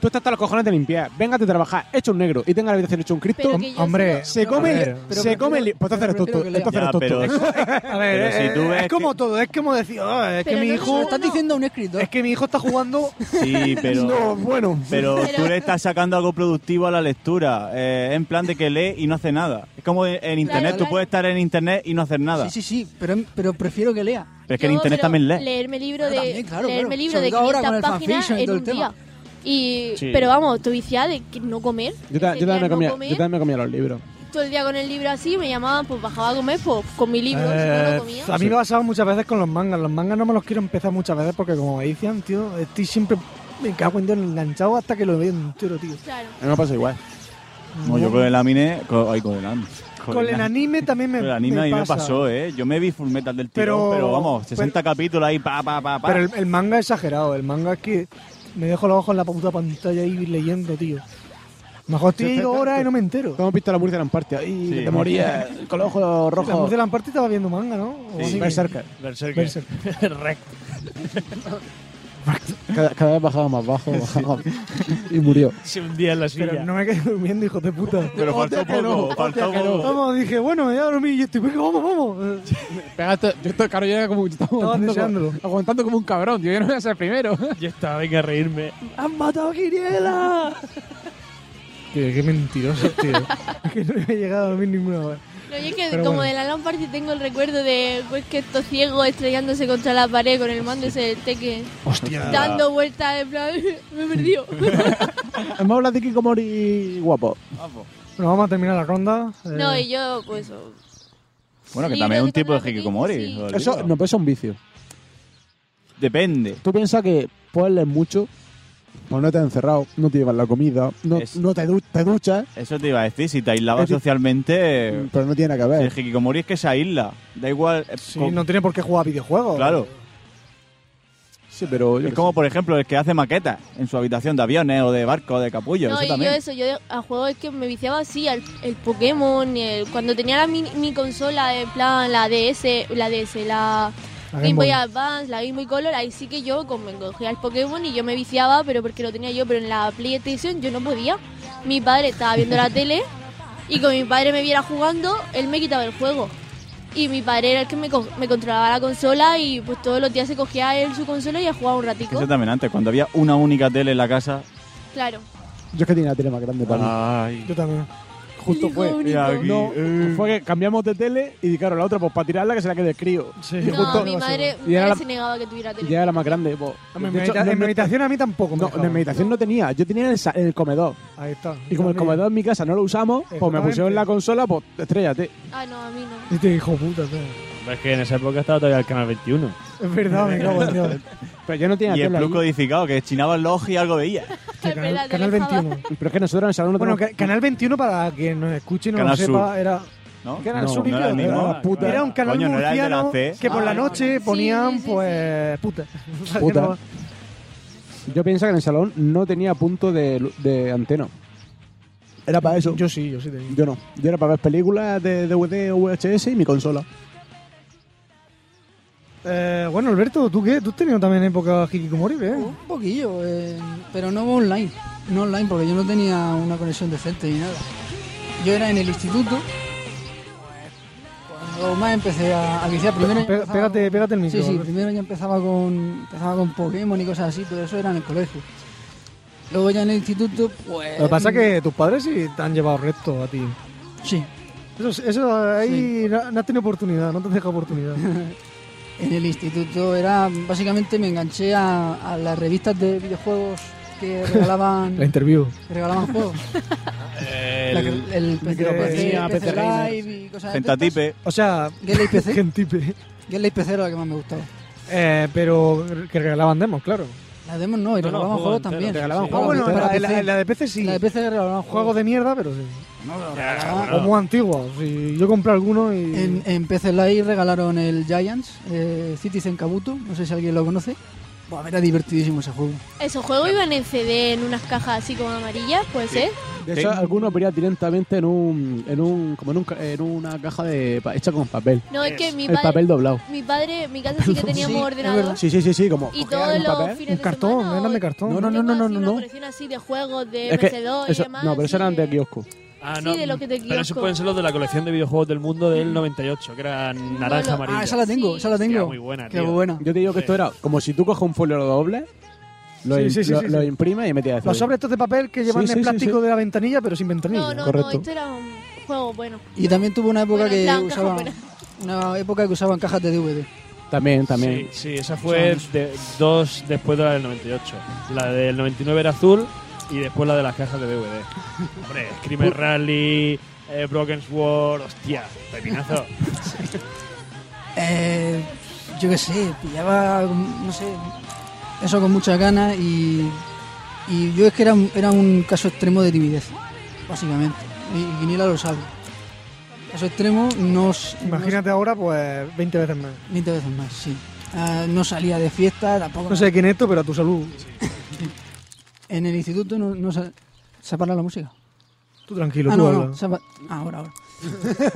J: tú estás hasta los cojones de limpiar, véngate a trabajar, hecho un negro y tenga la habitación hecho un Cristo,
N: Pero que yo
A: Hombre,
J: se come,
A: pero-
J: el-
A: pero-
J: se
A: pero-
J: come, el-
A: pero-
J: pues entonces eres tonto,
A: prefiero que lea.
J: entonces eres
I: Ya,
J: tonto.
I: pero-
A: A ver,
I: Pero si
A: eh,
I: tú ves
A: es como todo, es como decir, "Ah, es que
N: Pero
A: mi
N: no,
A: hijo.
N: no, no,
A: estás
N: no.
A: diciendo a un escritor. Es que mi hijo está jugando.
I: Sí, pero.
J: No, bueno.
I: Pero
N: Pero-
I: tú le estás sacando algo productivo a la lectura, eh, en plan de que lee y no hace nada. Es como en- en internet, tú
N: claro.
I: puedes estar en internet y no hacer nada.
A: Sí, sí, sí, pero, pero prefiero que lea.
I: Pero es que en
N: No,
I: internet
N: pero
I: también lee.
N: Leerme libro
A: Ah,
N: de,
A: también, claro,
N: leerme
A: claro.
N: libro
A: Sobre
N: de
A: todo ahora
N: 500
A: con el
N: páginas
A: fanfiction y
N: en
A: todo
N: un
A: el tema.
N: día. Y,
I: Sí.
N: Pero vamos, tu viciada de que no comer.
J: Yo, ta-
N: ese
J: yo también
N: día
J: me
N: no
J: comía,
N: comer,
J: yo también me comía los libros.
N: Todo el día con el libro así, me llamaban, pues bajaba a comer pues, con mi libro, si no, no
A: Eh,
N: comía.
A: a mí me ha pasado muchas veces con los mangas. Los mangas no me los quiero empezar muchas veces porque, como me decían, tío, estoy siempre. Me cago en Dios enganchado hasta que lo veo entero, tío.
N: Claro.
J: A mí me pasa igual.
I: No, yo con el anime. Con, ay, con el anime.
A: Con el anime también me,
I: Con el anime
A: me
I: a mí me
A: pasa.
I: pasó, ¿eh? Yo me vi Full Metal del
A: Pero-
I: tirón, pero, vamos, 60 capítulos ahí, pa, pa, pa, pa.
A: Pero el, el manga es exagerado. El manga es que me dejo los ojos en la puta pantalla y leyendo, tío.
H: Mejor estoy ido ahora y no me entero.
J: Estamos visto la Murcia de Lamparte ahí, que te morías con los ojos
H: La
J: rojos.
H: mujer de Lamparte estaba viendo manga, ¿no?
J: Sí. Berserker.
H: Berserker.
P: Recto.
J: Cada, cada vez bajaba más bajo, bajaba y murió.
P: Se hundía en la
H: Pero no me quedé durmiendo, hijo de puta.
J: Pero faltó
H: Hostia, que
J: poco,
H: no,
J: faltó
H: hostia, que no.
J: poco.
H: Vamos, dije, bueno, me voy a dormir y estoy, venga, vamos, vamos.
J: Pegaste, yo estoy, claro, yo era como, yo estaba aguantando,
H: deseándolo.
J: como, aguantando como un cabrón, tío, yo no voy a ser primero.
P: Yo estaba, venga a reírme.
H: ¡Han matado a Quiriela! Tío, qué mentiroso, tío. que no me he llegado a dormir ninguna hora.
N: No, yo es que
H: Pero
N: como
H: bueno.
N: de la lámpara sí tengo el recuerdo de pues que estos ciegos estrellándose contra la pared con el mando ese del teque.
J: Hostia.
N: Dando vueltas en plan, me he perdido.
J: Hemos hablado de Kikomori guapo.
H: Bueno, vamos a terminar la ronda.
J: eh.
N: no, y yo pues oh,
I: Bueno, que
N: Sí, creo
I: también es
N: que
I: un tipo de
N: tendrá que-
I: hikikomori.
N: sí.
I: joder,
J: Eso,
I: tío.
J: no, pero eso es un vicio.
I: Depende.
J: Tú piensas que puedes leer mucho, pues no te has encerrado, no te llevas la comida, no, no te, du- te duchas,
I: Eso te iba a decir, si te aislabas
J: Es decir,
I: socialmente,
J: pero no tiene nada que
I: el
J: ver.
I: hikikomori es que se aísla. Da igual. eh,
H: Sí,
I: con-
H: no tiene por qué jugar a videojuegos.
I: Claro.
J: Sí, pero
I: es como, por ejemplo, el que hace maquetas en su habitación de aviones o de barcos, de capullos.
N: No,
I: eso
N: y yo
I: también.
N: eso, yo de- a juegos es que me viciaba así, al el Pokémon, el- cuando tenía la mi, mi consola, en plan la DS, la DS, la,
M: La
N: Game
M: Game
N: Boy,
M: Boy.
N: Advance, la Game Boy Color, ahí sí que yo como me cogía el Pokémon y yo me viciaba, pero porque lo tenía yo, pero en la PlayStation yo no podía. Mi padre estaba viendo la tele y como mi padre me viera jugando, él me quitaba el juego. Y mi padre era el que me, co- me controlaba la consola y pues todos los días se cogía él su consola y a jugar un ratico.
I: Eso también antes, cuando había una única tele en la casa.
N: Claro.
J: Yo es que tenía la tele más grande para mí.
I: Ay.
H: Yo también.
J: Justo fue.
N: único. Mira aquí,
J: No, fue que cambiamos de tele y claro, la otra, pues para tirarla que se la quede crío. Y
N: No,
J: justo-
N: mi madre, mi
J: y era
N: madre
J: la-
N: se negaba a que tuviera tele.
J: y era la más grande. pues.
H: Hombre, en
J: De
H: mi
J: hecho,
H: habita-
J: no-
H: en mi
J: no-
H: habitación a mí tampoco me
J: No,
H: dejaban.
J: en mi habitación no tenía. Yo tenía en el, sa- en el comedor.
H: Ahí está.
J: Y como el comedor en mi casa no lo usamos, pues me
H: Exactamente.
J: pusieron en la consola, pues estrellate.
N: Ah, no, a mí no.
H: Este hijo puta, tío.
P: Es que en esa época estaba todavía el canal 21.
H: Es verdad, me cago en Dios.
J: Pero yo no tenía
I: Y el
J: tele
I: plus
J: ahí.
I: codificado, que chinaba el ojo y algo veía.
N: Canal,
H: Canal 21.
J: Pero es que nosotros en el salón no
H: Bueno,
J: tenemos-
H: ca- Canal 21, para quien nos escuche y no lo
J: Canal
H: sepa,
J: Sur.
H: era.
I: ¿No?
H: ¿Qué era
J: No,
H: el Sur y
J: no
H: qué
J: era el
H: otro?
J: mismo.
H: Era la puta. Era un canal
I: Coño, no era el de la
H: murciano
I: C.
H: que por la
I: Ah,
H: noche ponían, pues. Puta.
J: Puta. Yo pienso que en el salón no tenía punto de, lu- de antena. Era para eso.
H: Yo sí, yo sí tenía.
J: Yo no. Yo era para ver películas de DVD o VHS y mi consola.
H: Eh, bueno, Alberto, ¿tú qué? ¿Tú has tenido también época Hikikomori, qué?
M: Un poquillo, eh, pero no online. No online, porque yo no tenía una conexión decente ni nada. Yo era en el instituto. Cuando más empecé a, a viciar. Primero ya
H: Pe-
M: empezaba
H: pégate-
M: con-
H: pégate el micro,
M: Sí, sí,
H: Alberto.
M: primero ya empezaba con, empezaba con Pokémon y cosas así, pero eso era en el colegio. Luego ya en el instituto, pues...
H: Lo que pasa es que tus padres sí te han llevado recto a ti.
M: Sí.
H: Eso, eso ahí no, no has tenido oportunidad, no te has dejado oportunidad.
M: en el instituto era básicamente me enganché a, a las revistas de videojuegos que regalaban
H: La interview.
M: que regalaban juegos La que- el, PC,
H: Micropersonía,
M: PC
H: PC
M: Live y cosas de
I: Gentatipe.
H: O sea,
M: Gale PC.
H: Gentipe.
M: estas. Gale PC era la que más me gustaba
H: Eh, pero que regalaban demos, claro.
M: las demos no y
H: No, no,
M: regalaban
H: juego
M: juegos
H: entero,
M: también
H: te regalaban
M: Sí.
H: juegos Ah, bueno,
M: Para
H: la-
M: PC.
H: la- la de PC sí.
M: la de PC regalaban
H: Juegos de mierda, pero sí.
M: regalaban.
H: O muy antiguos. sí. Yo compré algunos y.
M: en, en PC Live regalaron el Giants eh, Citizen Kabuto no sé si alguien lo conoce Buah, era divertidísimo ese juego
N: Esos juegos iban en CD en unas cajas así como amarillas, puede ser.
J: De hecho, algunos venían directamente en un, en un, como en, un ca- en una caja de pa- hecha con papel.
N: No, es que mi
J: el
N: padre-
J: papel doblado.
N: Mi padre, en mi casa sí que teníamos ordenador.
J: Sí, sí, sí, sí, como
N: Y
J: cogía
N: todos
J: un
N: los
J: papel.
N: fines de
H: cartón, eran de cartón.
J: No, no, no, no, no, no. no.
N: colección así de juegos de
J: Es que
N: MS2 y
J: eso-
N: demás.
J: no, pero eso eran de kiosco.
P: Ah,
N: Sí,
P: no.
N: de lo que te
P: pero esos
N: kiosco.
P: pueden ser los de la colección de videojuegos del mundo del 98, que era naranja amarilla.
M: ah esa la tengo esa la tengo
P: muy buena,
M: qué
P: tío.
M: buena
J: Yo te digo que esto era como si tú coges un folio doble, lo,
H: Sí,
J: im-
H: sí, sí,
J: lo,
H: sí,
J: lo
H: sí.
J: imprimes y metías
H: Los sobres estos de papel que llevan
J: Sí,
H: el
J: sí, sí,
H: plástico de la ventanilla, pero sin ventanilla.
N: No, no, no, esto era un juego bueno.
M: Y también tuvo una época
N: Bueno, en plan,
M: que
N: caja
M: usaban
N: buena.
M: una época que usaban cajas de DVD.
J: También, también.
P: Sí, sí, esa fue de- dos después de la del 98. La del 99 era azul y después la de las cajas de DVD. Hombre, Screamer Rally, eh, Broken Sword, hostia, pepinazo.
M: Eh, yo qué sé, pillaba, no sé, eso con muchas ganas y, y yo es que era, un- era un caso extremo de timidez, básicamente. Y, y Guinila lo sabe. Caso extremo, no, s-
H: Imagínate ahora, pues 20 veces más.
M: no- 20 veces más, sí. Ah, no salía de fiesta, tampoco.
H: No sé quién es esto, pero a tu salud.
M: En el instituto no, no sa- se para la música.
H: Tú tranquilo,
M: Ah,
H: tú
M: no,
H: habla.
M: no. se va- Ahora, ahora.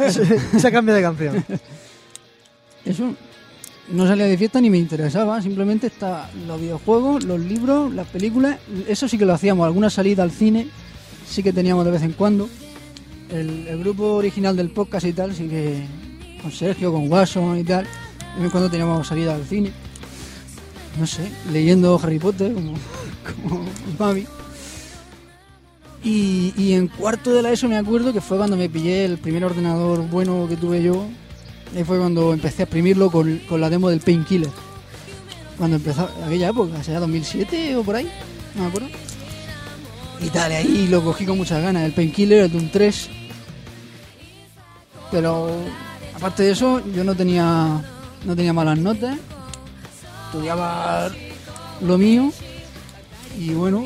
H: Se cambia de canción.
M: Eso no salía de fiesta ni me interesaba. Simplemente está los videojuegos, los libros, las películas. Eso sí que lo hacíamos. Alguna salida al cine sí que teníamos de vez en cuando. El, el grupo original del podcast y tal, sí que con Sergio, con Watson y tal. De vez en cuando teníamos salida al cine. No sé, leyendo Harry Potter como, como mami. Y, y en cuarto de la ESO me acuerdo que fue cuando me pillé el primer ordenador bueno que tuve yo. Ahí fue cuando empecé a exprimirlo con, con la demo del Painkiller. Cuando empezó aquella época, será 2007 o por ahí, no me acuerdo. Y tal, y ahí lo cogí con muchas ganas, el Painkiller, el Doom 3. Pero aparte de eso, yo no tenía, no tenía malas notas. Estudiaba lo mío. Y bueno,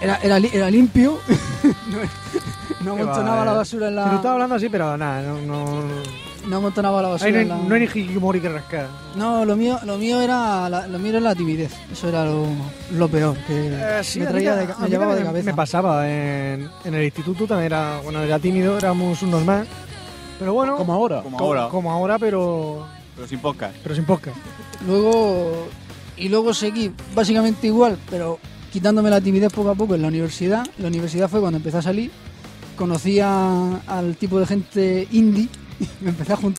M: era, era, li- era limpio. no no
H: Qué va,
M: amontonaba la
H: eh.
M: basura en la.
H: Pero estaba hablando así, pero nada, no. no...
M: No amontonaba la basura
H: Ahí no, hay,
M: en la-
H: no hay ni hikikomori que rascar.
M: No, lo mío, lo mío era la, lo mío era la timidez. Eso era lo, lo peor que me
H: Eh, a mí
M: traía
H: ta-
M: de, ca-
H: a
M: me
H: mí
M: llevaba de
H: también
M: cabeza.
H: Me pasaba en, en el instituto, también era, bueno, era tímido, éramos un normal. Pero bueno. Como
J: ahora.
H: Como,
G: Como ahora.
H: como ahora, pero.
G: Pero sin podcast.
H: Pero sin podcast.
M: Luego y luego seguí básicamente igual, pero quitándome la timidez poco a poco en la universidad. La universidad fue cuando empecé a salir. Conocí a- al tipo de gente indie. me empecé a juntar.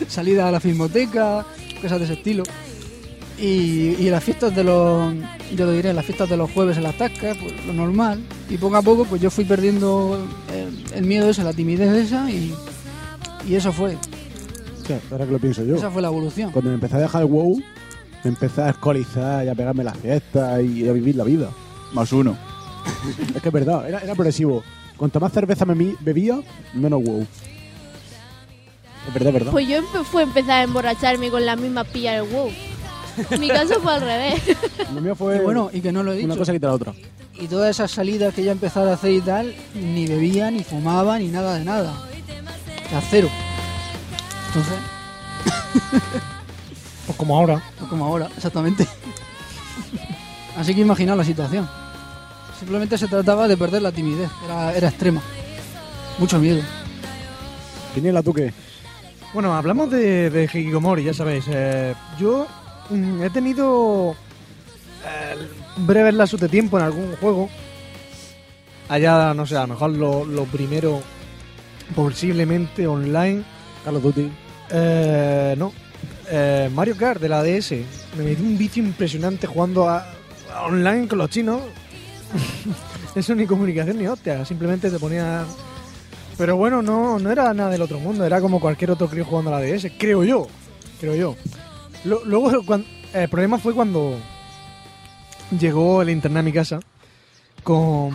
M: Y salidas a la filmoteca, cosas de ese estilo. Y, y las fiestas de los, yo lo diré, las fiestas de los jueves en las tascas, pues lo normal. Y poco a poco, pues yo fui perdiendo el, el miedo ese, la timidez esa y, y eso fue.
J: Hostia, ahora que lo pienso yo.
M: Esa fue la evolución.
J: Cuando me empecé a dejar el WoW, me empecé a escolizar y a pegarme las fiestas y a vivir la vida.
G: Más uno.
J: es que es verdad, era, era progresivo. Cuanto más cerveza me mi- bebía, menos WoW. Es verdad, es verdad.
N: Pues yo empe- fue empezar a emborracharme con la misma pilla del WoW. Mi caso fue al revés.
J: Lo mío fue
M: Y bueno, y que no lo he dicho.
J: una cosa quita la otra.
M: Y todas esas salidas que ya he empezado a hacer y tal, ni bebía, ni fumaba, ni nada de nada. O sea, cero. Entonces,
H: Pues como ahora.
M: No como ahora, exactamente. Así que imaginaos la situación. Simplemente se trataba de perder la timidez, era, era extrema. Mucho miedo.
J: Quiniela, ¿tú qué?
H: Bueno, hablamos de, de hikikomori, ya sabéis. eh, yo mm, he tenido eh, breves lapsos de tiempo en algún juego. Allá, no sé, a lo mejor lo, lo primero posiblemente online.
J: Call of Duty.
H: Eh, no. Eh, Mario Kart de la DS. Me metí un vicio impresionante jugando a, a online con los chinos. Eso ni comunicación ni hostia. Simplemente te ponías... Pero bueno, no, no era nada del otro mundo. Era como cualquier otro crío jugando a la DS. Creo yo. Creo yo. Lo- luego, cuan- el problema fue cuando llegó el internet a mi casa. Con...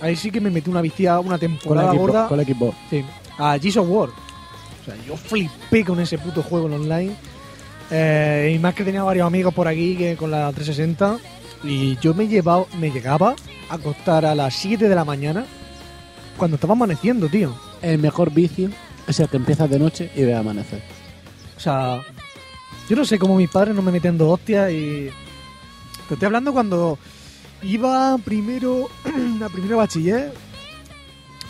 H: Ahí sí que me metí una vicia, una
J: Con
H: temporada
J: la Xbox.
H: gorda.
J: Con la Xbox.
H: Sí. A Gears of War. O sea, yo flipé con ese puto juego en online. Eh, y más que tenía varios amigos por aquí que con la 360. Y yo me llevaba, me llegaba a acostar a las 7 de la mañana cuando estaba amaneciendo, tío.
J: El mejor vicio es el que empiezas de noche y ve amanecer.
H: O sea, yo no sé cómo mis padres no me metían dos hostias y. Te estoy hablando cuando iba primero a primero bachiller.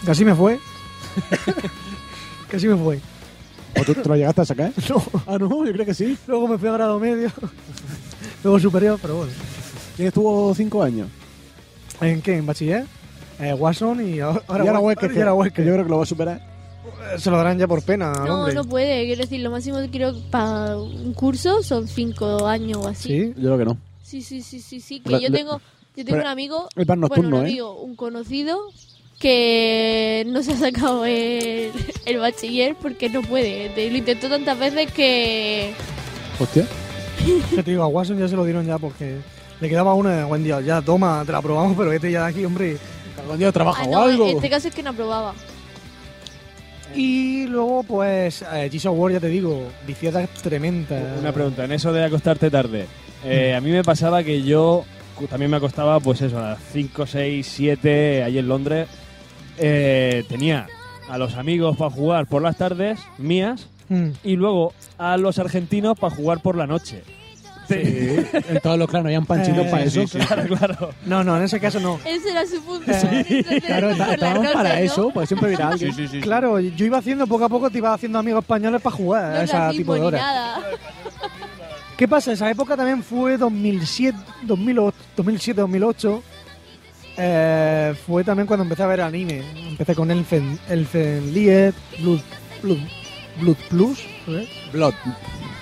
H: Casi me fue. Casi me fue.
J: ¿O tú te lo llegaste a sacar?
H: No.
J: Ah, no, yo creo que sí.
H: Luego me fui a grado medio. Luego superior, pero bueno.
J: ¿Quién estuvo cinco años?
H: ¿En qué? ¿En bachiller? Eh, Watson y ahora,
J: y ahora
H: Wa-
J: Huesca,
H: y ahora Huesca.
J: que yo creo que lo va a superar.
H: Eh, Se lo darán ya por pena,
J: Ah,
H: al
N: No,
H: hombre.
N: no puede. Quiero decir, lo máximo que creo que para un curso son cinco años o así.
J: Yo creo que no.
N: Sí, sí, sí, sí, sí.
J: Lo-
N: Que yo
J: lo-
N: tengo, yo tengo
J: pero
N: un amigo,
J: el pan
N: bueno,
J: nocturno,
N: un
J: ¿eh?
N: amigo, un conocido que no se ha sacado el, el bachiller porque no puede. De- Lo intentó tantas veces que
J: Hostia.
H: Ya te digo, a Watson este ya se lo dieron ya porque le quedaba una. Buen día, ya toma, te la probamos, pero vete ya de aquí, hombre.
J: Algún día trabaja
N: Ah,
J: o
N: no,
J: algo.
N: en este caso es que no probaba.
H: Y luego, pues, eh, Gears of War, ya te digo, viciadas tremendas.
P: Una pregunta, en eso de acostarte tarde. eh, a mí me pasaba que yo cu- también me acostaba, pues eso, a las 5, 6, 7, allí en Londres. Eh, tenía a los amigos para jugar por las tardes, mías, y luego a los argentinos para jugar por la noche.
J: en todos los clanos habían panchitos
P: Eh,
J: para
P: sí,
J: eso.
P: sí, sí. Claro, claro.
H: No, no, en ese caso no.
N: Ese era su función. entretenernos
J: Claro,
N: por
J: está-
N: la
J: estábamos
N: noche,
J: para
N: ¿no?
J: eso, pues siempre hubiera alguien.
H: Claro, yo iba haciendo poco a poco, te iba haciendo amigos españoles para jugar
N: No
H: a ese
N: racismo
H: tipo de
N: ni
H: horas.
N: nada.
H: ¿Qué pasa? Esa época también fue 2007, 2008, 2007, 2008. Eh, fue también cuando empecé a ver anime. Empecé con Elfen, Elfen Lied, Blood, Blood, Blood Plus, ¿eh?
J: Blood.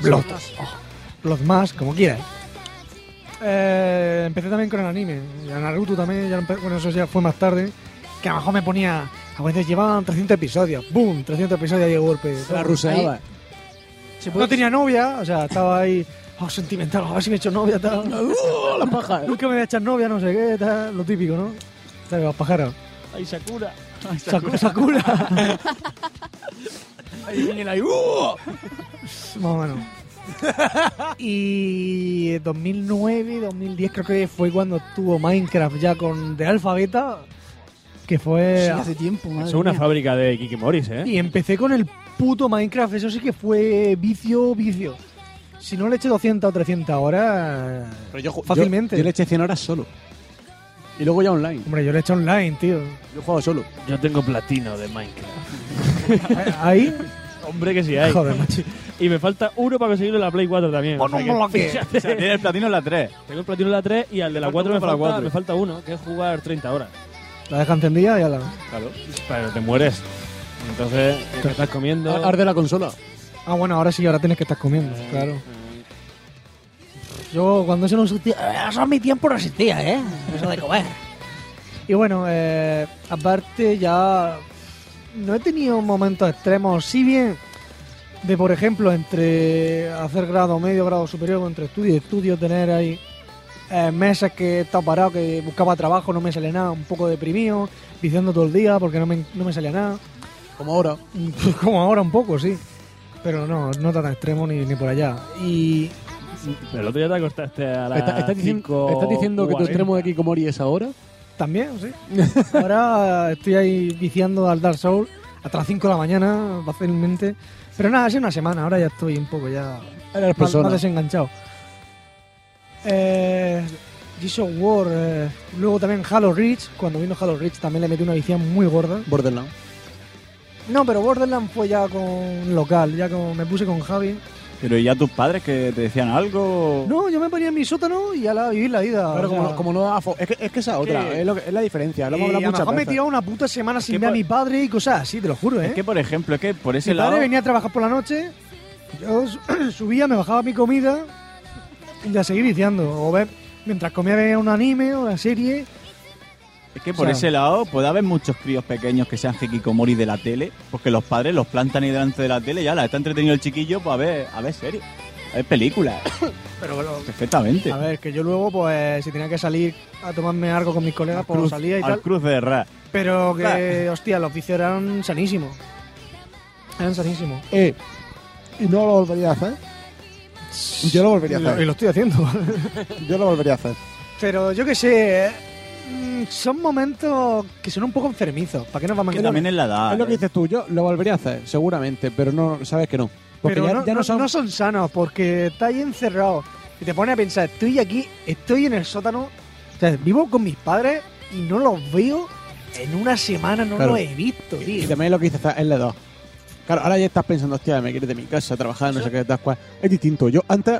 H: Blood.
M: Ah.
H: Oh, Blood más, como quieras. Eh, empecé también con el anime. Y a Naruto también, ya lo empe- bueno, eso ya fue más tarde. Que a lo mejor me ponía. A veces llevaban 300 episodios. ¡Bum! 300 episodios y de golpe.
J: Se la ruseaba. pues.
H: Ahí. No tenía novia, o sea, estaba ahí. Oh, sentimental, a ver si me he hecho novia, tal.
J: ¡Uh, las pajas!
H: Nunca me voy a echar novia, no sé qué, tal. Lo típico, ¿no? ¿Sabes? Las pajaras.
P: Ay, Sakura.
J: Ah,
H: Saku- Sakura.
J: Ahí viene la- ¡Uh!
H: Más o menos. Y 2009, 2010 creo que fue cuando tuvo Minecraft ya con de alfa beta, que fue...
M: Sí, hace tiempo, madre
P: Eso es una
M: mía.
P: fábrica de Kikimoris, ¿eh?
H: Y empecé con el puto Minecraft, eso sí que fue vicio, vicio. Si no le eché 200 o 300 horas, fácilmente.
J: Yo, yo le eché 100 horas solo. Y luego ya online.
H: Hombre, yo le eché online, tío.
J: Yo he jugado solo.
P: Yo tengo platino de Minecraft.
H: ¿Ahí?
P: Hombre, que sí hay.
H: Joder, macho.
P: Y me falta uno para conseguirlo en la Play 4 también.
G: Pues
P: O sea
G: no me lo
P: que-
G: que-
P: fíjate.
G: O sea, tiene el platino en la 3.
P: Tengo el platino en la 3 y al de la
G: Falta
P: 4 me
G: uno para
P: falta,
G: la 4.
P: me falta uno, que es jugar 30 horas.
H: La deja encendida y ala.
P: Claro. Pero te mueres. Entonces, ¿qué estás comiendo?
J: Arde la consola.
H: Ah, bueno, ahora sí, ahora tienes que estar comiendo, claro. Yo cuando eso no existía... eh, Eso a mi tiempo no existía, ¿eh? Eso de comer. Y bueno, eh, aparte ya no he tenido momentos extremos, si bien de por ejemplo entre hacer grado medio, grado superior, entre estudio y estudio, tener ahí eh, meses que he estado parado, que buscaba trabajo, no me sale nada, un poco deprimido, diciendo todo el día porque no me, no me salía nada.
J: Como ahora.
H: Como ahora un poco, sí. Pero no, no tan extremo ni, ni por allá. Y
P: Pero el otro día te acostaste a las
J: ¿Estás diciendo, estás diciendo que tu
P: 5:40.
J: extremo de Kikomori es ahora?
H: También, sí. Ahora estoy ahí viciando al Dark Souls hasta las 5 de la mañana, fácilmente. Pero nada, hace una semana, ahora ya estoy un poco ya
J: Eres
H: más,
J: persona.
H: más desenganchado. Eh, Gears of War, eh, luego también Halo Reach, cuando vino Halo Reach también le metí una vicia muy gorda.
J: Borderlands.
H: No, pero Borderlands fue ya con local, ya como me puse con Javi.
G: Pero ¿y ya tus padres que te decían algo?
H: No, yo me ponía en mi sótano y a la, vivir la vida.
J: Claro,
H: o
J: como,
H: sea.
J: como no da fo- es, que, es que esa otra,
H: Sí.
J: es, lo que- es la diferencia. Lo hemos
H: Y Eh, a
J: hablado
H: lo
J: muchas
H: mejor me he
J: veces.
H: tirado una puta semana sin
J: Que
H: ver a
J: por-
H: mi padre y cosas así, te lo juro, ¿eh?
G: Es que, por ejemplo, es que por ese
H: Mi
G: lado...
H: padre venía a trabajar por la noche, yo su- subía, me bajaba mi comida y a seguir viciando. O ver, mientras comía veía un anime o una serie.
G: Es que por
H: O sea-
G: ese lado puede haber muchos críos pequeños que sean hikikomori de la tele, porque los padres los plantan ahí delante de la tele y ya la está entretenido el chiquillo pues a ver, a ver series, a ver películas.
H: Pero bueno,
G: Perfectamente.
H: a ver, que yo luego, pues, si tenía que salir a tomarme algo con mis colegas, pues
G: Cruz-
H: salía y
G: al
H: tal.
G: cruce de Ra.
H: Pero que, hostia, los vicios eran sanísimos. Eran sanísimos.
J: Eh, y no lo volvería a hacer. Yo lo volvería a
H: Y lo-
J: hacer.
H: y lo estoy haciendo.
J: Yo lo volvería a hacer.
H: Pero yo que sé, eh, mm, son momentos que son un poco enfermizos. ¿Para qué nos vamos a engañar?
J: Es lo que dices tú, yo lo volvería a hacer, seguramente, pero no sabes que no. Porque
H: Pero
J: ya,
H: no,
J: ya
H: no-
J: no son.
H: no son sanos porque está ahí encerrado y te pone a pensar, estoy aquí, estoy en el sótano, o sea, vivo con mis padres y no los veo en una semana, no
J: Claro.
H: los he visto,
J: Y
H: tío.
J: también lo que dices es la edad. Claro, ahora ya estás pensando, hostia, me quieres de mi casa, trabajar, no sé qué, tal cual. Es distinto. Yo antes.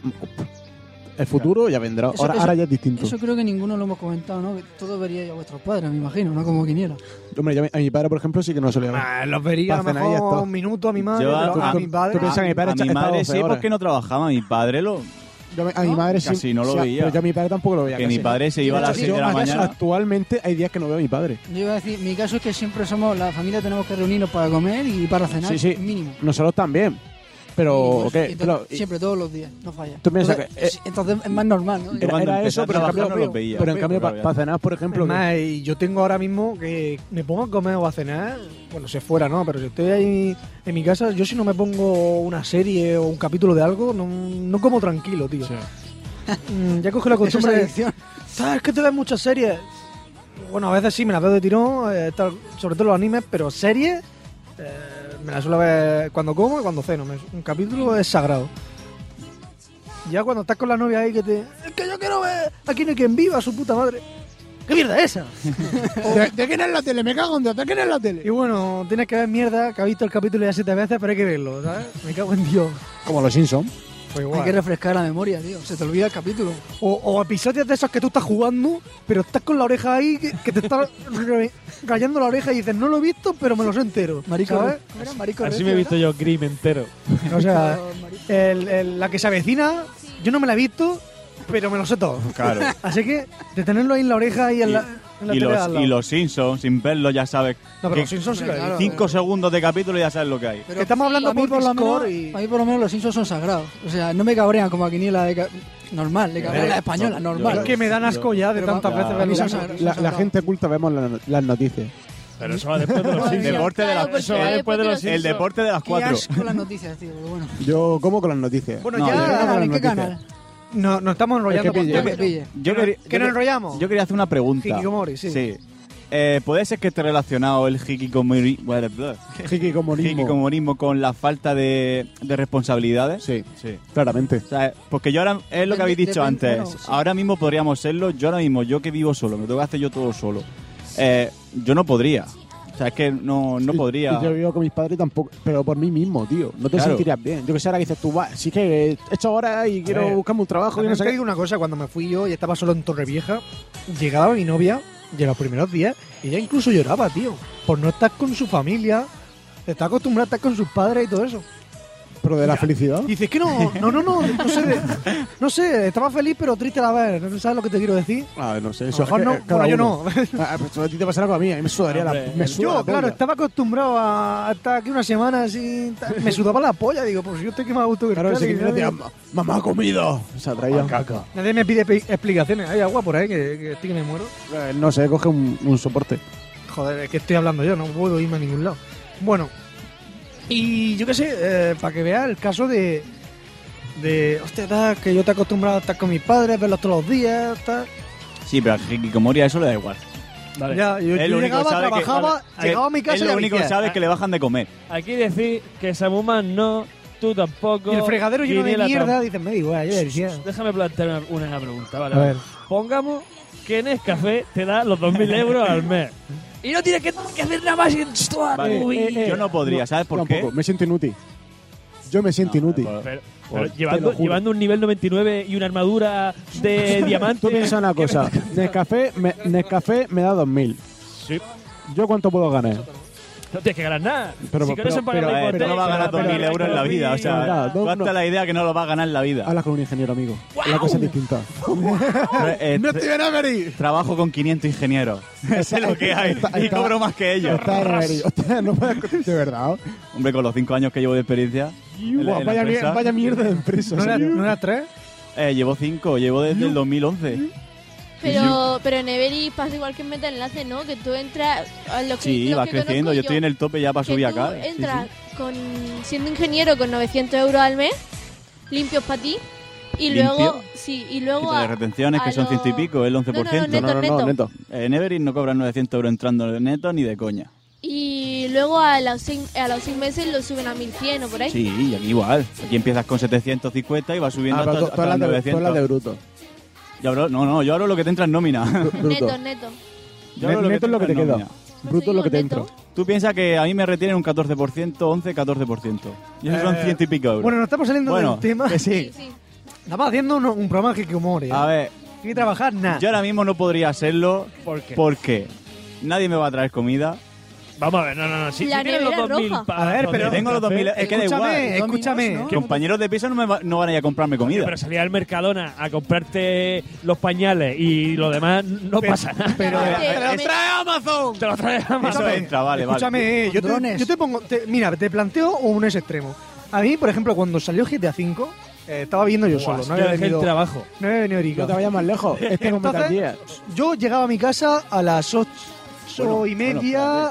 J: El futuro ya vendrá.
M: Eso-
J: ahora,
M: eso-
J: ahora ya es distinto.
M: Eso creo que ninguno lo hemos comentado, ¿no? Que todos veríais a vuestros padres, me imagino, ¿no? Como quiniela.
J: Hombre, yo a mi- a mi padre, por ejemplo, sí que no se le
H: Ah, los vería a lo mejor un minuto a mi madre,
G: Yo
H: ah, pero
G: tú-
H: a
G: tú-
H: mi padre.
J: tú piensas que mi padre
G: a
J: está-
G: mi
J: está
G: madre
J: 12
G: sí,
J: horas.
G: porque no trabajaba, mi padre lo...
J: Yo a mi madre sí-
G: Casi no lo
J: sí,
G: veía.
J: Pero yo a mi padre tampoco lo veía.
G: Que mi
J: casi.
G: padre se iba a
J: De
G: las
J: hecho,
G: seis de
J: yo
G: la
J: a-
G: mañana.
J: Actualmente hay días que no veo a mi padre.
M: Yo iba a decir, mi caso Ah, es que siempre somos, la familia tenemos que reunirnos para comer y para cenar,
J: Sí, sí.
M: mínimo.
J: Nosotros también. Pero,
M: Mínimos.
J: ¿qué?
M: Y entonces,
J: Pero, y-
M: siempre, todos los días, no falla.
J: Tú piensas
M: entonces,
J: que, eh,
M: sí, entonces es más normal, ¿no?
J: Era, era eso, pero en cambio, pero en cambio para cenar, por ejemplo,
H: Es
J: que-
H: más, y yo tengo ahora mismo que me pongo a comer o a cenar, bueno, si fuera, ¿no? Pero si estoy ahí en mi casa, yo si no me pongo una serie o un capítulo de algo, no, no como tranquilo, tío. Mm, ya coge la
M: Eso es
H: costumbre de...
M: adicción.
H: ¿Sabes que te ves muchas series? Bueno, a veces sí, me las veo de tirón, eh, tal, sobre todo los animes, pero series eh, me las suelo ver cuando como y cuando ceno. me- un capítulo es sagrado. Ya cuando estás con la novia ahí que te... Es que yo quiero ver aquí no hay quien viva, su puta madre. ¿Qué mierda es esa?
J: ¿De, de quién es la tele? Me cago en Dios, ¿de quién es la tele?
H: Y bueno, tienes que ver mierda, que has visto el capítulo ya siete veces, pero hay que verlo, ¿sabes? Me cago en Dios.
J: como los Simpsons.
H: Pues
M: Hay que refrescar la memoria, tío. Se te olvida el capítulo.
H: O, o episodios de esos que tú estás jugando, pero estás con la oreja ahí, que, que te está re- rayando la oreja y dices, no lo he visto, pero me lo sé entero.
M: Marico,
H: ¿sabes?
M: ¿cómo era? Marico
P: Así
M: Recio,
P: me he visto
M: ¿verdad?
P: yo Grimm entero.
H: O sea, el- el- la que se avecina, yo no me la he visto, pero me lo sé todo.
I: Claro.
H: Así que, de tenerlo ahí en la oreja y en la, en la
I: Y
H: tele
I: los,
H: al lado.
I: y los Simpsons, sin verlo ya sabes.
H: No, pero
I: que
H: los Simpsons sí lo he visto.
I: Cinco segundos de capítulo y ya sabes lo que hay.
H: Estamos hablando
M: a mí
H: por
M: por lo
H: Discord
M: menos, A mí por lo menos los Simpsons son sagrados. O sea, no me cabrean como a Quiniela de ca- normal,
P: Eh,
M: le cabrea la española, normal.
H: Es que me dan asco ya de tantas veces verlo.
J: La, la gente culta vemos la- las noticias.
P: Pero eso va después de los
I: El
P: Simpsons.
I: deporte de las-
M: pues
P: Claro, pues eso va
I: el-
P: después de los
I: El
P: Simpsons.
I: deporte de las cuatro.
M: con las noticias, tío, pero bueno.
J: Yo como con las noticias.
H: Bueno,
J: No,
H: ya.
J: yo como con las
H: ¿En qué
J: noticias.
H: canal? No, nos estamos enrollando.
J: El que pille.
H: con-
J: El que pille.
I: Yo quería-
H: ¿Que nos enrollamos?
I: Yo quería hacer una pregunta.
H: Hikikomori, sí.
I: Eh, ¿Puede ser que esté relacionado el hikikomori, bueno, blah,
J: Hikikomorismo.
I: hikikomorismo con la falta de, de responsabilidades?
J: Sí,
I: sí.
J: Claramente.
I: porque yo ahora, es lo que habéis dicho
J: depende-
I: antes,
J: bueno, sí.
I: ahora mismo podríamos serlo, yo ahora mismo, yo que vivo solo, me tengo que hacer yo todo solo, eh, yo no podría. O sea, es que no, no podría.
J: Y yo vivo con mis padres tampoco, pero por mí mismo, tío. No te
I: Claro.
J: sentirías bien. Yo que sé, ahora que dices tú, va, sí que he hecho horas y quiero
H: ver,
J: buscarme un trabajo. Y
H: También
J: no sé
H: te
J: qué.
H: digo una cosa, cuando me fui yo y estaba solo en Torrevieja, llegaba mi novia de los primeros días y ella incluso lloraba, tío, por no estar con su familia, está acostumbrada a estar con sus padres y todo eso.
J: Pero de la felicidad.
H: Y dices que no, no, no, no, no sé, de- no sé, estaba feliz pero triste a la vez, no sabes lo que te quiero decir.
J: Ah, no sé,
H: A
J: eso
H: lo mejor
J: es que-
H: no,
J: es cada
H: bueno, yo
J: uno. Ah, pues a ti te pasará algo a mí, a mí me sudaría la. Me suda la
H: Yo, claro,
J: polla.
H: estaba acostumbrado a estar aquí una semana sin... ta- Me sudaba la polla, digo, pues yo estoy que me ha gustado
J: Claro, sí que me decía, "Ma- mamá ha comido. O sea, traía caca.
H: Nadie me pide pe- explicaciones. Hay agua por ahí, que, que estoy que me muero.
J: No sé, coge un, un soporte.
H: Joder, es que estoy hablando yo, no puedo irme a ningún lado. Bueno, y yo qué sé, eh, para que veas el caso de. de. Hostia, tal, que yo te he acostumbrado a estar con mis padres, verlos todos los días, tal.
I: Sí, pero al hikikomori a eso le da igual.
H: Ya, yo, yo
I: Él lo único
H: llegaba,
I: sabe que-
H: trabajaba,
I: vale,
H: llegaba a
I: él-
H: mi casa
I: él
H: y a
I: lo único que
H: viciar.
I: sabe es que le bajan de comer.
P: Aquí decís que Samuman no, tú tampoco.
H: Y el fregadero lleno de
P: Quiniela
H: mierda,
P: tampoco.
H: dicen, me da igual, yo decía.
P: Déjame plantear una- una, pregunta, vale.
H: A
P: vale.
H: ver.
P: Pongamos que en Nescafé te da los 2.000 euros al mes. eh,
U: Y no tienes que, que hacer nada más en toda
I: Vale,
U: tu vida.
I: yo no podría, ¿sabes por
J: Tampoco, me siento inútil. Yo me siento inútil.
P: Pero,
J: Por-
P: pero
J: te
P: llevando,
J: lo juro.
P: llevando un nivel 99 y una armadura de diamante.
J: Tú piensa una cosa. Nescafé Eh, me, Nescafé me da 2.000.
P: Sí.
J: ¿Yo cuánto puedo ganar?
P: No tienes que ganar nada.
J: Pero-
P: si con eso
J: pero-
P: pagas
J: pero-
P: la
J: eh,
P: hipoteca,
J: pero
I: no va a ganar
P: pagas
I: 2.000 euros en la vida. O sea,
J: Nada, no,
I: tú hazte
J: no.
I: la idea que no lo va a ganar en la vida.
J: Hablas con un ingeniero, amigo. La cosa es distinta.
I: ¡No estoy en Eh, Trabajo con 500 ingenieros. sé lo que hay. y cobro más que ellos.
J: Está en Avery. Hostia, no puedo- De verdad.
I: Hombre, con los 5 años que llevo de experiencia. en la-
J: Guau,
I: en la
J: vaya, mier-
I: empresa,
J: vaya mierda de empresa.
I: ¿No era-
J: señor.
H: ¿No era tres?
I: eh, llevo 5, llevo desde el 2011.
N: Pero, pero en Every pasa igual que en Meta Enlace, ¿no? Que tú entras. a Lo que,
I: Sí,
N: lo
I: vas
N: que
I: creciendo.
N: conozco
I: Yo estoy en el tope ya para
N: que
I: subir
N: tú
I: acá. Sí,
N: Entras
I: sí.
N: con, siendo ingeniero con 900 euros al mes, limpios para ti. Y luego.
I: ¿Limpio?
N: Sí, y luego.
I: Quita de
N: a-
I: retenciones,
N: a
I: que son
N: los-
I: 100 y pico, el 11%.
N: No, no, no, neto, neto.
I: En Everest no cobran 900 euros entrando neto ni de coña.
N: Y luego a los, seis, a los seis meses lo suben a 1100 o por ahí.
I: Sí, y aquí igual. Aquí empiezas con 750 y vas subiendo
J: Ah, pero
I: hasta,
J: tú- tú
I: hasta las
J: hablas de- tú
I: 900.
J: hablas de bruto.
I: Yo hablo- no, no, yo hablo lo que te entra en nómina.
N: Neto, neto.
I: Yo hablo
J: Neto es lo que te
I: entra en
J: queda.
I: nómina.
J: Bruto es lo que te entra.
I: Tú piensas que a mí me retienen un 14%, 11, 14%. Y eso son
H: Eh,
I: 100 y pico euros.
H: Bueno, nos estamos saliendo
I: Bueno,
H: del tema.
I: que sí.
H: Estamos haciendo un, un programa que humor.
I: A ver,
H: que trabajar nada.
I: yo ahora mismo no podría hacerlo
P: ¿Por qué?
I: porque nadie me va a traer comida.
P: Vamos a ver, no, no, no. Si,
N: La
P: si tienes los
N: nevera
P: 2.000
N: roja.
P: para.
I: A ver, pero tengo los 2000, es que da igual.
H: Escúchame, ¿eh? escúchame.
I: Compañeros de piso no, me va- no van a ir a comprarme comida.
P: Pero salir al Mercadona a comprarte los pañales y lo demás no pasa nada.
H: pero-
Q: eh,
P: te
H: pero-
P: lo trae Amazon. eh, Te lo trae Amazon.
H: Escúchame,
I: entra, vale, vale.
H: escúchame, eh, yo, te, yo te pongo. te- mira, te planteo un es extremo. A mí, por ejemplo, cuando salió GTA V, eh, estaba viendo yo
P: Buah,
H: solo. No
P: yo
H: había
P: dejé el
H: venido,
P: trabajo.
H: No había venido Erika.
P: No te vayas más lejos, este es un Metal
H: Entonces,
P: Gear.
H: Yo llegaba a mi casa a las ocho
P: Bueno,
H: y
P: bueno,
H: media.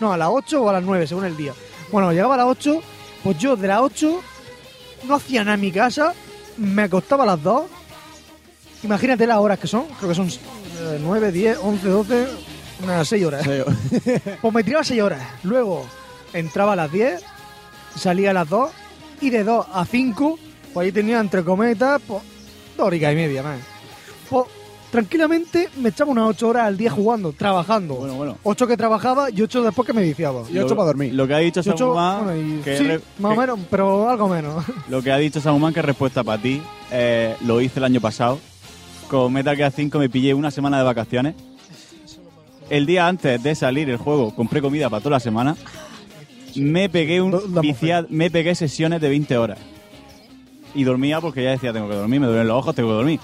H: No, a las 8 o a las 9, según el día. Bueno, llegaba a las 8, pues yo de las 8 no hacía nada en mi casa, me acostaba a las 2. Imagínate las horas que son, creo que son eh, 9, 10, 11, 12, unas 6 horas. pues me tiraba 6 horas. Luego entraba a las 10, salía a las 2 y de 2 a 5, pues ahí tenía entre cometas, pues 2 horas y media más. Pues tranquilamente me echaba unas 8 horas al día jugando, trabajando. Bueno, bueno. 8 que trabajaba y 8 después que me viciaba.
G: Lo- Lo que ha dicho
H: Y ocho,
G: Samuán,
H: bueno, y-
G: que
H: sí,
G: re-
H: más o menos, pero algo menos.
G: Lo que ha dicho Samuman, que es respuesta para ti, eh, lo hice el año pasado. Con Metal Gear 5 me pillé una semana de vacaciones. El día antes de salir el juego, compré comida para toda la semana. Me pegué, un viciad- me pegué sesiones de 20 horas. Y dormía porque ya decía, tengo que dormir, me duelen los ojos, tengo que dormir.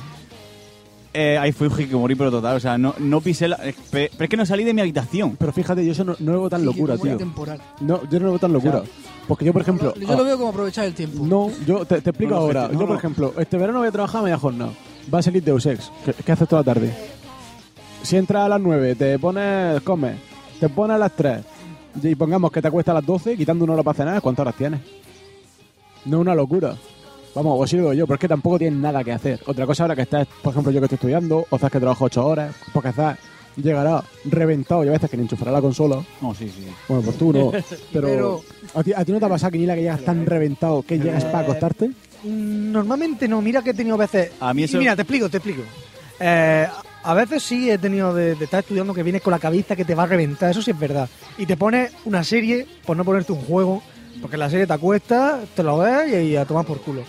G: Eh, ahí fui un hikikomori, pero total, o sea, no, no pisé la... eh, pe- Pero es que no salí de mi habitación.
J: Pero fíjate, yo eso no, no lo veo tan locura, tío.
M: temporal.
J: No, yo no lo veo tan locura. Porque yo, por ejemplo...
M: Yo
J: ah,
M: lo veo como aprovechar el tiempo.
J: No, yo te, te explico
M: No, no,
J: ahora.
M: gente, no,
J: yo, por
M: no.
J: ejemplo, este verano voy a trabajar a media jornada. Va a salir Deus Ex. ¿Qué, qué haces toda la tarde? Si entras a las 9, te pones, comes, te pones a las 3 y pongamos que te acuestas a las 12, quitando una hora para cenar, ¿cuántas horas tienes? No es una locura. Vamos, os sirvo yo, pero es que tampoco tienes nada que hacer. Otra cosa ahora que estás, por ejemplo, yo que estoy estudiando, o estás que trabajo 8 horas, pues quizás llegará reventado y a veces que ni enchufará la consola.
G: No, Oh, sí, sí.
J: Bueno, pues tú no. Pero,
H: Pero-
J: ¿a, ti, a ti no te ha pasado, Quinila, que llegas tan reventado que llegas para acostarte?
H: Mm, Normalmente no, mira que he tenido veces.
J: A mí eso-
H: Mira, te explico, te explico. Eh, a veces sí he tenido de, de estar estudiando que vienes con la cabeza que te va a reventar, eso sí es verdad. Y te pones una serie por no ponerte un juego, porque la serie te acuesta, te lo ves y, y a tomar por culo.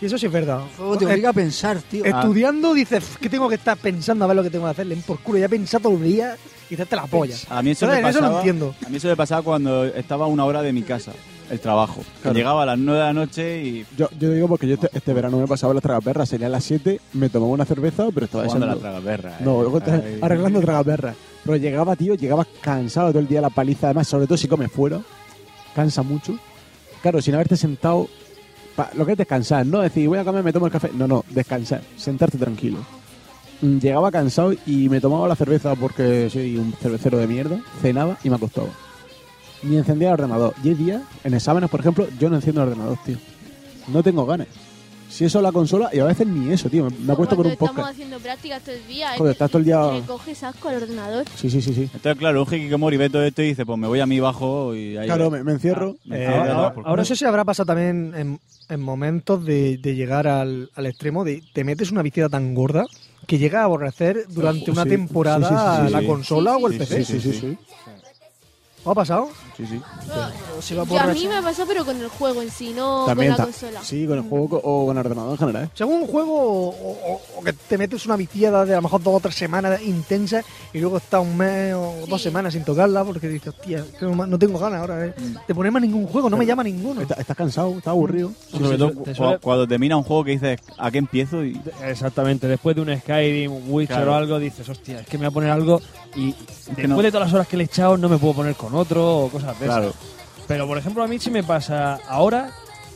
H: Y eso sí es verdad.
M: Luego te obliga a pensar, tío.
H: Estudiando dices "Pff, que tengo que estar pensando a ver lo que tengo que hacer, leen por culo, ya he pensado todo el día y te, te la polla.
G: A mí eso,
H: Entonces,
G: me
H: en
G: pasaba,
H: eso lo entiendo.
G: A mí eso me pasaba cuando estaba a una hora de mi casa, el trabajo. Que Llegaba a las 9 de la noche y
J: Yo, yo digo porque yo este, este verano me pasaba las tragaperras, sería a las 7, me tomaba una cerveza, pero estaba
G: jugando a la
J: deseando-
G: tragaperra.
J: No,
G: eh.
J: luego te-
G: Ay.
J: arreglando tragaperras. Pero llegaba, tío, llegaba cansado todo el día de la paliza, además, sobre todo si comes fuera, cansa mucho. Claro, sin haberte sentado, pa- lo que es descansar, no decir voy a comer, me tomo el café, no, no, descansar, sentarte tranquilo. Mm, Llegaba cansado y me tomaba la cerveza porque soy un cervecero de mierda, cenaba y me acostaba. Ni encendía el ordenador. Y hay días, en exámenes, por ejemplo, yo no enciendo el ordenador, tío. No tengo ganas. Si eso la consola, y a veces ni eso, tío. Me, me acuesto con
N: Cuando
J: un
N: estamos
J: podcast.
N: haciendo prácticas todo el día.
J: Joder,
N: es que
J: estás todo el día-
N: Le coges asco al ordenador.
J: Sí, sí, sí, sí.
G: Entonces, claro, un hikikomori ve todo esto y dice, pues me voy a mi bajo y ahí...
J: Claro, me, me encierro.
G: me-
H: Eh,
G: Ah, vale,
H: ahora,
G: vale, por
H: ahora
G: culo.
H: no sé si habrá pasado también en, en momentos de, de llegar al, al extremo de te metes una viciada tan gorda que llega a aborrecer durante
J: Oh, Sí,
H: una
J: sí,
H: temporada
J: sí, sí, sí,
H: la
J: sí.
H: consola o el
J: Sí,
H: PC.
J: Sí, sí, sí. sí.
H: ¿Os ha pasado?
J: Sí, sí.
H: Se va
N: Y a mí
H: borracho.
N: me pasó, pero con el juego en sí, no con
J: También
N: la
J: ta-
N: consola.
J: Sí, con el juego co- o con el ordenador en general, ¿eh?
H: Según un juego o, o- o que te metes una viciada de a lo mejor dos o tres semanas intensas y luego está un mes o dos semanas sin tocarla porque dices, hostia, que no, no tengo ganas ahora eh, de ponerme a ningún juego, no me llama ninguno.
J: Mm.
H: Mm.
J: Estás cansado, estás aburrido.
G: Sobre todo cu-
P: suele-
G: cuando termina un juego que dices, ¿a qué empiezo? Y...
P: Exactamente, después de un Skyrim, un Witcher
G: Claro.
P: o algo, dices, hostia, es que me voy a poner algo y después
G: no.
P: de todas las horas que le he echado no me puedo poner con otro o cosas de
G: Claro.
P: esas. Pero por ejemplo, a mí sí me pasa ahora,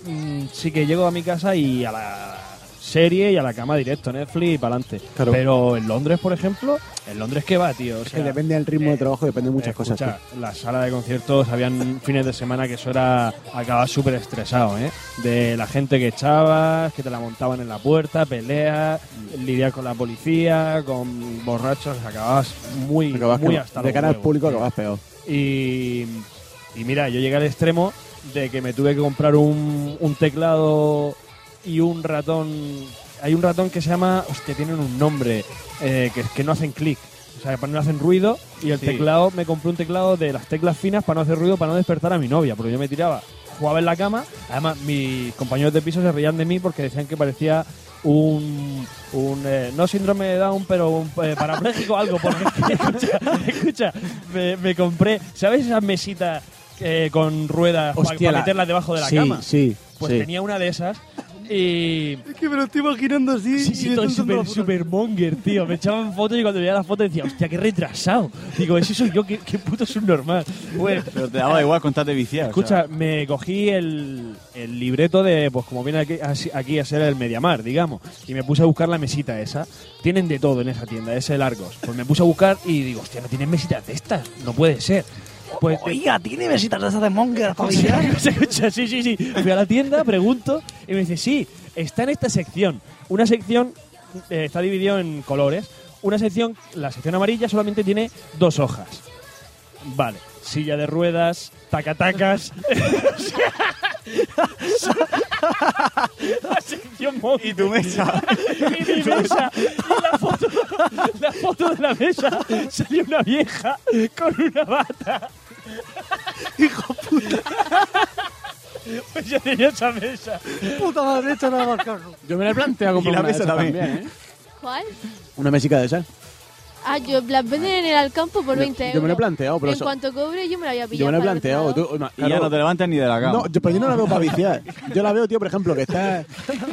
P: mm, sí que llego a mi casa y a la serie y a la cama directo, Netflix y para adelante.
J: Claro.
P: Pero en Londres, por ejemplo, en Londres que va, tío. O
J: Es que
P: sea,
J: depende del ritmo de trabajo, depende de muchas cosas.
P: escucha,
J: tío.
P: la sala de conciertos habían fines de semana que eso era acababa súper estresado, ¿eh? De la gente que echabas, que te la montaban en la puerta, peleas, lidiar con la policía, con borrachos, acababas muy,
J: Acabas
P: muy
J: que-
P: hasta
J: de
P: los
J: cara al
P: huevos.
J: público acabas peor.
P: Y, y mira, yo llegué al extremo de que me tuve que comprar un, un teclado y un ratón. Hay un ratón que se llama. Hostia, tienen un nombre. eh, que, que no hacen clic. O sea, que no hacen ruido. Y el
G: Sí.
P: teclado, me compré un teclado de las teclas finas para no hacer ruido, para no despertar a mi novia. Porque yo me tiraba, jugaba en la cama. Además, mis compañeros de piso se reían de mí porque decían que parecía un. un, eh, no síndrome de Down, pero un eh, parapléjico o algo. Porque es que, escucha, escucha, me, me compré. ¿Sabes esas mesitas eh, con ruedas para
J: Hostia, la-
P: meterlas debajo de la
J: sí,
P: cama?
J: sí,
P: Pues
J: sí.
P: tenía una de esas
V: Y.
H: Es que me lo estoy imaginando así.
P: Sí, sí,
H: y
P: todo
H: estoy usando la
P: super,
H: foto.
P: supermonger, tío. Me echaban fotos y cuando veía la foto decía, hostia, qué retrasado. Digo, ese soy yo, qué, qué puto subnormal. Bueno,
I: Pero te daba igual contarte viciado.
V: Escucha, me cogí el, el libreto de, pues como viene aquí, así- aquí a ser el Mediamar, digamos, y me puse a buscar la mesita esa. Tienen de todo en esa tienda, ese Largos. Pues me puse a buscar y digo, hostia, no tienen mesitas de estas, no puede ser. Pues,
H: Oiga, ¿tiene mesitas de esas de Monger familiar?
P: Escucha, escucha, sí, sí, sí. Fui a la tienda, pregunto y me dice, sí, está en esta sección. Una sección eh, está dividido en colores. Una sección, la sección amarilla solamente tiene dos hojas. Vale, silla de ruedas, tacatacas. la sección móvil. Y tu mesa. y mi mesa. Y la foto, la foto de la mesa salió una vieja con una bata. Hijo puta. Pues yo tenía esa mesa.
H: Puta madre, esto no va a marcar.
P: Yo me la he planteado
J: comprar Y la una de mesa esas también. ¿eh?
N: ¿Cuál?
J: Una mesica de esas.
N: Ah, yo las venden en el Alcampo por 20 euros.
J: Yo me lo he planteado,
N: Eh,
J: pero
N: En
J: eso-
N: cuanto cobre, yo me la voy a pillar.
J: Yo me lo he
N: para el
J: planteado.
N: otro
J: tú, ima-
I: Y ya no te levantas ni de la cama.
J: No, yo, pero yo no la veo para viciar. Yo la veo, tío, por ejemplo, que estás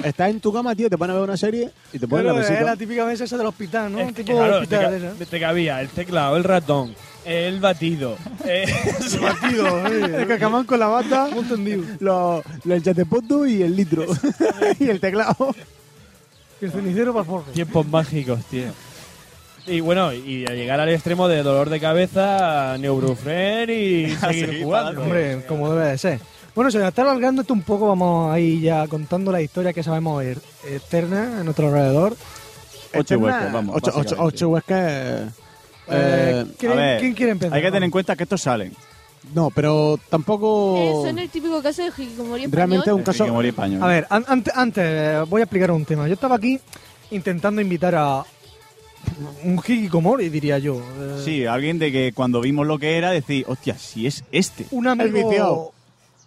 J: estás en tu cama, tío, te van a ver una serie y te ponen
H: Claro,
J: la
H: es la
J: mesita.
H: típica mesa esa del hospital, ¿no? Un tipo de
P: Claro, te,
H: hospital,
P: ca- te cabía el teclado, el ratón, el batido. el
H: batido,
J: eh.
H: El cacamán con la bata, un tendido.
J: Los el chat de poto y el litro. y el teclado.
H: Y el cenicero para el forro.
P: Tiempos mágicos, tío. Y bueno, y a llegar al extremo de dolor de cabeza, Neubrufen y seguir jugando.
H: Hombre, como debe de ser. Bueno, se está alargando esto un poco, vamos ahí ya contando la historia que sabemos er- externa a nuestro alrededor.
I: Ocho
H: Externa-
I: huecos, vamos.
J: Ocho, ocho,
I: básicamente.
J: ocho huescas.
H: Eh, ¿quién-
I: a ver,
H: quién quiere empezar?
I: Hay que tener en cuenta que estos salen.
J: No, pero tampoco.
N: lado. Eso en el típico caso de hikikomori español.
J: Realmente es un caso.
H: A ver, an- ante- antes eh, voy a explicar un tema. Yo estaba aquí intentando invitar a un hikikomori, diría yo. Eh,
I: Sí, alguien de que cuando vimos lo que era, decís, hostia, si es este.
H: Un amigo...
I: viciado.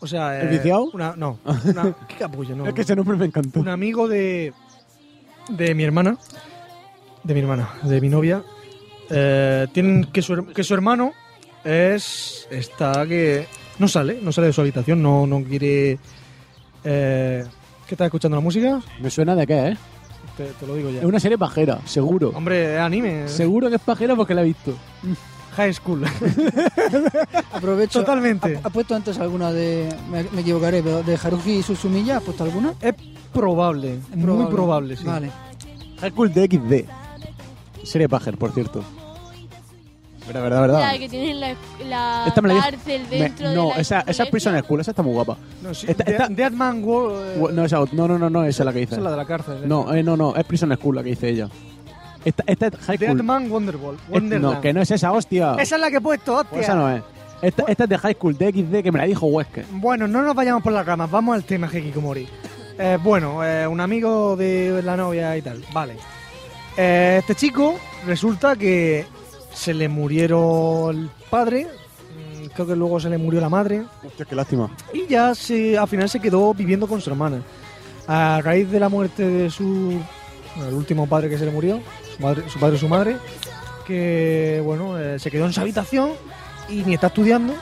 H: O sea,
I: ¿El
H: eh,
I: viciado?
H: una- no, una- qué capullo, no.
J: Es que ese nombre me encantó.
H: Un amigo de, de mi hermana, de mi hermana, de mi novia, eh, tienen que su, her- que su hermano es está que no sale, no sale de su habitación, no, no quiere. eh, ¿Qué estás escuchando la música?
J: Me suena de qué, ¿eh?
H: Te, te lo digo ya.
J: Es una serie pajera, seguro.
H: Hombre, es anime.
J: Seguro que es pajera porque la he visto.
H: High School.
M: Aprovecho.
H: Totalmente.
M: ¿Ha, ha puesto antes alguna de. Me, me equivocaré, pero de Haruji y Susumiya? ¿Has puesto alguna?
H: Es probable, muy probable, sí.
M: Vale.
J: High School DxD. Serie pajer, por cierto. Verdad, verdad, verdad.
N: La que tienen la, la
J: Esta me la vi-
N: cárcel
J: me-
N: dentro de
J: No,
N: la-
J: esa, esa es Prison School, esa está muy guapa.
H: No, sí,
J: Esta-
H: Dead-
J: esta-
H: Deadman World. eh,
J: Ua- No, esa, ot- no, no, no, no, esa es la que dice.
H: esa es la de la cárcel. eh.
J: No, eh, no, no, es Prison School la que dice ella. Esta, esta es High School.
H: Deadman Wonderball.
J: Es-
H: Wonderland.
J: no, que no es esa, hostia.
H: Esa es la que he puesto, hostia.
J: Ah. Pues esa no es. Esta, esta es de High School DxD que me la dijo Wesker.
H: Bueno, no nos vayamos por las ramas, vamos al tema Hikikomori. Eh, bueno, eh, un amigo de la novia y tal, vale. Eh, este chico resulta que se le murieron el padre, mm, creo que luego se le murió la madre,
J: Hostia, qué lástima.
H: y ya se, al final se quedó viviendo con su hermana. A raíz de la muerte de su. bueno, el último padre que se le murió, su, madre- su padre o su madre, que bueno, eh, se quedó en su habitación y ni está estudiando,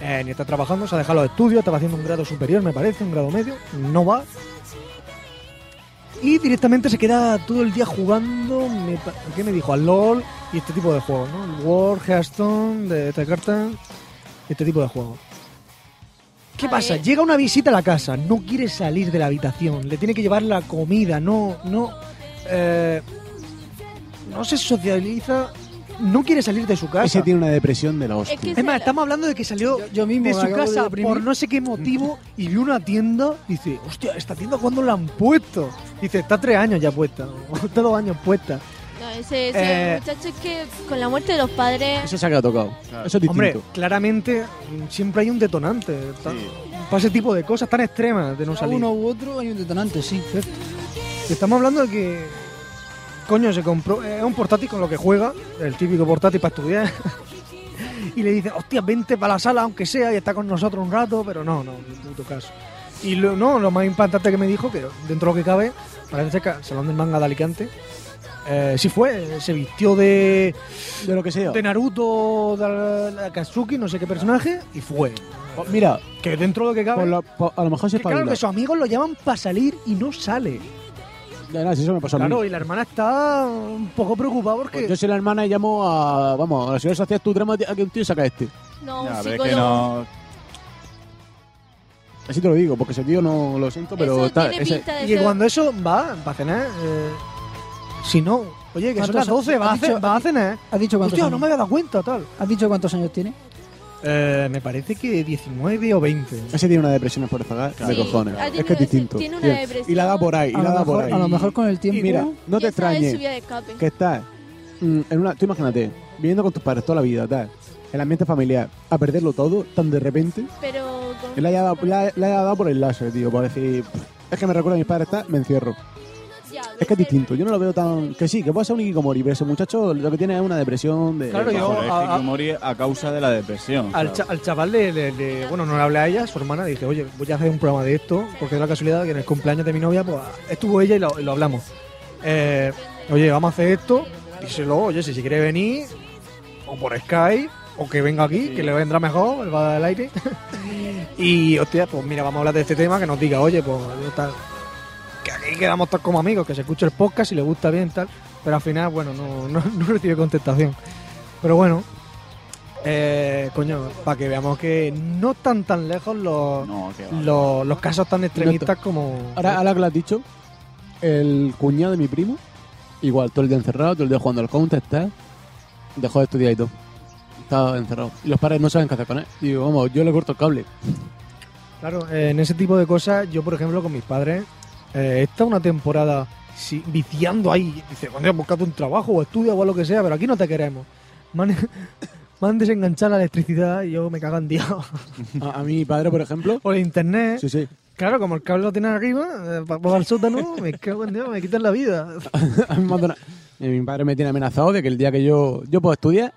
H: eh, ni está trabajando, se ha dejado los estudios, estaba haciendo un grado superior, me parece, un grado medio, no va. Y directamente se queda todo el día jugando, me pa- ¿qué me dijo? Al LOL y este tipo de juegos, ¿no? War, Hearthstone, de esta carta, este tipo de juegos. ¿Qué pasa? Llega una visita a la casa, no quiere salir de la habitación, le tiene que llevar la comida, no, no, eh, no se socializa, no quiere salir de su casa.
J: Ese tiene una depresión de la hostia.
H: Es, más, estamos hablando de que salió de
M: mismo me
H: su
M: acabo de
H: casa
M: deprimir.
H: por no sé qué motivo y vio una tienda y dice, hostia, ¿esta tienda cuándo la han puesto? Dice, está tres años ya puesta, o está dos años puesta.
N: No, ese, ese
H: Eh,
N: muchacho es que con la muerte de los padres.
J: Ese se ha quedado tocado. Eso es distinto.
H: Hombre, claramente mm, siempre hay un detonante tan- para ese tipo de cosas tan extremas de no salir.
M: Uno u otro hay un detonante, sí.
H: Estamos hablando de que. Coño, se compró. eh, Es un portátil con lo que juega, el típico portátil para estudiar. y le dice, hostia, vente para la sala, aunque sea, y está con nosotros un rato, pero no, no, ni puto caso. Y lo, no, lo más impactante que me dijo, que dentro de lo que cabe, parece que el salón del manga de Alicante, eh, sí fue, se vistió de.
J: De lo que sea.
H: De Naruto, de la- la Katsuki, no sé qué personaje, y fue.
J: Pues mira,
H: que dentro de lo que cabe.
J: por lo- por- a lo mejor se
H: que claro
J: espabila.
H: que sus amigos lo llaman para salir y no sale.
J: Ya, nada, si eso me pasó a mí.
H: Claro, y la hermana está un poco preocupada porque.
J: Pues yo soy la hermana y llamo a. Vamos, a la señora Sociedad, tu drama a que un tío saca este.
N: No,
G: Ya,
N: un
G: pero es
N: psicólogo.
G: que no.
J: Así te lo digo, porque ese tío no lo siento, pero
N: Eso
J: está.
N: tiene
J: ese-
N: pinta de
H: Y que
N: ser-
H: cuando eso va, va a cenar. eh, si no, oye, que son
M: ¿Cuántos
H: las 12, va,
M: has
H: a ce-
M: dicho-
H: va a cenar.
M: ¿Has dicho cuántos
H: Hostia,
M: años?
H: no me había dado cuenta, tal.
M: ¿Has dicho cuántos años tiene?
H: Eh, me parece que 19 o 20.
J: Ese tiene una depresión por pagar de
H: Sí,
J: cojones.
N: ha
J: es que
N: tenido-
J: es distinto.
N: tiene una
J: Bien.
N: depresión.
J: Y la da por ahí, y
M: A
J: la
M: lo
J: da por
M: mejor-
J: ahí.
M: a lo mejor con el
J: Y
M: tiempo-
J: Mira, no
N: Y esa
J: te
N: es
J: extrañes
N: su vía de escape.
J: que estás mm, en una. Tú imagínate, viviendo con tus padres toda la vida, tal. El ambiente familiar, a perderlo todo, tan de repente.
N: Pero con-
J: Le haya dado, le haya- le haya dado por el láser, tío, por decir. "Pff, Es que me recuerda a mis padres, tal, me encierro.
N: Ya,
J: Es que es distinto, yo no lo veo tan. Que sí, que puede ser un Ikikomori, pero ese muchacho lo que tiene es una depresión de.
G: Claro, es hikikomori a causa de la depresión.
H: Al,
G: claro.
H: cha- al chaval le, le- le- Bueno, no le hablé a ella, su hermana, dije, oye, voy a hacer un programa de esto, porque es la casualidad que en el cumpleaños de mi novia, pues estuvo ella y lo, y lo hablamos. Eh, oye, vamos a hacer esto, díselo, oye, si se quiere venir, o por Skype, o que venga aquí, que le vendrá mejor, el va del aire. y, hostia, pues mira, vamos a hablar de este tema, que nos diga, oye, pues yo tal. Que aquí quedamos todos como amigos, que se escuche el podcast y le gusta bien, tal. Pero al final, bueno, no, no, no recibe contestación. Pero bueno, eh, coño, para que veamos que no están tan lejos los, los, los casos tan extremistas como.
J: Ahora, ahora que lo has dicho, el cuñado de mi primo, igual, todo el día encerrado, todo el día jugando al counter, tal, dejó de estudiar y todo. Estaba encerrado. Y los padres no saben qué hacer con él. Digo, vamos, yo le corto el cable.
H: Claro, eh, en ese tipo de cosas, yo por ejemplo con mis padres, eh, he estado una temporada si- viciando ahí, dice, bueno, buscate un trabajo o estudia o lo que sea, pero aquí no te queremos. Me han, me han desenganchado la electricidad y yo me cago en Dios.
J: A, a mi padre, por ejemplo.
H: Por internet.
J: Sí, sí.
H: Claro, como el cable lo tienen arriba, eh, pa- pa- al sótano, me cago en Dios, me quitan la vida.
J: A mí me abandona- Eh, mi padre me tiene amenazado de que el día que yo, yo puedo estudiar,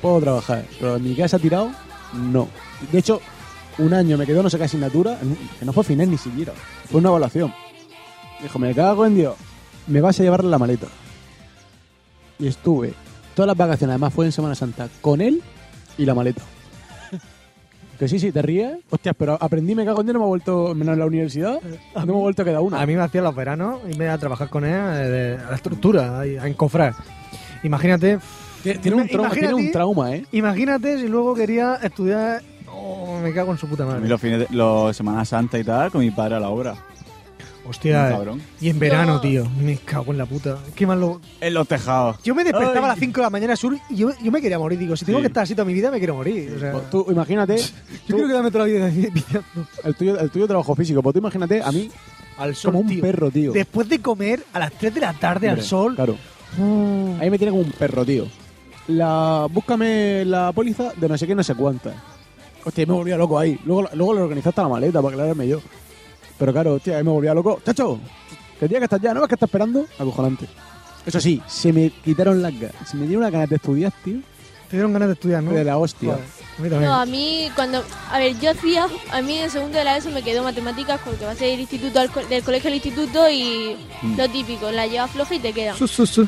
J: puedo trabajar. Pero en mi casa tirado, no. De hecho, un año me quedó no sé qué asignatura, que no fue final ni siquiera. Fue una evaluación. Dijo, me cago en Dios, me vas a llevar la maleta. Y estuve todas las vacaciones, además fue en Semana Santa, con él y la maleta. Que sí, sí, te ríes. Hostias, pero aprendí, me cago en Dios, no me ha vuelto, menos en la universidad, no me ha vuelto a quedar una.
H: A mí me hacía los veranos y me iba a trabajar con él eh, de- a la estructura, ahí, a encofrar. Imagínate.
J: Tiene un trauma, tiene un trauma, ¿eh?
H: Imagínate si luego quería estudiar. Oh, me cago en su puta
G: A
H: madre.
G: mí los fines de los Semana Santa y tal, con mi padre a la obra.
H: Hostia,
G: Un cabrón.
H: Y en verano, tío. Me cago en la puta. Qué malo.
G: En los tejados.
H: Yo me despertaba
G: Ay.
H: a las 5 de la mañana sur y yo, yo me quería morir. Digo, si tengo que estar así toda mi vida, me quiero morir. O sea,
J: Pues tú imagínate.
H: yo quiero quedarme toda la vida viciando.
J: El tuyo, el tuyo trabajo físico, pues tú imagínate a mí
H: Al sol,
J: como un
H: tío.
J: perro, tío.
H: Después de comer a las 3 de la tarde al
J: Hombre,
H: sol.
J: Claro. A mí me tiene como un perro, tío. La, búscame la póliza de no sé qué, no sé cuánta. Hostia, me volvía loco ahí. Luego, luego lo organizé hasta la maleta para aclararme yo. Pero claro, hostia, ahí me volvía loco. ¡Chacho! Que el día que estás ya, ¿no ves que estás esperando? Acojonante. Eso sí, se me quitaron las ganas. Se me dieron las ganas de estudiar, tío.
H: Te dieron ganas de estudiar, ¿no?
J: De la hostia.
H: Joder, a mí
N: No,
J: eh.
H: también.
N: a mí cuando... A ver, yo hacía... A mí en segundo de la ESO me quedó matemáticas porque vas a ir instituto al co- del colegio al instituto y
H: Mm.
N: lo típico, la llevas floja y te queda.
H: Su, su, su.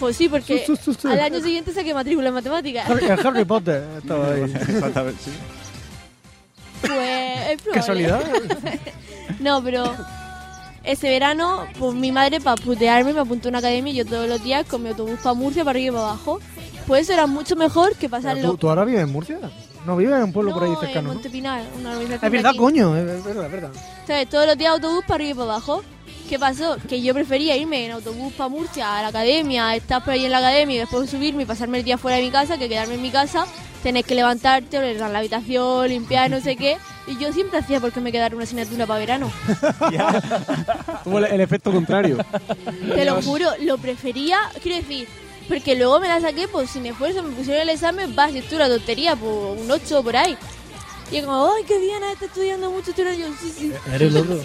N: Pues sí, porque
H: Su, su, su, su.
N: al año siguiente saqué matrícula en matemáticas.
H: Harry, el Harry Potter estaba ahí.
G: Exactamente, sí.
N: Pues es probable.
H: ¿Casualidad?
N: no, pero ese verano, pues mi madre para putearme me apuntó a una academia y yo todos los días con mi autobús para Murcia, para arriba y para abajo. Pues eso era mucho mejor que pasarlo
H: ¿Tú, tú ahora vives en Murcia? No, vives en un pueblo por ahí
N: en
H: cercano. ¿no?
N: Montepinar, una organización
H: Es verdad,
N: de aquí.
H: coño, es verdad, es verdad.
N: ¿Sabes? Todos los días autobús para arriba y para abajo. ¿Qué pasó? Que yo prefería irme en autobús para Murcia, a la academia, estar por ahí en la academia y después subirme y pasarme el día fuera de mi casa que quedarme en mi casa, tener que levantarte, ordenar la habitación, limpiar, no sé qué. Y yo siempre hacía porque me quedara una asignatura para verano.
J: Tuvo el, el efecto contrario.
N: Te lo juro, lo prefería, quiero decir, porque luego me la saqué pues sin esfuerzo, me pusieron el examen, va, si esto es una tontería, pues un 8 por ahí. Y yo como, ay, qué bien, ah, está estudiando mucho, tú eres yo, sí, sí.
E: Eres loco.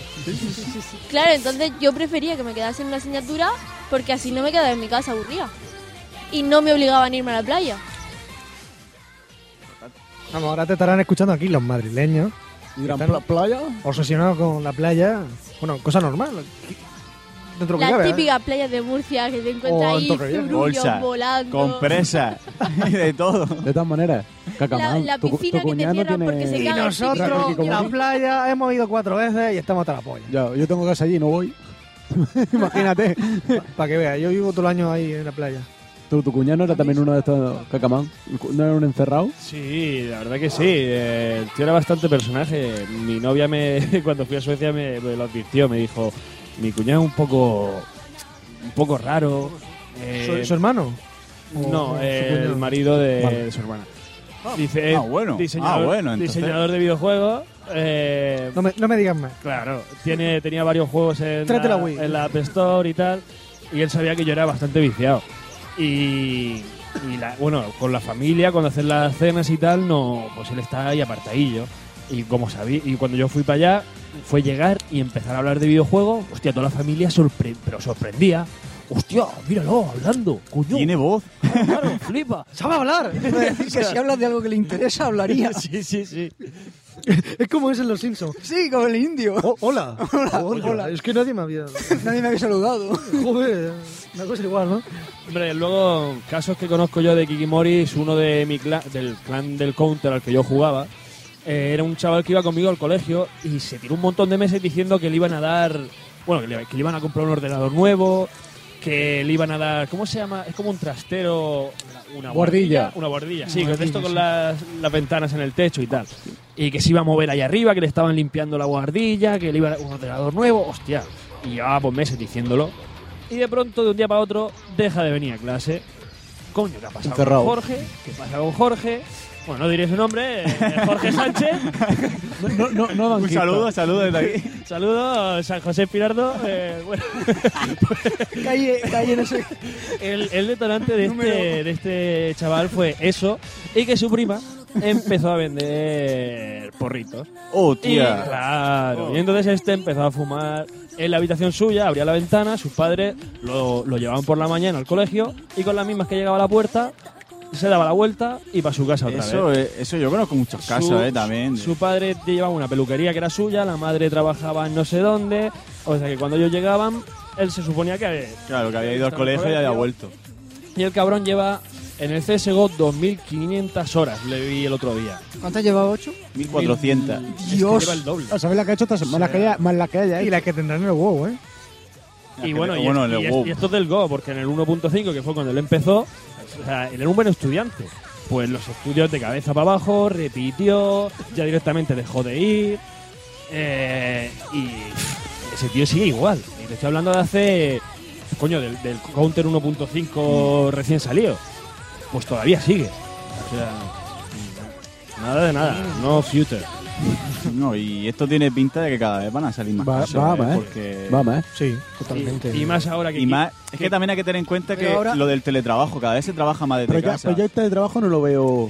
N: Claro, entonces yo prefería que me quedase en una asignatura porque así no me quedaba en mi casa aburrida. Y no me obligaban a irme a la playa.
H: Vamos, ahora te estarán escuchando aquí los madrileños.
J: ¿Y
H: Están
J: playa?
H: obsesionados con la playa. Bueno, cosa normal. dentro de
N: la
H: lo que cabe, ¿eh?
N: típica playa de Murcia que te
J: Oh,
N: encuentras
H: O en
N: ahí
H: Torrevieja.
N: zurullos
H: Bolsa,
N: volando.
G: Compresa y de todo.
J: De todas maneras, Cacamán,
N: La- la
J: tu- tu
N: piscina que te
J: cuñado
N: cierran
J: tiene-
N: porque se
H: Y nosotros, en la playa, hemos ido cuatro veces y estamos hasta la polla.
J: Ya, yo tengo casa allí y no voy. Imagínate.
H: Para que veas, yo vivo todo el año ahí en la playa.
J: ¿Tu, tu cuñado no era también uno de estos Cacamán? ¿No era un encerrado?
P: Sí, la verdad que sí. eh, El tío era bastante personaje. Mi novia, me cuando fui a Suecia, me, me lo advirtió. Me dijo, mi cuñado es un poco, un poco raro. eh,
H: ¿Su, su hermano?
P: No,
H: ¿O su
P: eh,
H: cuñado?
P: el marido de,
H: Vale.
P: de su hermana. Dice, eh,
H: ah, bueno. Ah,
P: diseñador,
H: bueno, entonces.
P: diseñador de videojuegos. eh,
H: No me, no me digas más.
P: Claro, tiene, tenía varios juegos en
H: Tráete la
P: la,
H: Wii.
P: en la App Store y tal. Y él sabía que yo era bastante viciado. Y, y la- bueno, con la familia, cuando hacen las cenas y tal, no, pues él está ahí apartadillo. Y como sabía, y cuando yo fui para allá, fue llegar y empezar a hablar de videojuegos. Hostia, toda la familia sorpre- pero sorprendía. Hostia, míralo, hablando, coño. Tiene
G: voz.
P: Claro, flipa.
H: ¿Sabe hablar?
M: decir que si hablas de algo que le interesa, hablaría.
P: sí, sí, sí.
H: Es como es en Los Simpsons.
M: Sí, como el indio.
H: hola. hola. Es que nadie me había...
M: Nadie me había saludado.
H: Joder, una cosa igual, ¿no?
P: Hombre, luego casos que conozco yo de Kikimori es uno de mi clan, del clan del counter al que yo jugaba. Eh, era un chaval que iba conmigo al colegio y se tiró un montón de meses diciendo que le iban a dar, bueno, que le, que le iban a comprar un ordenador nuevo, que le iban a dar, ¿cómo se llama? Es como un trastero, una- una
J: Guardilla.
P: Una guardilla, sí,
J: Guardilla,
P: con esto con
J: sí.
P: las, las ventanas en el techo y tal. Y que se iba a mover ahí arriba, que le estaban limpiando la guardilla, que le iba a dar un ordenador nuevo, hostia. Y llevaba pues, meses diciéndolo. Y de pronto, de un día para otro, deja de venir a clase. Coño, ¿qué ha pasado
G: Encerrado.
P: con Jorge? ¿Qué pasa con Jorge? Bueno, no diré su nombre, eh, Jorge Sánchez.
J: No, no, no dan
P: Un
J: quinto.
P: saludo, saludo desde aquí. Saludo, San José Pirardo. eh, bueno.
M: calle, calle, no sé.
P: El, el detonante de este, de este chaval fue eso y que su prima empezó a vender porritos.
G: ¡Oh,
P: Y
G: tía! Oh.
P: claro, y entonces este empezó a fumar en la habitación suya, abría la ventana, sus padres lo, lo llevaban por la mañana al colegio y con las mismas que llegaba a la puerta se daba la vuelta y para su casa otra vez.
G: Eso, eh, eso yo conozco muchos casos,
P: Su-
G: eh, también.
P: Su padre llevaba una peluquería que era suya, la madre trabajaba en no sé dónde. O sea que cuando ellos llegaban, él se suponía que.
G: Claro, que había ido al
P: estaba en el
G: colegio y había vuelto.
P: Y el cabrón lleva en el CSGO 2.500 horas, le vi el otro día.
M: ¿Cuántas lleva? ¿Ocho?
G: 1.400.
M: Dios.
P: lleva el doble.
J: Ah, ¿Sabes la que ha hecho esta semana? La que haya- Más la que haya
H: Y la que tendrán en el WoW, ¿eh?
G: Ah,
P: Y bueno, y,
G: bueno,
P: es-
G: en el
P: y es-
G: WoW.
P: y esto es del Go, porque en el 1.5, que fue cuando él empezó, o sea, él era un buen estudiante. Pues los estudios de cabeza para abajo, repitió, ya directamente dejó de ir. eh, y pff, ese tío sigue igual. Y te estoy hablando de hace. Coño, del, del Counter 1.5 recién salido. Pues todavía sigue. O sea, nada de nada. No future.
G: No, y esto tiene pinta de que cada vez van a salir más
J: Va-
G: casos.
J: va, va, eh.
G: Porque...
J: Va, va, eh.
H: Sí,
P: totalmente. Y, más ahora que.
G: Y más, es que también hay que tener en cuenta que
J: Pero ahora-
G: lo del teletrabajo, cada vez se trabaja más desde
J: Pero ya,
G: casa.
J: pero ya este de trabajo no lo veo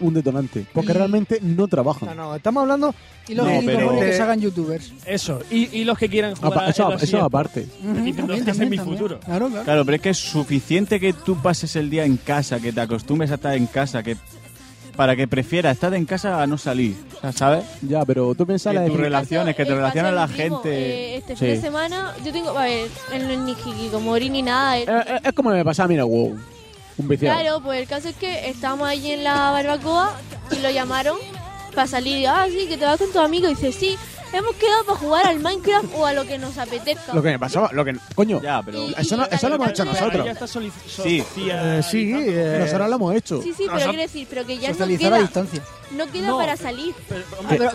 J: un detonante. Porque realmente no trabajan.
H: No, estamos hablando...
M: Y los
J: No,
M: que
J: pero-
M: que se hagan youtubers.
P: Eso. Y, y los que quieran jugar.
J: Apa-
P: a-
J: Ah, eso,
P: en los
J: eso
P: eSports.
J: aparte.
P: Diciendo,
M: También,
P: "Este es en mi
M: también, también.
P: futuro.
M: Claro, claro.
G: Claro, pero es que es suficiente que tú pases el día en casa, que te acostumbres a estar en casa, que para que prefieras estar en casa a no salir, o sea, ¿sabes?
J: Ya, pero tú piensas
G: que
J: la
G: tus
J: de-
G: relaciones, que te relacionas la
N: Mismo,
G: gente.
N: eh, este fin de
J: Sí.
N: semana yo tengo, a ver, él no es ni hikikomori ni nada. él-
J: Eh, eh, es como me pasaba, mira, wow. Un viciado.
N: Claro, pues el caso es que estábamos allí en la barbacoa y lo llamaron para salir. Ah, sí, que te vas con tu amigo. Y dice, sí, hemos quedado para jugar al Minecraft o a lo que nos apetezca.
J: Lo que me pasaba, lo que. Coño.
G: Ya, pero.
J: Eso no, eso lo hemos hecho nosotros.
G: Sí.
J: Eh, sí,
H: eh,
J: nosotros lo hemos hecho.
N: Sí, sí, pero quiero decir, pero que ya no
M: Socializar a
N: queda,
M: distancia.
N: no queda
M: No,
N: para salir.
M: Ah, pero,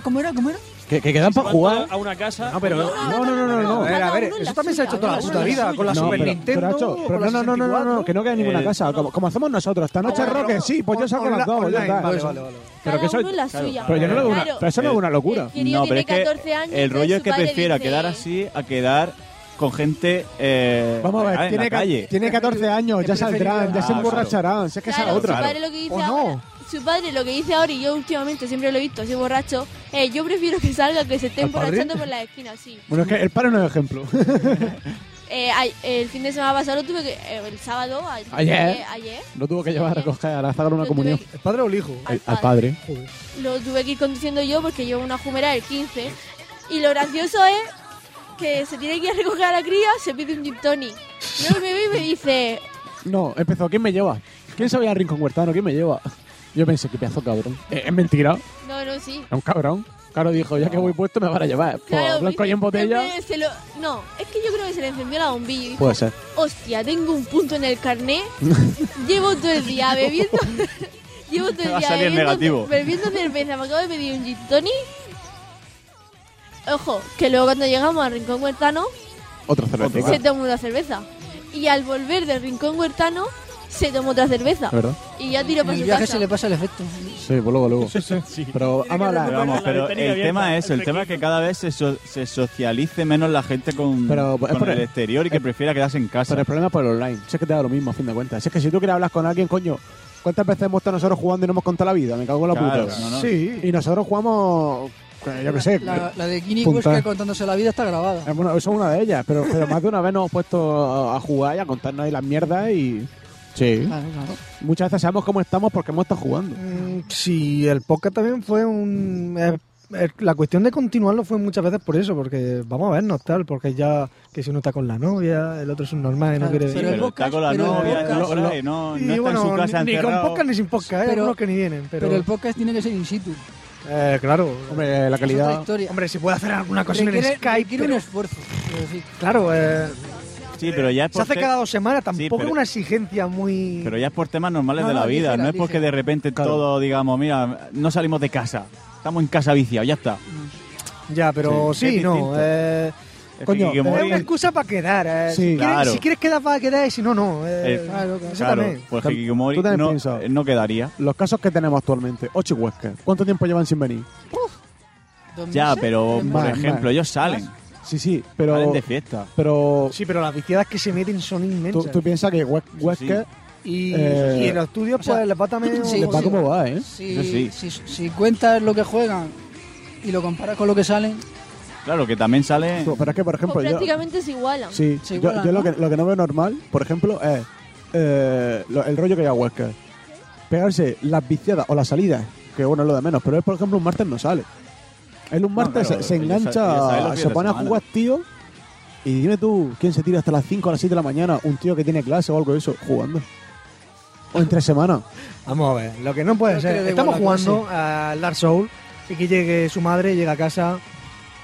M: ¿Cómo era? ¿Cómo era?
J: Que, que quedan para jugar.
P: a una casa.
J: No, pero. No, no, no, no. no.
H: A ver, a ver, eso también se ha hecho toda la puta vida, con la
J: No,
H: Super
J: pero-
H: Nintendo,
J: pero, Nacho, pero
H: con la
J: no, no, no, no, no,
H: 64.
J: que no queda en ninguna
H: Eh,
J: casa, Como, como hacemos nosotros. Esta noche
H: Bueno,
J: rock, sí, pues yo saco
H: online,
J: las dos. ya
H: online,
J: está.
H: vale, vale, vale.
J: Pero que
N: Cada
J: eso,
N: uno en la suya.
J: pero yo no lo veo una-
N: Claro.
J: pero eso no es una locura.
N: El querido
G: No, pero
N: tiene
G: es que
N: 14 años,
G: el rollo es
N: su
G: que
N: padre
G: prefiera
N: dice-
G: quedar así a quedar con gente eh,
J: Vamos a ver,
G: en
J: tiene,
G: la
J: ca-
G: calle.
J: tiene 14 años, ya saldrán, ya se
G: Claro,
J: emborracharán, si es que esa es la
N: Claro,
J: otra.
N: Su padre, lo que dice ahora, su padre lo que dice ahora, y yo últimamente siempre lo he visto así borracho, eh, yo prefiero que salga que se esté
J: ¿Al padre?
N: emborrachando por la esquina, sí.
J: Bueno, es que el padre no es ejemplo.
N: Eh, ay- el fin de semana pasado lo tuve que. eh, el sábado, a-
J: Ayer.
N: eh, ayer,
J: Lo tuvo que llevar a recoger a la saga de una comunión.
H: ¿El padre o el hijo?
J: El- al padre.
N: lo tuve que ir conduciendo yo porque llevo una jumera del 15. Y lo gracioso es que se tiene que ir a recoger a la cría, se pide un gin tonic. Luego me ve y me dice,
J: No, empezó. ¿Quién me lleva? ¿Quién se va a ir al rincón huertano? ¿Quién me lleva? Yo pensé, qué pedazo de cabrón. Eh, es mentira.
N: no, no, sí.
J: Es un cabrón. Claro, dijo, ya que voy puesto me van a llevar. Pues,
N: Claro,
J: blanco y en botella. Pues.
N: Siempre se lo- No, es que yo creo que se le encendió la bombilla. y dijo,
J: Puede ser.
N: Hostia, tengo un punto en el carné. Llevo todo el día bebiendo. llevo todo el
I: Va a
N: día
I: salir
N: bebiendo,
I: negativo.
N: bebiendo cerveza. Me acabo de pedir un gin tonic. Ojo, que luego cuando llegamos al Rincón Huertano,
J: Otra cerveza.
N: se tomó una cerveza. Y al volver del Rincón Huertano, se tomó otra cerveza.
J: Es verdad.
N: Y ya tiró para
M: el
N: su
M: viaje
N: casa.
M: se le pasa el efecto.
J: Sí, pues luego, luego. Pero ama la...
I: Pero vamos, pero el tema es eso, el tema es que cada vez se, so- se socialice menos la gente con,
J: Pero, pues, es
H: eh,
I: con
J: por
I: el
J: el-
I: exterior y que prefiera quedarse en casa.
J: Pero el problema es por el online. Si es que te da lo mismo, a fin de cuentas. Si es que si tú quieres hablar con alguien, coño, ¿cuántas veces hemos estado nosotros jugando y no hemos contado la vida? Me cago en la
I: Claro,
J: puta.
I: no, no.
J: Sí. Y nosotros jugamos. eh, Yo qué sé.
M: La, la de Guinea
J: punta.
M: Huesca contándose la vida está grabada.
J: Eh, bueno, eso es una de ellas, pero, pero más de una vez nos hemos puesto a a jugar y a contarnos ahí las mierdas y.
H: eh,
J: Sí.
M: Ah.
J: Muchas veces sabemos cómo estamos porque hemos estado jugando.
H: Mm, Sí, el podcast también fue un... eh, eh, la cuestión de continuarlo fue muchas veces por eso, porque vamos a vernos tal, porque ya que si uno está con la novia, el otro es un normal y no
M: Claro,
H: quiere
M: sí,
H: venir.
M: pero el
I: Está con la
M: Pero el
I: novia,
M: podcast-
I: está por ahí, no,
H: Y
I: no está en su
H: bueno,
I: casa
H: ni, ni con
I: encerrado.
H: podcast ni sin podcast, ¿eh?
M: Pero-
H: Algunos que ni vienen, pero...
M: Pero el podcast tiene que ser in situ.
H: Eh, claro.
J: Hombre,
M: Es
J: la
M: otra
J: calidad.
M: historia.
H: Hombre, si puede hacer alguna cosa en el
M: Requiere-
H: Skype,
M: requiere
H: pero-
M: un esfuerzo. pero sí.
H: Claro, eh,
I: Sí, pero ya es
H: se
I: por
H: hace
I: te-
H: cada dos semanas, tampoco
I: pero-
H: es una exigencia muy...
I: Pero ya es por temas normales
H: No,
I: de la
H: no,
I: vida,
H: ligera,
I: no es porque de
H: ligera.
I: repente
H: Claro.
I: todo digamos, mira, no salimos de casa, estamos en casa viciados, ya está.
H: Ya, pero
I: Sí,
H: sí,
I: es
H: no.
I: distinto.
H: Eh,
I: que
H: coño,
I: que
H: es
I: morir-
H: una excusa para quedar. eh.
I: Sí.
H: si, quieres,
I: Claro.
H: si quieres quedar, para quedar, y si no, no. eh,
I: El-
H: claro, eso
I: claro,
H: también.
I: pues
J: Tam-
I: Hikikomori
J: tú también
I: no,
J: piensas.
I: eh, no quedaría.
J: Los casos que tenemos actualmente, ocho huescas. ¿Cuánto tiempo llevan sin venir?
I: Ya, pero por
J: Más,
I: ejemplo,
J: más.
I: ellos salen,
J: Sí, sí, pero.
I: salen de fiesta.
J: Pero
H: Sí, pero las viciadas que se meten son
J: tú,
H: inmensas.
J: tú piensas que Hues- Huesca.
H: y,
J: eh,
H: y en los estudios,
M: o sea,
H: pues, les va también...
M: sí,
J: les va
M: sí.
J: como va, ¿eh?
M: Si,
I: Eso sí.
M: si, si cuentas lo que juegan y lo comparas con lo que salen,
I: Claro, que también salen...
J: Pero es que, por ejemplo,
N: Pues
J: yo,
N: prácticamente se igualan.
J: Sí,
M: Se
J: yo,
M: igualan,
J: yo
M: ¿no?
J: lo, que, lo que no veo normal, por ejemplo, es eh, lo- el rollo que hay a Huesca. Pegarse las viciadas o las salidas, que bueno, es lo de menos, pero es por ejemplo un martes no sale. Él un martes
I: claro,
J: se, se
I: ellos sa- ellos salen los
J: engancha,
I: fines
J: se
I: de
J: pone a
I: semana.
J: jugar, tío. Y dime tú, ¿quién se tira hasta las 5 o las 7 de la mañana? Un tío que tiene clase o algo de eso, jugando. O entre semana.
H: Vamos a ver, lo que no puede
M: Creo que le
H: ser.
M: da
H: Estamos
M: igual la
H: jugando a Dark Souls y que llegue su madre, llega a casa.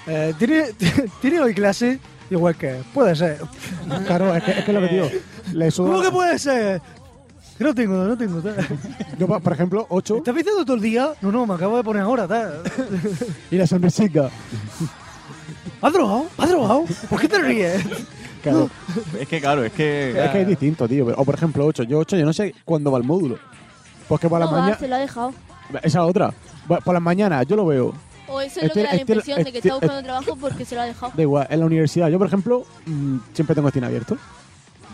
H: eh, ¿tiene, ¿Tiene hoy clase? Igual que, puede ser.
J: Claro, es que es que lo que digo. Le suda-
H: ¿Cómo que puede ser? Que No tengo, no tengo. tal.
J: Yo, pa- por ejemplo, 8
H: ¿Estás viciando todo el día? No, no, me acabo de poner ahora. tal.
J: y la sonrisica.
H: ¿Has drogado? ¿Has drogado? ¿Por qué te ríes?
J: Claro.
I: Es que claro, es que...
J: Es que es distinto, tío. O por ejemplo, 8. Yo 8, yo no sé cuándo va el módulo. Porque por
N: No
J: la
N: va,
J: mañana.
N: se lo ha dejado.
J: Esa otra. Va- Por las mañanas, yo lo veo.
N: O eso es lo que
J: Estoy-
N: da la
J: estoy-
N: impresión de que
J: estoy-
N: está buscando trabajo porque se lo ha dejado.
J: Da igual, en la universidad. Yo, por ejemplo, mm, siempre tengo Steam abierto.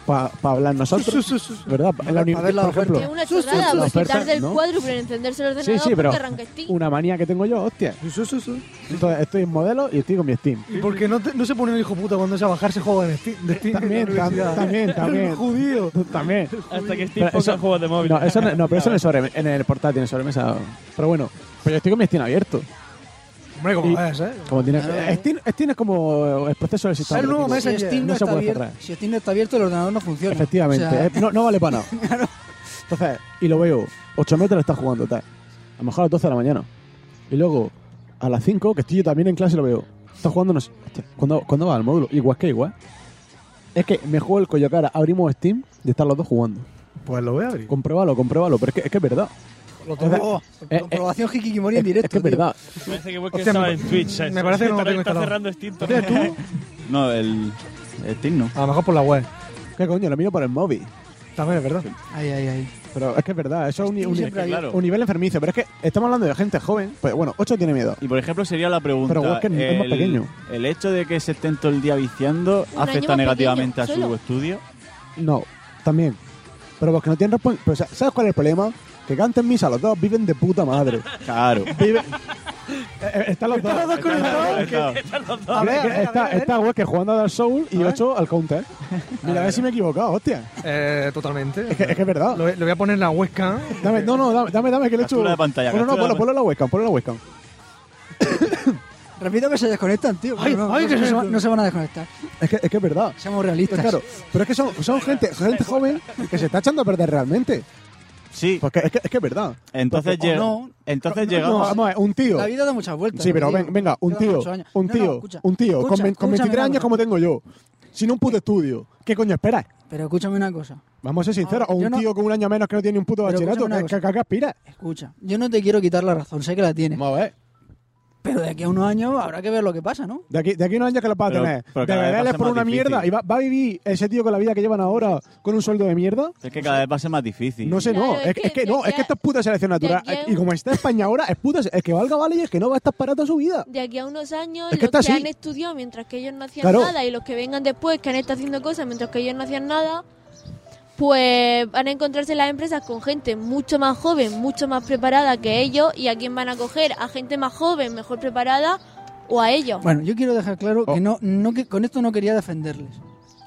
J: Para hablar nosotros. ¿Verdad? En la
M: ver la
J: universidad, por
M: oferta.
N: Es
J: ejemplo.
N: una
J: Sí, sí,
N: chorrada,
J: sí, la
N: pues
J: oferta,
N: quitar del
J: ¿no?
N: cuádruple, encenderse el
J: Sí,
N: ordenador
J: sí, pero
N: porque arranca Steam.
J: una manía que tengo yo, hostia. Entonces, estoy en modelo y estoy con mi Steam.
H: ¿Y por qué no, te- no se pone el hijo puta cuando es a bajarse juegos de Steam? de Steam en la
J: También,
H: universidad?
J: tam- también, también.
H: El judío.
J: También.
P: Hasta que Steam
J: Pero
P: ponga
J: eso-
P: juegos de móvil.
J: No, eso no, no, pero eso en el, sobre, en el portátil, en el sobremesa. Pero bueno, pues yo estoy con mi Steam abierto.
H: Hombre, como
J: Y-
H: ves, ¿eh?
J: Como tiene,
M: Claro.
J: eh, Steam, Steam es como eh, el proceso del sistema.
H: Es el nuevo
J: operativo.
H: Messenger.
M: si Steam no,
J: Ah, no se
M: está
J: puede
M: abierto,
J: cerrar.
M: si Steam no está abierto, el ordenador no funciona.
J: Efectivamente,
M: O sea,
J: eh, no, no vale para nada. Entonces, y lo veo, 8 metros lo está jugando, tal. A lo mejor a las 12 de la mañana. Y luego, a las 5, que estoy yo también en clase, lo veo. Está jugando, no sé. hostia, ¿Cuándo, cuándo va al módulo? Igual que igual. Es que me juego el Coyocara, abrimos Steam y están los dos jugando.
H: Pues lo voy a abrir.
J: Compruébalo, compruébalo, pero es que es, que es verdad.
H: Lo
J: Entonces,
H: tengo.
J: eh,
M: oh, Comprobación Hikikimori
J: eh,
M: en directo.
J: Es que es
M: tío.
J: verdad.
P: Parece que Wes que
H: Hostia,
P: estaba
H: me-
P: en Twitch. ¿sabes?
H: me parece que no lo
P: Está-
H: tengo
P: Está
H: instalado.
P: cerrando este- Steam.
H: ¿Lo tienes tú?
I: No, el, el Steam no.
H: A lo mejor por la web.
J: ¿Qué coño? Lo miro por el móvil.
H: También es verdad.
M: Ay, ay, ay.
J: Pero es que es verdad, eso es un, un-
I: siempre
J: un
I: abierto.
J: nivel enfermizo. Pero es que estamos hablando de gente joven. Pues bueno, 8 tiene miedo.
I: Y por ejemplo sería la pregunta.
J: Pero Walker es más
I: el-
J: pequeño.
I: El hecho de que se estén todo el día viciando
N: Un año
I: afecta
N: más
I: negativamente
N: pequeño,
I: a su
N: solo.
I: estudio.
J: Pues, No, también. Pero porque no tienen respon- pero sa- ¿Sabes cuál es el problema? Que canten misa los dos, viven de puta madre.
I: Claro.
J: Viven- Eh, eh, están los dos.
I: Claro.
J: A ver,
H: ver,
J: Está, este- está Walker jugando a Dark Soul y 8 al counter. Mira, a ver si me he equivocado, hostia.
H: Eh, totalmente.
J: Es que es, que es verdad.
H: Lo, lo voy a poner en la webcam.
J: Dame, no, no, dame, dame, dame que le he hecho.
I: Captura de pantalla,
J: No, no, no,
I: captura de
J: ponlo, ponlo en la webcam, ponlo en la webcam.
M: Repito que se desconectan, tío.
H: Ay,
M: no,
H: ay,
M: no
H: que
M: se-
H: se-
M: no se- no se van a desconectar.
J: Es que, es que es verdad.
M: Seamos realistas.
J: Claro, pero es que son, son gente, gente joven que se está echando a perder realmente.
I: Sí.
J: Porque es que es, que es verdad.
I: Entonces,
J: Porque-
I: lleg- entonces
J: No,
I: llegamos.
J: vamos a ver, un tío.
M: La vida da muchas vueltas.
J: Sí,
M: lo que
J: pero
M: digo.
J: ven- venga, un
M: Te da
J: tío,
M: muchos años.
J: un
M: No,
J: tío,
M: no, escucha,
J: un tío, con,
M: escucha,
J: ve- con
M: escúchame
J: 23
M: una
J: años
M: cosa.
J: como tengo yo, sin un puto estudio. ¿Qué coño esperas?
M: Pero escúchame una cosa.
J: Vamos a ser sinceros, o
M: Ah, yo
J: un
M: no-
J: tío con un año menos que no tiene ni un puto
M: Pero
J: bachillerato,
M: escúchame una
J: ¿qué- ¿qué qué aspira?
M: Escucha, yo no te quiero quitar la razón, sé que la tienes.
J: Vamos a ver.
M: Pero de aquí a unos años habrá que ver lo que pasa, ¿no?
J: De aquí, de aquí a unos años que los vas a
I: Pero-
J: tener.
I: pero
J: de
I: cada vez va a
J: verdad
I: ser
J: por
I: más
J: una
I: difícil.
J: mierda. ¿Y va, va a vivir ese tío con la vida que llevan ahora con un sueldo de mierda?
I: Es que cada vez va a ser más difícil.
J: No sé, no.
N: Claro,
J: Es,
N: es
J: que,
N: que
J: es que no.
N: de
J: Es que esta es puta selección natural.
N: de aquí a-
J: Y como está España ahora, es puta. Es que valga vale y es que no va a estar para toda su vida.
N: De aquí a unos años,
J: Es que está
N: los que
J: así.
N: han estudiado mientras que ellos no hacían
J: Claro.
N: nada y los que vengan después que han estado haciendo cosas mientras que ellos no hacían nada, pues van a encontrarse las empresas con gente mucho más joven, mucho más preparada que ellos y a quién van a coger, a gente más joven, mejor preparada o a ellos.
M: Bueno, yo quiero dejar claro que no, no que con esto no quería defenderles.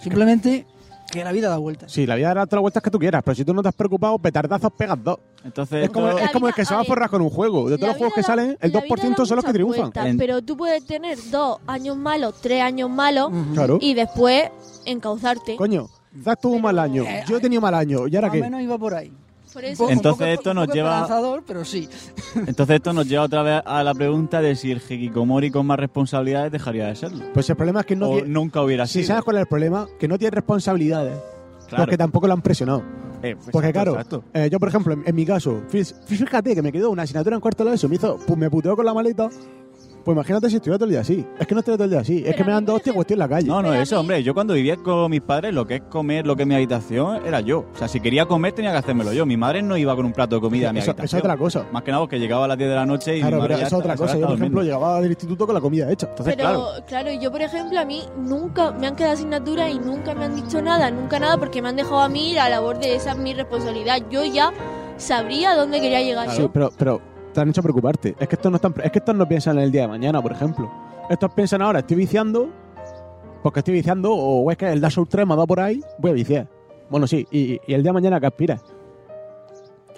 M: Simplemente que la vida da vueltas.
J: Sí, la vida dará todas las vueltas que tú quieras, pero si tú no te has preocupado, petardazos pegas dos.
I: Entonces,
J: Es como,
I: esto-
J: es como el que se va a forrar con un juego. De
N: La
J: todos los juegos
N: vida
J: que
N: da-
J: salen, el
N: la vida da
J: 2% son los que
N: muchas
J: triunfan.
N: vueltas, pero tú puedes tener dos años malos, tres años malos
J: Ujú. Claro.
N: y después encauzarte.
J: Coño, Zaz tuvo un mal año.
N: eh,
J: Yo he tenido mal año. ¿Y ahora
M: Más o
J: qué?
M: menos iba por ahí.
N: Por eso-
M: Un poco- un
I: Entonces esto
M: un
I: nos
M: poco
I: lleva-
M: esperanzador, pero sí.
I: entonces esto nos lleva otra vez a la pregunta de si el hikikomori con más responsabilidades dejaría de serlo.
J: Pues el problema es que no.
I: o
J: tiene-
I: nunca hubiera
J: Si
I: sido.
J: sabes cuál es el problema, que no tiene responsabilidades.
I: Claro.
J: Porque tampoco lo han presionado.
I: Eh, pues
J: Porque
I: exacto,
J: claro,
I: exacto.
J: eh, yo por ejemplo, en, en mi caso, fí- fíjate que me quedó una asignatura en cuarto de la ESO, me hizo, pues me puteó con la maleta. Pues imagínate si estuviera todo el día así. Es que no estuviera todo el día así. Es que me dan dos hostias cuestión en la calle.
I: No, no, eso, hombre. Yo cuando vivía con mis padres, lo que es comer, lo que es mi habitación, era yo. O sea, si quería comer, tenía que hacérmelo yo. Mi madre no iba con un plato de comida a mi
J: Eso- eso
I: habitación.
J: es otra cosa.
I: Más que nada porque llegaba a las 10 de la noche y
J: Claro,
I: mi madre
J: pero
I: ya
J: eso es otra
I: a esa hora
J: cosa. Yo, por
I: estaba
J: ejemplo,
I: durmiendo.
J: llegaba del instituto con la comida hecha.
N: Pero claro. yo por ejemplo a mí nunca me han quedado asignaturas y nunca me han dicho nada, nunca nada, porque me han dejado a mí la labor de esa es mi responsabilidad. Yo ya sabría dónde quería llegar
J: Sí,
N: yo.
J: pero, pero te han hecho preocuparte. Es que estos no están, es que estos no piensan en el día de mañana, por ejemplo. Estos piensan ahora, estoy viciando, porque estoy viciando, o es que el Dark Souls 3 me ha dado por ahí, voy a viciar. Bueno, sí, y, y el día de mañana que aspiras.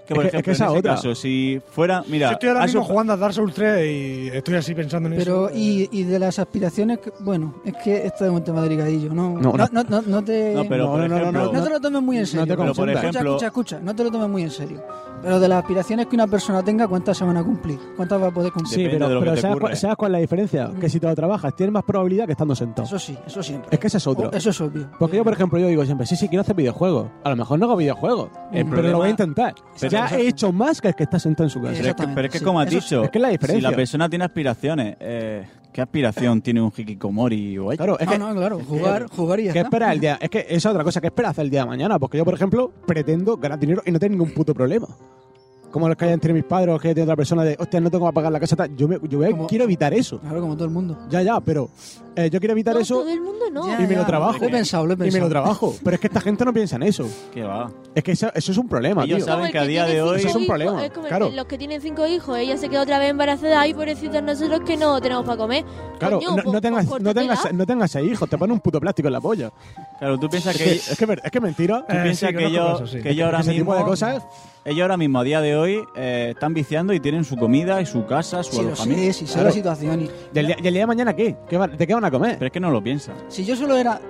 I: Que, por
J: Es que-
I: ejemplo,
J: es que esa
I: en ese
J: otra.
I: caso, si fuera. Mira,
H: Yo estoy ahora
I: ha
H: mismo
I: su-
H: jugando a Dark Souls 3 y estoy así pensando en
M: Pero,
H: eso.
M: y, y de las aspiraciones, que- bueno, es que esto es un tema delicadillo, ¿no?
J: No, no.
M: no, no, no te...
I: No, pero por ejemplo-
M: no te lo tomes muy en serio.
J: te
I: Pero, por
J: confundas.
I: ejemplo-
M: Escucha, escucha, escucha, no te lo tomes muy en serio. Pero de las aspiraciones que una persona tenga, ¿cuántas se van a cumplir? ¿Cuántas va a poder cumplir?
J: Sí,
I: Depende de
J: pero,
I: lo que
J: pero
I: te
J: ¿sabes,
I: ocurra. ¿eh?
J: cuál, sabes cuál es la diferencia? Que si te lo trabajas, tienes más probabilidad que estando sentado.
M: Eso sí, eso siempre.
J: Es que esa es otra.
M: Oh, Eso es obvio.
J: Porque yo, por ejemplo, yo digo siempre, sí, sí, quiero hacer videojuegos. A lo mejor no hago videojuegos,
I: El
J: pero
I: problema-
J: lo voy a intentar.
I: Pero-
J: ya he hecho más que el que está sentado en su casa.
I: Pero es que, pero es que como has
J: Eso sí.
I: dicho,
J: Es que es la
I: si
J: diferencia.
I: la persona tiene aspiraciones, eh, ¿qué aspiración tiene un hikikomori ah, o hay?
J: Claro, es
M: No,
J: que,
M: no, claro, jugar, jugar y ya
J: ¿qué
M: está.
J: esperas el día? Es que esa es otra cosa, ¿qué esperas hacer el día de mañana? Porque yo, por ejemplo, pretendo ganar dinero y no tengo ningún puto problema. Como los que hay entre mis padres o que hay otra persona de, hostia, no tengo para pagar la casa, tal. yo, me- yo voy a-
M: Como-
J: quiero evitar eso.
M: Claro, como todo el mundo.
J: Ya, ya, pero eh, yo quiero evitar
N: No,
J: eso
N: todo el mundo no.
M: Ya,
J: y me
M: ya,
J: lo trabajo.
M: Lo he pensado, lo he
J: Y me
M: pensado.
J: lo trabajo. Pero es que esta gente no piensa en eso.
I: ¿Qué va?
J: Es que eso, eso es un problema,
I: Ellos
J: tío.
I: saben
N: Como el
I: que a día
N: tiene
I: de
N: cinco
I: hoy-
J: Eso es un
N: hijos,
J: problema,
N: es como el-
J: claro.
N: los que tienen cinco hijos, ella se queda otra vez embarazada, ay, pobrecitos nosotros que no tenemos para comer.
J: Claro,
N: Coño,
J: no,
N: pues-
J: no tengas,
N: pues
J: no, tengas,
N: córtatela.
J: no tengas seis hijos, te ponen un puto plástico en la polla.
I: Claro, tú piensas
J: Es
I: que,
J: que, es que, ver- es que mentira. Eh,
I: tú piensas que, ellos, que ellos ahora
J: ese
I: mismo,
J: tipo de cosas.
I: ellos ahora mismo a día de hoy eh, están viciando y tienen su comida y su casa, su
M: Sí, lo
I: alojamiento.
M: sé, sí, sé
J: Claro.
M: la situación. y-
J: ¿Y el, día, y el día de mañana qué? ¿Qué van- ¿De qué van a comer?
I: Pero es que no lo piensan.
M: Si yo solo era...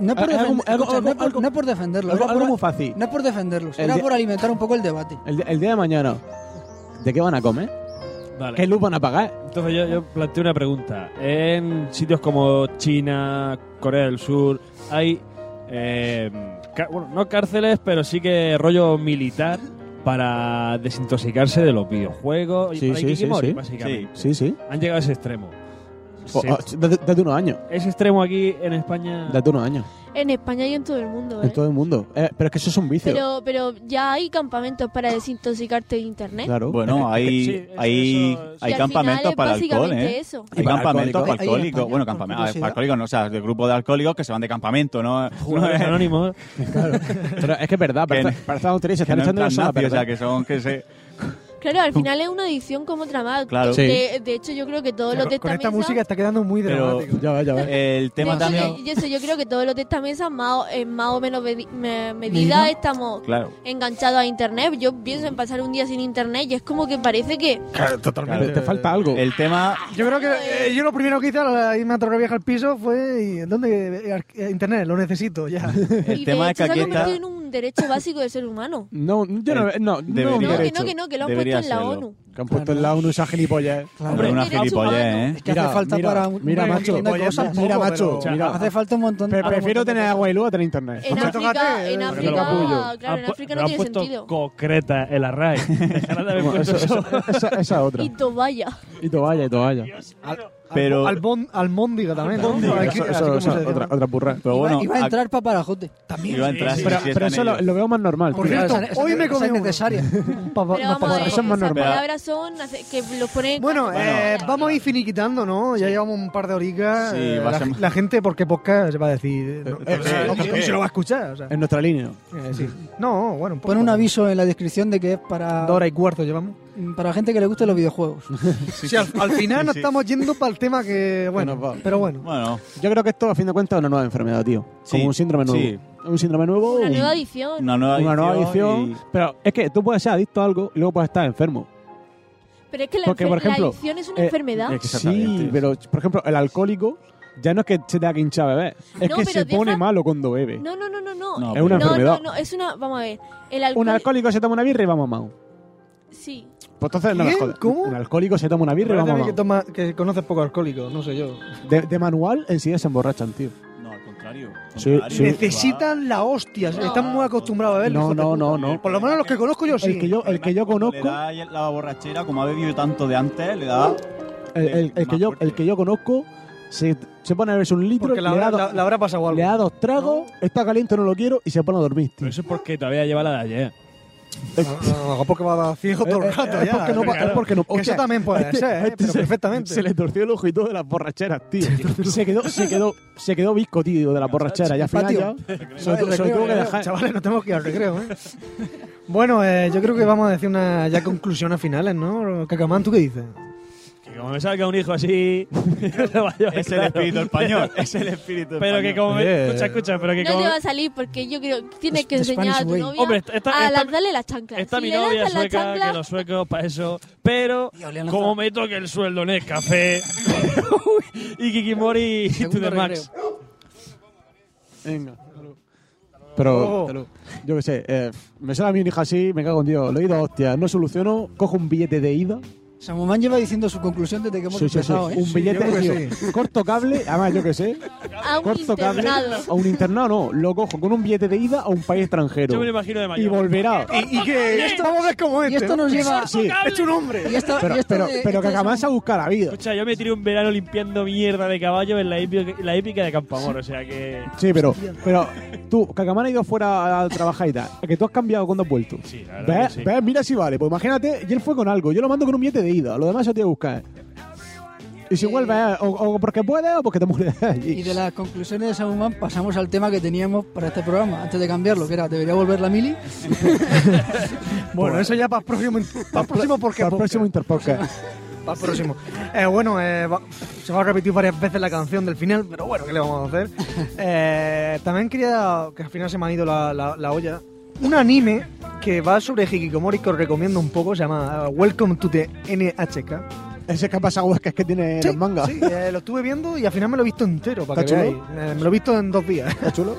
M: No es por,
J: Ah, algo-
M: defender-
J: algo-
M: escucha, no es por-
J: algo-
M: no es por defenderlo,
J: algo,
M: era
J: algo
M: por-
J: muy fácil.
M: no es por defenderlos,
J: El
M: era
J: día-
M: por alimentar un poco el debate.
J: El, di- el día de mañana, ¿de qué van a comer?
P: Vale.
J: ¿Qué luz van a pagar?
P: Entonces yo, yo planteo una pregunta. En sitios como China, Corea del Sur, hay, eh, ca- bueno, no cárceles, pero sí que rollo militar para desintoxicarse de los videojuegos y
J: Sí,
P: para
J: sí,
P: Hikikomori,
J: sí, Oh, sí.
P: básicamente.
J: Sí, sí.
P: Han llegado a ese extremo.
J: O-
P: Se-
J: o- Date date unos años.
P: ese extremo aquí en España...
J: Date unos años.
N: En España y en todo el mundo,
J: En
N: ¿eh?
J: todo el mundo. Eh, pero es que eso es un vicio.
N: Pero, pero ya hay campamentos para desintoxicarte de internet.
J: Claro. Eh, Es
I: Bueno,
J: que-
I: hay,
P: Sí, es- eso
I: hay,
P: es-
N: Y
I: hay
N: al final
I: campamentos
N: es
I: para alcohol,
N: básicamente
I: ¿eh?
N: eso.
I: Hay
J: Y para
I: campamentos
J: alcohólicos.
M: Ahí en
I: para alcohólicos.
M: España,
I: Bueno,
M: por
I: campamentos,
M: curiosidad.
J: ¿eh?
I: alcohólicos no, o sea, de grupo de alcohólicos que se van de campamento, ¿no?
P: Jugadores
I: no es-
P: anónimos.
J: Pero es que es verdad.
I: Que
J: Para
I: no-
J: esta- para esta tontería se
I: que
J: están
I: no
J: echando la
I: entran
J: sola
I: nazis, o sea,
J: perra.
I: que son que se...
N: Claro, al final es una edición como otra más. Este,
G: Claro.
N: De, de hecho, yo creo que todos los de esta
H: Con esta
N: mesa...
H: música está quedando muy
G: Pero
H: dramático.
G: el tema
N: de hecho,
G: también...
N: yo- yo, sé, yo creo que todos los de esta mesa, más, o- en más o menos medi- me- medida,
G: Medida.
N: estamos
G: Claro.
N: enganchados a internet. Yo pienso en pasar un día sin internet y es como que parece que.
H: totalmente.
G: Te falta algo. El tema...
H: Yo creo que eh, yo lo primero que hice al irme a otra vieja al piso fue y, ¿dónde eh, ar- eh, internet? Lo necesito ya.
N: y de hecho, se ha convertido en un derecho básico del ser humano.
J: No, yo no, no,
N: No,
J: no,
N: que no, que no, que lo han puesto en la ONU.
J: Que han puesto en la ONU esa gilipollas.
G: Hombre, una gilipollez, ¿eh?
M: Es que hace falta para un-
J: Mira,
M: una
J: macho.
M: gilipollez tampoco,
J: mira,
M: pero-
J: macho.
M: o sea,
J: mira.
M: hace falta un montón-
J: Pre-
M: un
J: Prefiero
M: montón de
J: tener agua y luz a tener internet.
N: En África, en África, claro, en
P: Han pu-
N: África
P: pero
N: no
P: han
N: tiene
P: puesto
N: sentido.
P: concreta el array. Dejarán de haber puesto eso.
J: Esa, esa otra.
N: Y toalla.
J: Y toalla, y toalla.
G: Pero-
H: al, bon- al Móndiga también. ¿no? Aquí,
J: Eso,
H: así
J: eso,
H: como
J: eso,
H: se decía,
J: otra,
H: ¿no?
J: otra burra.
G: Pero bueno,
M: Iba a entrar paparajote. También.
G: Iba a entrar, sí,
J: pero
G: sí,
J: pero
G: están
J: eso lo,
G: ellos.
J: lo veo más normal.
M: Por
J: tío.
M: cierto,
J: Esa- esa-
M: hoy me
J: esa
M: comí
J: es
M: uno.
J: necesaria.
N: Pero vamos a ver,
J: Eso es
N: esas
J: más normal.
N: palabras son hace- que los ponen...
H: Bueno, eh, vamos a ir finiquitando, ¿no? Ya llevamos un par de horitas.
J: Sí,
H: eh,
J: va a
H: la,
J: ser más-
H: la gente, porque podcast, se va a decir. eh, no,
J: eh,
H: o sea,
J: eh,
H: ¿cómo
J: eh.
H: se lo va a escuchar. O sea,
J: En nuestra línea.
H: eh, sí. No, bueno, un poco.
M: Pon un aviso en la descripción de que es para.
H: Dos horas y cuarto llevamos.
M: Para gente que le gusten los videojuegos.
H: Sí, al, al final
M: Sí,
H: nos
M: sí.
H: estamos yendo para el tema que. Bueno, pero bueno.
G: Bueno.
J: Yo creo que esto, a fin de cuentas, es una nueva enfermedad, tío. Como un síndrome nuevo.
G: sí.
J: Un síndrome nuevo.
N: Una
J: un-
N: nueva edición.
G: Una nueva
J: una nueva
G: adicción
J: adicción. Pero es que tú puedes ser adicto a algo y luego puedes estar enfermo.
N: Pero es que la,
J: Porque, por
N: enfer-
J: ejemplo,
N: la adicción es una
J: eh,
N: enfermedad.
J: Sí, pero por ejemplo, el alcohólico ya no es que se te que hinchar a beber, es
N: No,
J: que
N: pero
J: se pone
N: deja-
J: malo cuando bebe.
N: No, no, no, no, no.
J: No, Es una
N: no,
J: enfermedad.
N: No, no, es una... Vamos a ver. El
J: Un
N: alcohol...
J: alcohólico se toma una birra y va mamado.
N: Sí.
J: Pues entonces no me
H: ¿Quién?
J: jodas. Un alcohólico se toma una birra y va
H: Parece a mí
J: mamado.
H: que, toma, que conoces poco alcohólico, no sé yo.
J: De, de manual en sí ya se emborrachan, tío.
G: No, al contrario.
J: Sí, sí.
H: Necesitan la hostia, están muy acostumbrados a verlo.
J: No,
H: hijo de
J: no,
H: puta.
J: no, no.
H: Por lo menos los que conozco yo sí.
J: El que yo, el que yo
G: Le
J: conozco,
G: da la borrachera, como ha bebido tanto de antes, le da...
I: pues
J: el, el- el que yo, el que yo conozco se, se pone a verse un litro,
P: Porque
J: le
P: la habrá-
J: da, dos-
P: la- la habrá pasado algo.
J: le da dos tragos, está caliente, no lo quiero y se pone a dormir, tío.
P: Pero eso es porque todavía lleva la de ayer.
H: Eh,
P: Eh,
H: No, porque va a ciego todo el rato ya. Oh,
J: porque no pa- es porque no-
H: Que eso
J: hostia,
H: también puede
J: este-
H: ser, ¿eh?
J: este
H: Pero
J: se-
H: perfectamente.
J: Se le torció el ojo y todo de las borracheras, tío. se quedó, se quedó, se quedó visco, tío, de las borracheras. Ya al final ya.
H: Patio.
J: Se lo, se lo tuvo que dejar.
H: Chavales, no tenemos que ir al recreo, ¿eh? Bueno, eh, yo creo que vamos a decir una ya conclusiones finales, ¿no? Cacamán, ¿tú qué dices?
P: Que como me salga un hijo así. es
G: el espíritu español, es el espíritu
P: Pero que como. me-
G: Eh.
P: Escucha, escucha, pero que
N: No
P: como.
N: te va a salir porque yo creo que tienes que
P: Spanish
N: enseñar a tu
P: way.
N: novia
P: Hombre, esta- esta-
N: a
P: esta-
N: lanzarle las chanclas.
P: Está
N: Si
P: mi
N: le
P: novia
N: lanzas la
P: sueca,
N: chancla-
P: que los suecos para eso. Pero, como me toque el sueldo en el café. y Kikimori y to the max.
J: Venga. Pero, yo qué sé, eh, me sale a mi hija así, me cago en Dios. Le he ido a hostia, no soluciono, cojo un billete de ida.
M: Samumán lleva diciendo su conclusión desde que hemos
J: Sí, sí, sí,
M: empezado, ¿eh?
J: Un billete de corto cable, además yo qué sé.
N: A un
J: corto cable.
N: internado.
J: A un internado no, lo cojo con un billete de ida a un país extranjero.
P: Yo me lo imagino de mayor.
J: Y volverá.
H: Y, y que esto vamos a ver cómo es. este,
M: Y esto nos lleva.
J: Sí.
H: Es un hombre.
M: Y esto,
J: Pero,
M: y esto
J: pero,
M: de-
J: pero que acabas a buscar la vida.
P: Escucha, yo me tiré un verano limpiando mierda de caballo en la épica, la épica de Campamor, o sea que.
J: Sí, pero, pero tú, Cacamán ha ido fuera a trabajar y tal. Que tú has cambiado cuando has vuelto.
P: Sí, la verdad
J: ¿Ves?
P: que sí.
J: ¿Ves? Mira si vale. Pues imagínate, y él fue con algo. Yo lo mando con un billete de ida. Lo demás se tiene que buscar. Y si vuelve, o, o porque puede o porque te mueres allí.
M: Y de las conclusiones de Samumán pasamos al tema que teníamos para este programa, antes de cambiarlo, que era ¿debería volver la mili?
H: Bueno, eso ya para el próximo, para el próximo porque
J: Para el próximo Interpodcast.
H: Para el próximo. Eh, bueno, eh, va- se va a repetir varias veces la canción del final, pero bueno, ¿qué le vamos a hacer? Eh, también quería, que al final se me ha ido la, la- la olla, un anime que va sobre Hikikomori que os recomiendo un poco, se llama eh, Welcome to the NHK.
J: Ese que ha pasado es que, es que tiene los mangas.
H: Sí, eh, lo estuve viendo y al final me lo he visto entero, para que
J: ¿Está
H: veáis.
J: chulo?
H: Eh, me lo he visto en dos días. Mm,
J: ¿Está chulo?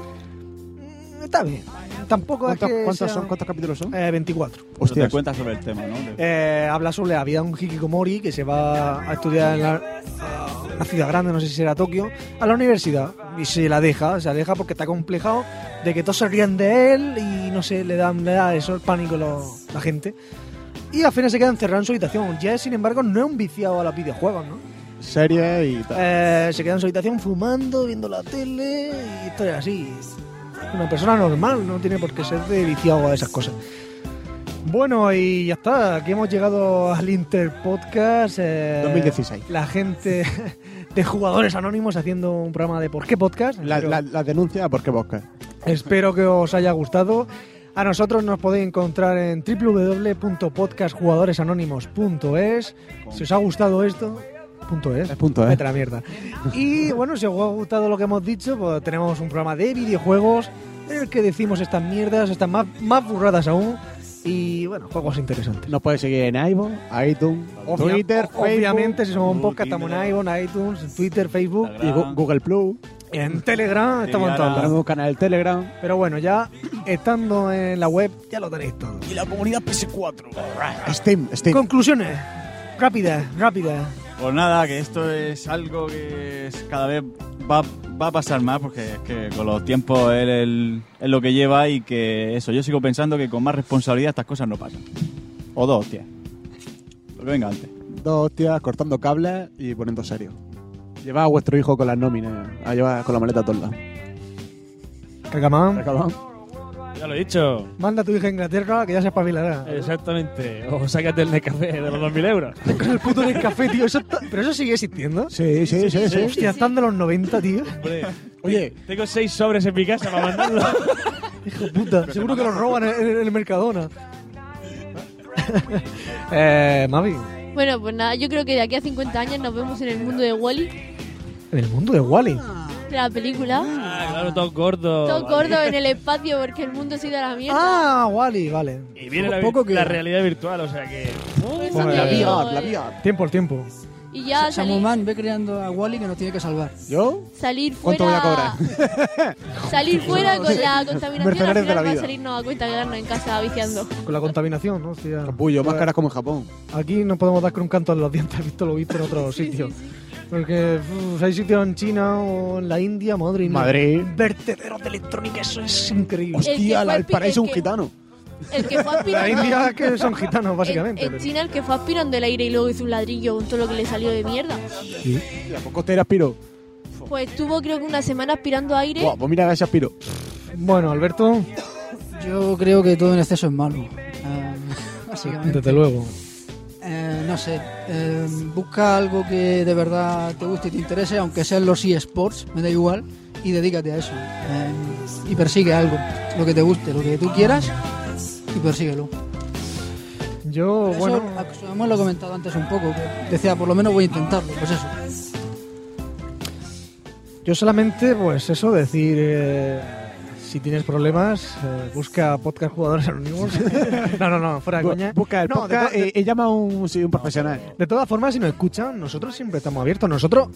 H: Está bien. Tampoco es
J: ¿Cuántos,
H: que
J: cuántos
H: sea-
J: son, ¿Cuántos capítulos son?
H: Eh, 24.
G: Hostia.
J: Hostias.
G: Te cuentas sobre el tema, ¿no? De-
H: Eh, habla sobre la vida de un hikikomori que se va a estudiar en la, a una ciudad grande, no sé si será Tokio, a la universidad. Y se la deja, se la deja porque está complejado de que todos se ríen de él y no sé, le da, le da eso, el pánico a lo- la gente. Y al final se queda encerrado en su habitación. Ya, sin embargo, no es un viciado a los videojuegos, ¿no?
J: Series y tal.
H: Eh, se queda en su habitación fumando, viendo la tele y historias así. Una persona normal, no tiene por qué ser de viciado a esas cosas. Bueno, y ya está, aquí hemos llegado al Interpodcast. eh,
J: 2016.
H: La gente de Jugadores Anónimos haciendo un programa de ¿Por qué Podcast?
J: La,
H: Espero-
J: la- la denuncia, ¿por qué podcast?
H: Espero que os haya gustado. A nosotros nos podéis encontrar en www.podcastjugadoresanónimos.es. Si os ha gustado esto, punto es.
J: Es punto ¿eh? es.
H: Vete a la mierda. Y bueno, si os ha gustado lo que hemos dicho, pues tenemos un programa de videojuegos en el que decimos estas mierdas, estas más, más burradas aún. Y bueno, juegos interesantes.
J: Nos puedes seguir en iVoox, iTunes,
H: Obvia-
J: Twitter,
H: o- Obviamente,
J: Facebook,
H: si somos un podcast, estamos en iVoox, iTunes, en Twitter, Facebook.
J: y Gu- Google Plus.
H: En Telegram estamos en todos lados.
J: Tenemos un canal de Telegram.
H: Pero bueno, ya estando en la web, ya lo tenéis todo.
J: Y la comunidad PS4. Steam, Steam.
H: Conclusiones. Rápida, rápida.
G: Pues nada, que esto es algo que es- cada vez va, va a pasar más, porque es que con los tiempos es, el- es lo que lleva y que eso, yo sigo pensando que con más responsabilidad estas cosas no pasan. O dos hostias. Lo que venga antes.
J: Dos hostias cortando cables y poniendo serio. Lleva a vuestro hijo con las nóminas, a llevar con la maleta torda.
H: Cacamán.
P: Ya lo he dicho.
H: Manda a tu hija a Inglaterra que ya se espabilará.
P: Exactamente. O sácate el café de los 2.000 euros.
H: Con el puto del café, tío. Eso está- ¿Pero eso sigue existiendo?
J: Sí, sí, sí, sí.
H: Hostia, están de los 90, tío.
J: Oye.
P: Tengo seis sobres en mi casa para mandarlo.
H: Puta, seguro que los roban en, en el Mercadona. eh, Mavi,
N: Bueno, pues nada, yo creo que de aquí a 50 años nos vemos en el mundo de Wally,
H: en el mundo de Wally.
N: de la película.
P: Ah, claro, todo gordo.
N: Todo gordo en el espacio porque el mundo se ha ido a la mierda.
H: Ah, Wally, vale.
P: Y viene la,
H: Poco
P: vi-
H: que-
P: la realidad virtual, o sea que.
J: Pues,
P: Pues,
H: Joder, la
N: VR,
H: la Tiempo al tiempo.
N: Y ya
M: Samu
N: salí-
M: Man ve creando a Wally que nos tiene que salvar.
J: ¿Yo?
N: salir
M: ¿Cuánto voy a
N: fuera. Salir fuera con la contaminación al
H: Mercenarios de la
N: final va a
H: vida.
N: salirnos a cuenta quedarnos en casa viciando.
H: Con la contaminación, ¿no? Hostia. Pues,
J: Capullo, más caras como en Japón.
H: Aquí no podemos dar con un canto en los dientes, visto lo visto en otros sitios. Porque uf, hay sitios en China o en la India, Madrid.
J: Madrid.
H: Vertederos de electrónica, eso es increíble.
N: El que
J: Hostia, la-
N: fue
J: el paraíso es
N: el
J: un
N: que-
J: gitano.
N: El que fue aspirando.
H: La India que son gitanos, básicamente.
N: En, en China el que fue aspirando el aire y luego hizo un ladrillo con todo lo que le salió de mierda.
J: Sí. ¿Y a poco te era piro?
N: Pues estuvo creo que una semana aspirando aire.
J: Buah, pues mira que ese aspiro.
H: Bueno, Alberto.
M: Yo creo que todo en exceso es malo. Ah, básicamente.
H: Desde luego.
M: Eh, no sé, eh, busca algo que de verdad te guste y te interese, aunque sean los eSports, me da igual, y dedícate a eso. Eh, y persigue algo, lo que te guste, lo que tú quieras, y persíguelo.
H: Yo,
M: Eso,
H: bueno.
M: a- hemos lo comentado antes un poco, que decía, por lo menos voy a intentarlo, pues eso.
H: Yo solamente, pues eso, decir, eh, si tienes problemas, eh, busca podcast jugadores anónimos. no, no, no, fuera de
J: Bu-
H: coña.
J: Busca el
H: No, de
J: podcast
H: to- de-
J: y, y llama a un, sí, un profesional.
H: De todas formas, si nos escuchan, nosotros siempre estamos abiertos. Nosotros,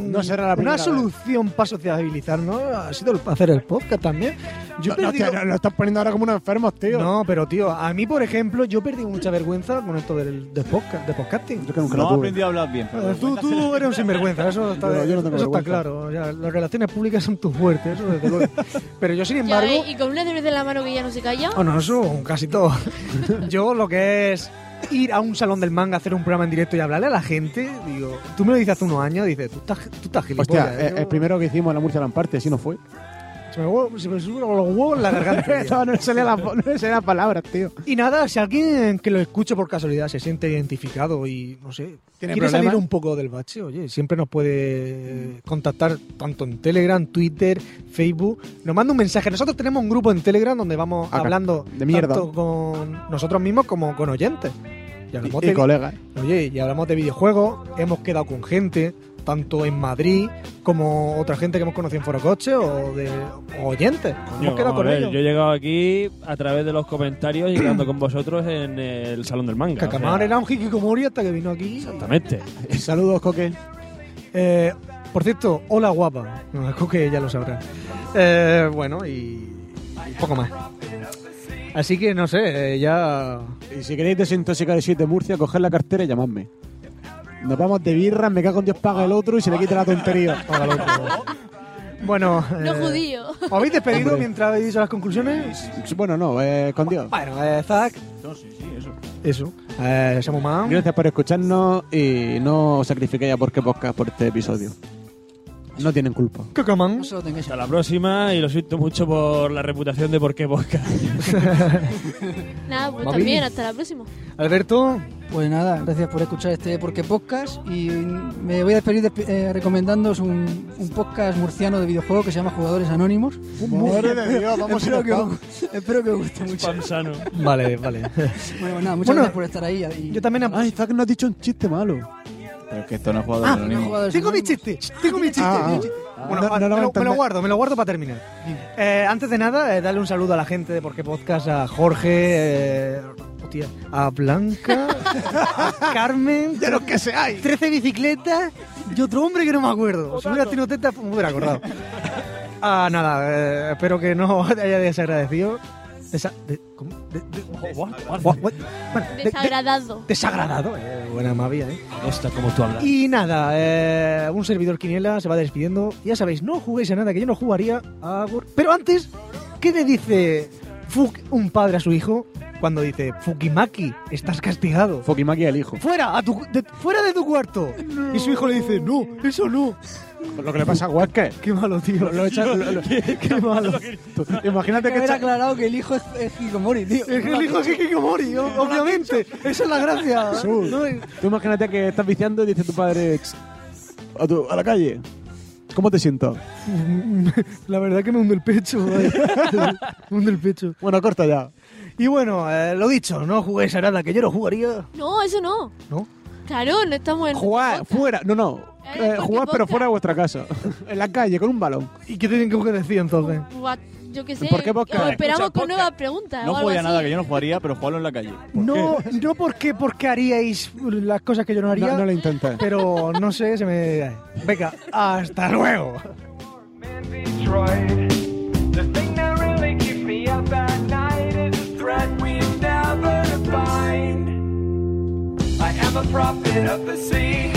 J: No será la primera
H: Mm, una
J: vez.
H: solución para sociabilizarnos ha sido el- hacer el podcast también. Yo
J: No, no,
H: perdí-
J: hostia, no, lo estás poniendo ahora como unos enfermos, tío.
H: No, pero tío, a mí, por ejemplo, yo perdí mucha vergüenza con esto del, del podcast, de podcasting. Yo
J: que
G: No he aprendido a hablar bien. pero
H: Tú,
G: cuéntaselo.
H: tú eres un sinvergüenza, eso está,
J: Yo- yo no tengo
H: eso está
J: vergüenza.
H: claro. Ya, las relaciones públicas son tus fuertes, eso desde luego. Pero yo, sin
N: Ya,
H: embargo,
N: ¿eh? y con una cerveza en la mano que ya no se calla.
H: Oh, no, eso casi todo. Yo lo que es ir a un salón del manga, hacer un programa en directo y hablarle a la gente, digo, tú me lo dices hace unos años, dices, tú estás, tú estás gilipollas.
J: Hostia,
H: ¿eh?
J: eh, el, primero que hicimos en la Murcia Lamparte, así no fue.
H: Se me, huevo- se me suben los huevos en la garganta. tío.
J: no, no le salía la, no le salía la palabra, tío.
H: Y nada, si alguien que lo escuche por casualidad se siente identificado y, no sé,
J: ¿Tiene
H: quiere
J: problemas?
H: salir un poco del bache, oye, siempre nos puede eh, contactar tanto en Telegram, Twitter, Facebook. Nos manda un mensaje. Nosotros tenemos un grupo en Telegram donde vamos
J: Acá,
H: hablando
J: de mierda.
H: tanto con nosotros mismos como con oyentes. Y hablamos
J: Y, y
H: de-
J: colega. ¿eh?
H: Oye, y hablamos de videojuegos, hemos quedado con gente, tanto en Madrid como otra gente que hemos conocido en Forocoche o de o oyentes.
P: Yo,
H: hemos quedado
P: vamos a
H: con
P: ver,
H: ellos.
P: yo he llegado aquí a través de los comentarios y quedando con vosotros en el Salón del Manga. o
H: Cacamar
P: sea,
H: era un hikikomori hasta que vino aquí.
P: Exactamente.
J: Saludos, Coque.
H: Eh, por cierto, hola guapa. No, creo que ya lo sabrá. Eh, bueno, y y poco más. Así que no sé, eh, ya.
J: Y si queréis desintoxicar el sitio de Murcia, coged la cartera y llamadme. Nos vamos de birra, me cago en Dios, paga el otro y se le quita la tontería.
H: Paga el otro. Bueno.
N: No
H: eh,
N: judío.
H: ¿Os habéis despedido
J: Hombre.
H: mientras habéis dicho las conclusiones?
J: Bueno, no, eh, con Dios.
H: Bueno, eh, Zach,
G: No, sí, sí, eso.
H: eso. Eh, somos más.
J: Gracias por escucharnos y no os sacrifiquéis a Porque Podcast por este episodio. No tienen culpa.
H: Cacaman.
P: Hasta la próxima y lo siento mucho por la reputación de por qué podcast.
N: Nada, pues
H: Mavi.
N: también, hasta la próxima.
H: Alberto,
M: Pues nada, gracias por escuchar este Porque Podcast y me voy a despedir despe- eh, recomendándoos un, un podcast murciano de videojuegos que se llama Jugadores Anónimos.
J: Madre de Dios, vamos
M: espero,
J: a
M: que os, espero que os guste mucho.
H: Vale, vale.
M: Bueno, pues nada, muchas
J: Bueno,
M: gracias por estar ahí. y-
J: Yo también. Ay, Zack no has dicho un chiste malo.
I: Pero es que esto no es jugador
M: Ah,
I: anónimo.
H: Tengo mi chiste, tengo mi chiste.
J: Ah,
H: mi
J: ah.
H: chiste.
J: Ah.
H: Bueno,
J: No-
H: ah,
J: no lo va
H: me,
J: a
H: lo, me lo
J: entender.
H: guardo, me lo guardo para terminar. Eh, antes de nada, eh, darle un saludo a la gente de Porque Podcast, a Jorge, eh, hostia, a Blanca, a Carmen, de los que seáis. 13 bicicletas y otro hombre que no me acuerdo. Si hubiera tenido tetas, pues me hubiera acordado. Ah, nada, eh, espero que no os haya desagradecido. Desa- de- ¿cómo? De- de- what? What? What? Bueno, de- de-
N: Desagradado.
H: desagradado, eh, buena mavia, ¿eh?
P: Esta como tú hablas.
H: Y nada, eh, un servidor Quiniela se va despidiendo. Ya sabéis, no juguéis a nada, que yo no jugaría a... Gor- Pero antes, ¿qué le dice fuck un padre a su hijo cuando dice Fukimaki, estás castigado?
J: Fukimaki al hijo.
H: ¡Fuera! A tu, de, ¡Fuera de tu cuarto! Y su hijo le dice, no, eso no.
J: Pues Lo que le pasa a Huasca.
H: Qué malo, tío.
J: Lo echa- lo- lo-
H: Qué malo.
J: Tú, Imagínate que
M: haber
J: echa-
M: aclarado que el hijo es, es Hikomori, tío.
H: Es que el hijo es Hikomori, o- obviamente. Esa es la gracia. ¿eh?
J: Jesús,
H: No,
J: Tú imagínate que estás viciando y dice tu padre "Ch, a, tu- a la calle. ¿Cómo te siento?
H: La verdad que me hunde el pecho. vaya. me hunde el pecho.
J: Bueno, corta ya.
H: Y bueno, eh, lo dicho, no juguéis a nada, que yo no jugaría.
N: No, eso no.
H: ¿No? eh,
N: Claro, no estamos en.
J: Jugar fuera, no, no.
N: Eh,
J: Eh,
N: porque
J: jugar pero
N: podcast.
J: fuera de vuestra casa. En la calle, con un balón.
H: ¿Y qué tienen que decir entonces?
N: What- Yo qué sé.
J: ¿Por qué podcast?
N: Os esperamos
J: Escucha,
N: con nuevas preguntas.
I: No
N: o algo
I: jugaría
N: así.
I: nada, que yo no jugaría, pero jugarlo en la calle.
H: No, no porque, porque haríais las cosas que yo no haría.
J: No, no lo intenté.
H: Pero no sé, se me. Venga, hasta luego.
W: The thing that really keeps me up at night is a thread we endeavor to find. I am a prophet of the sea.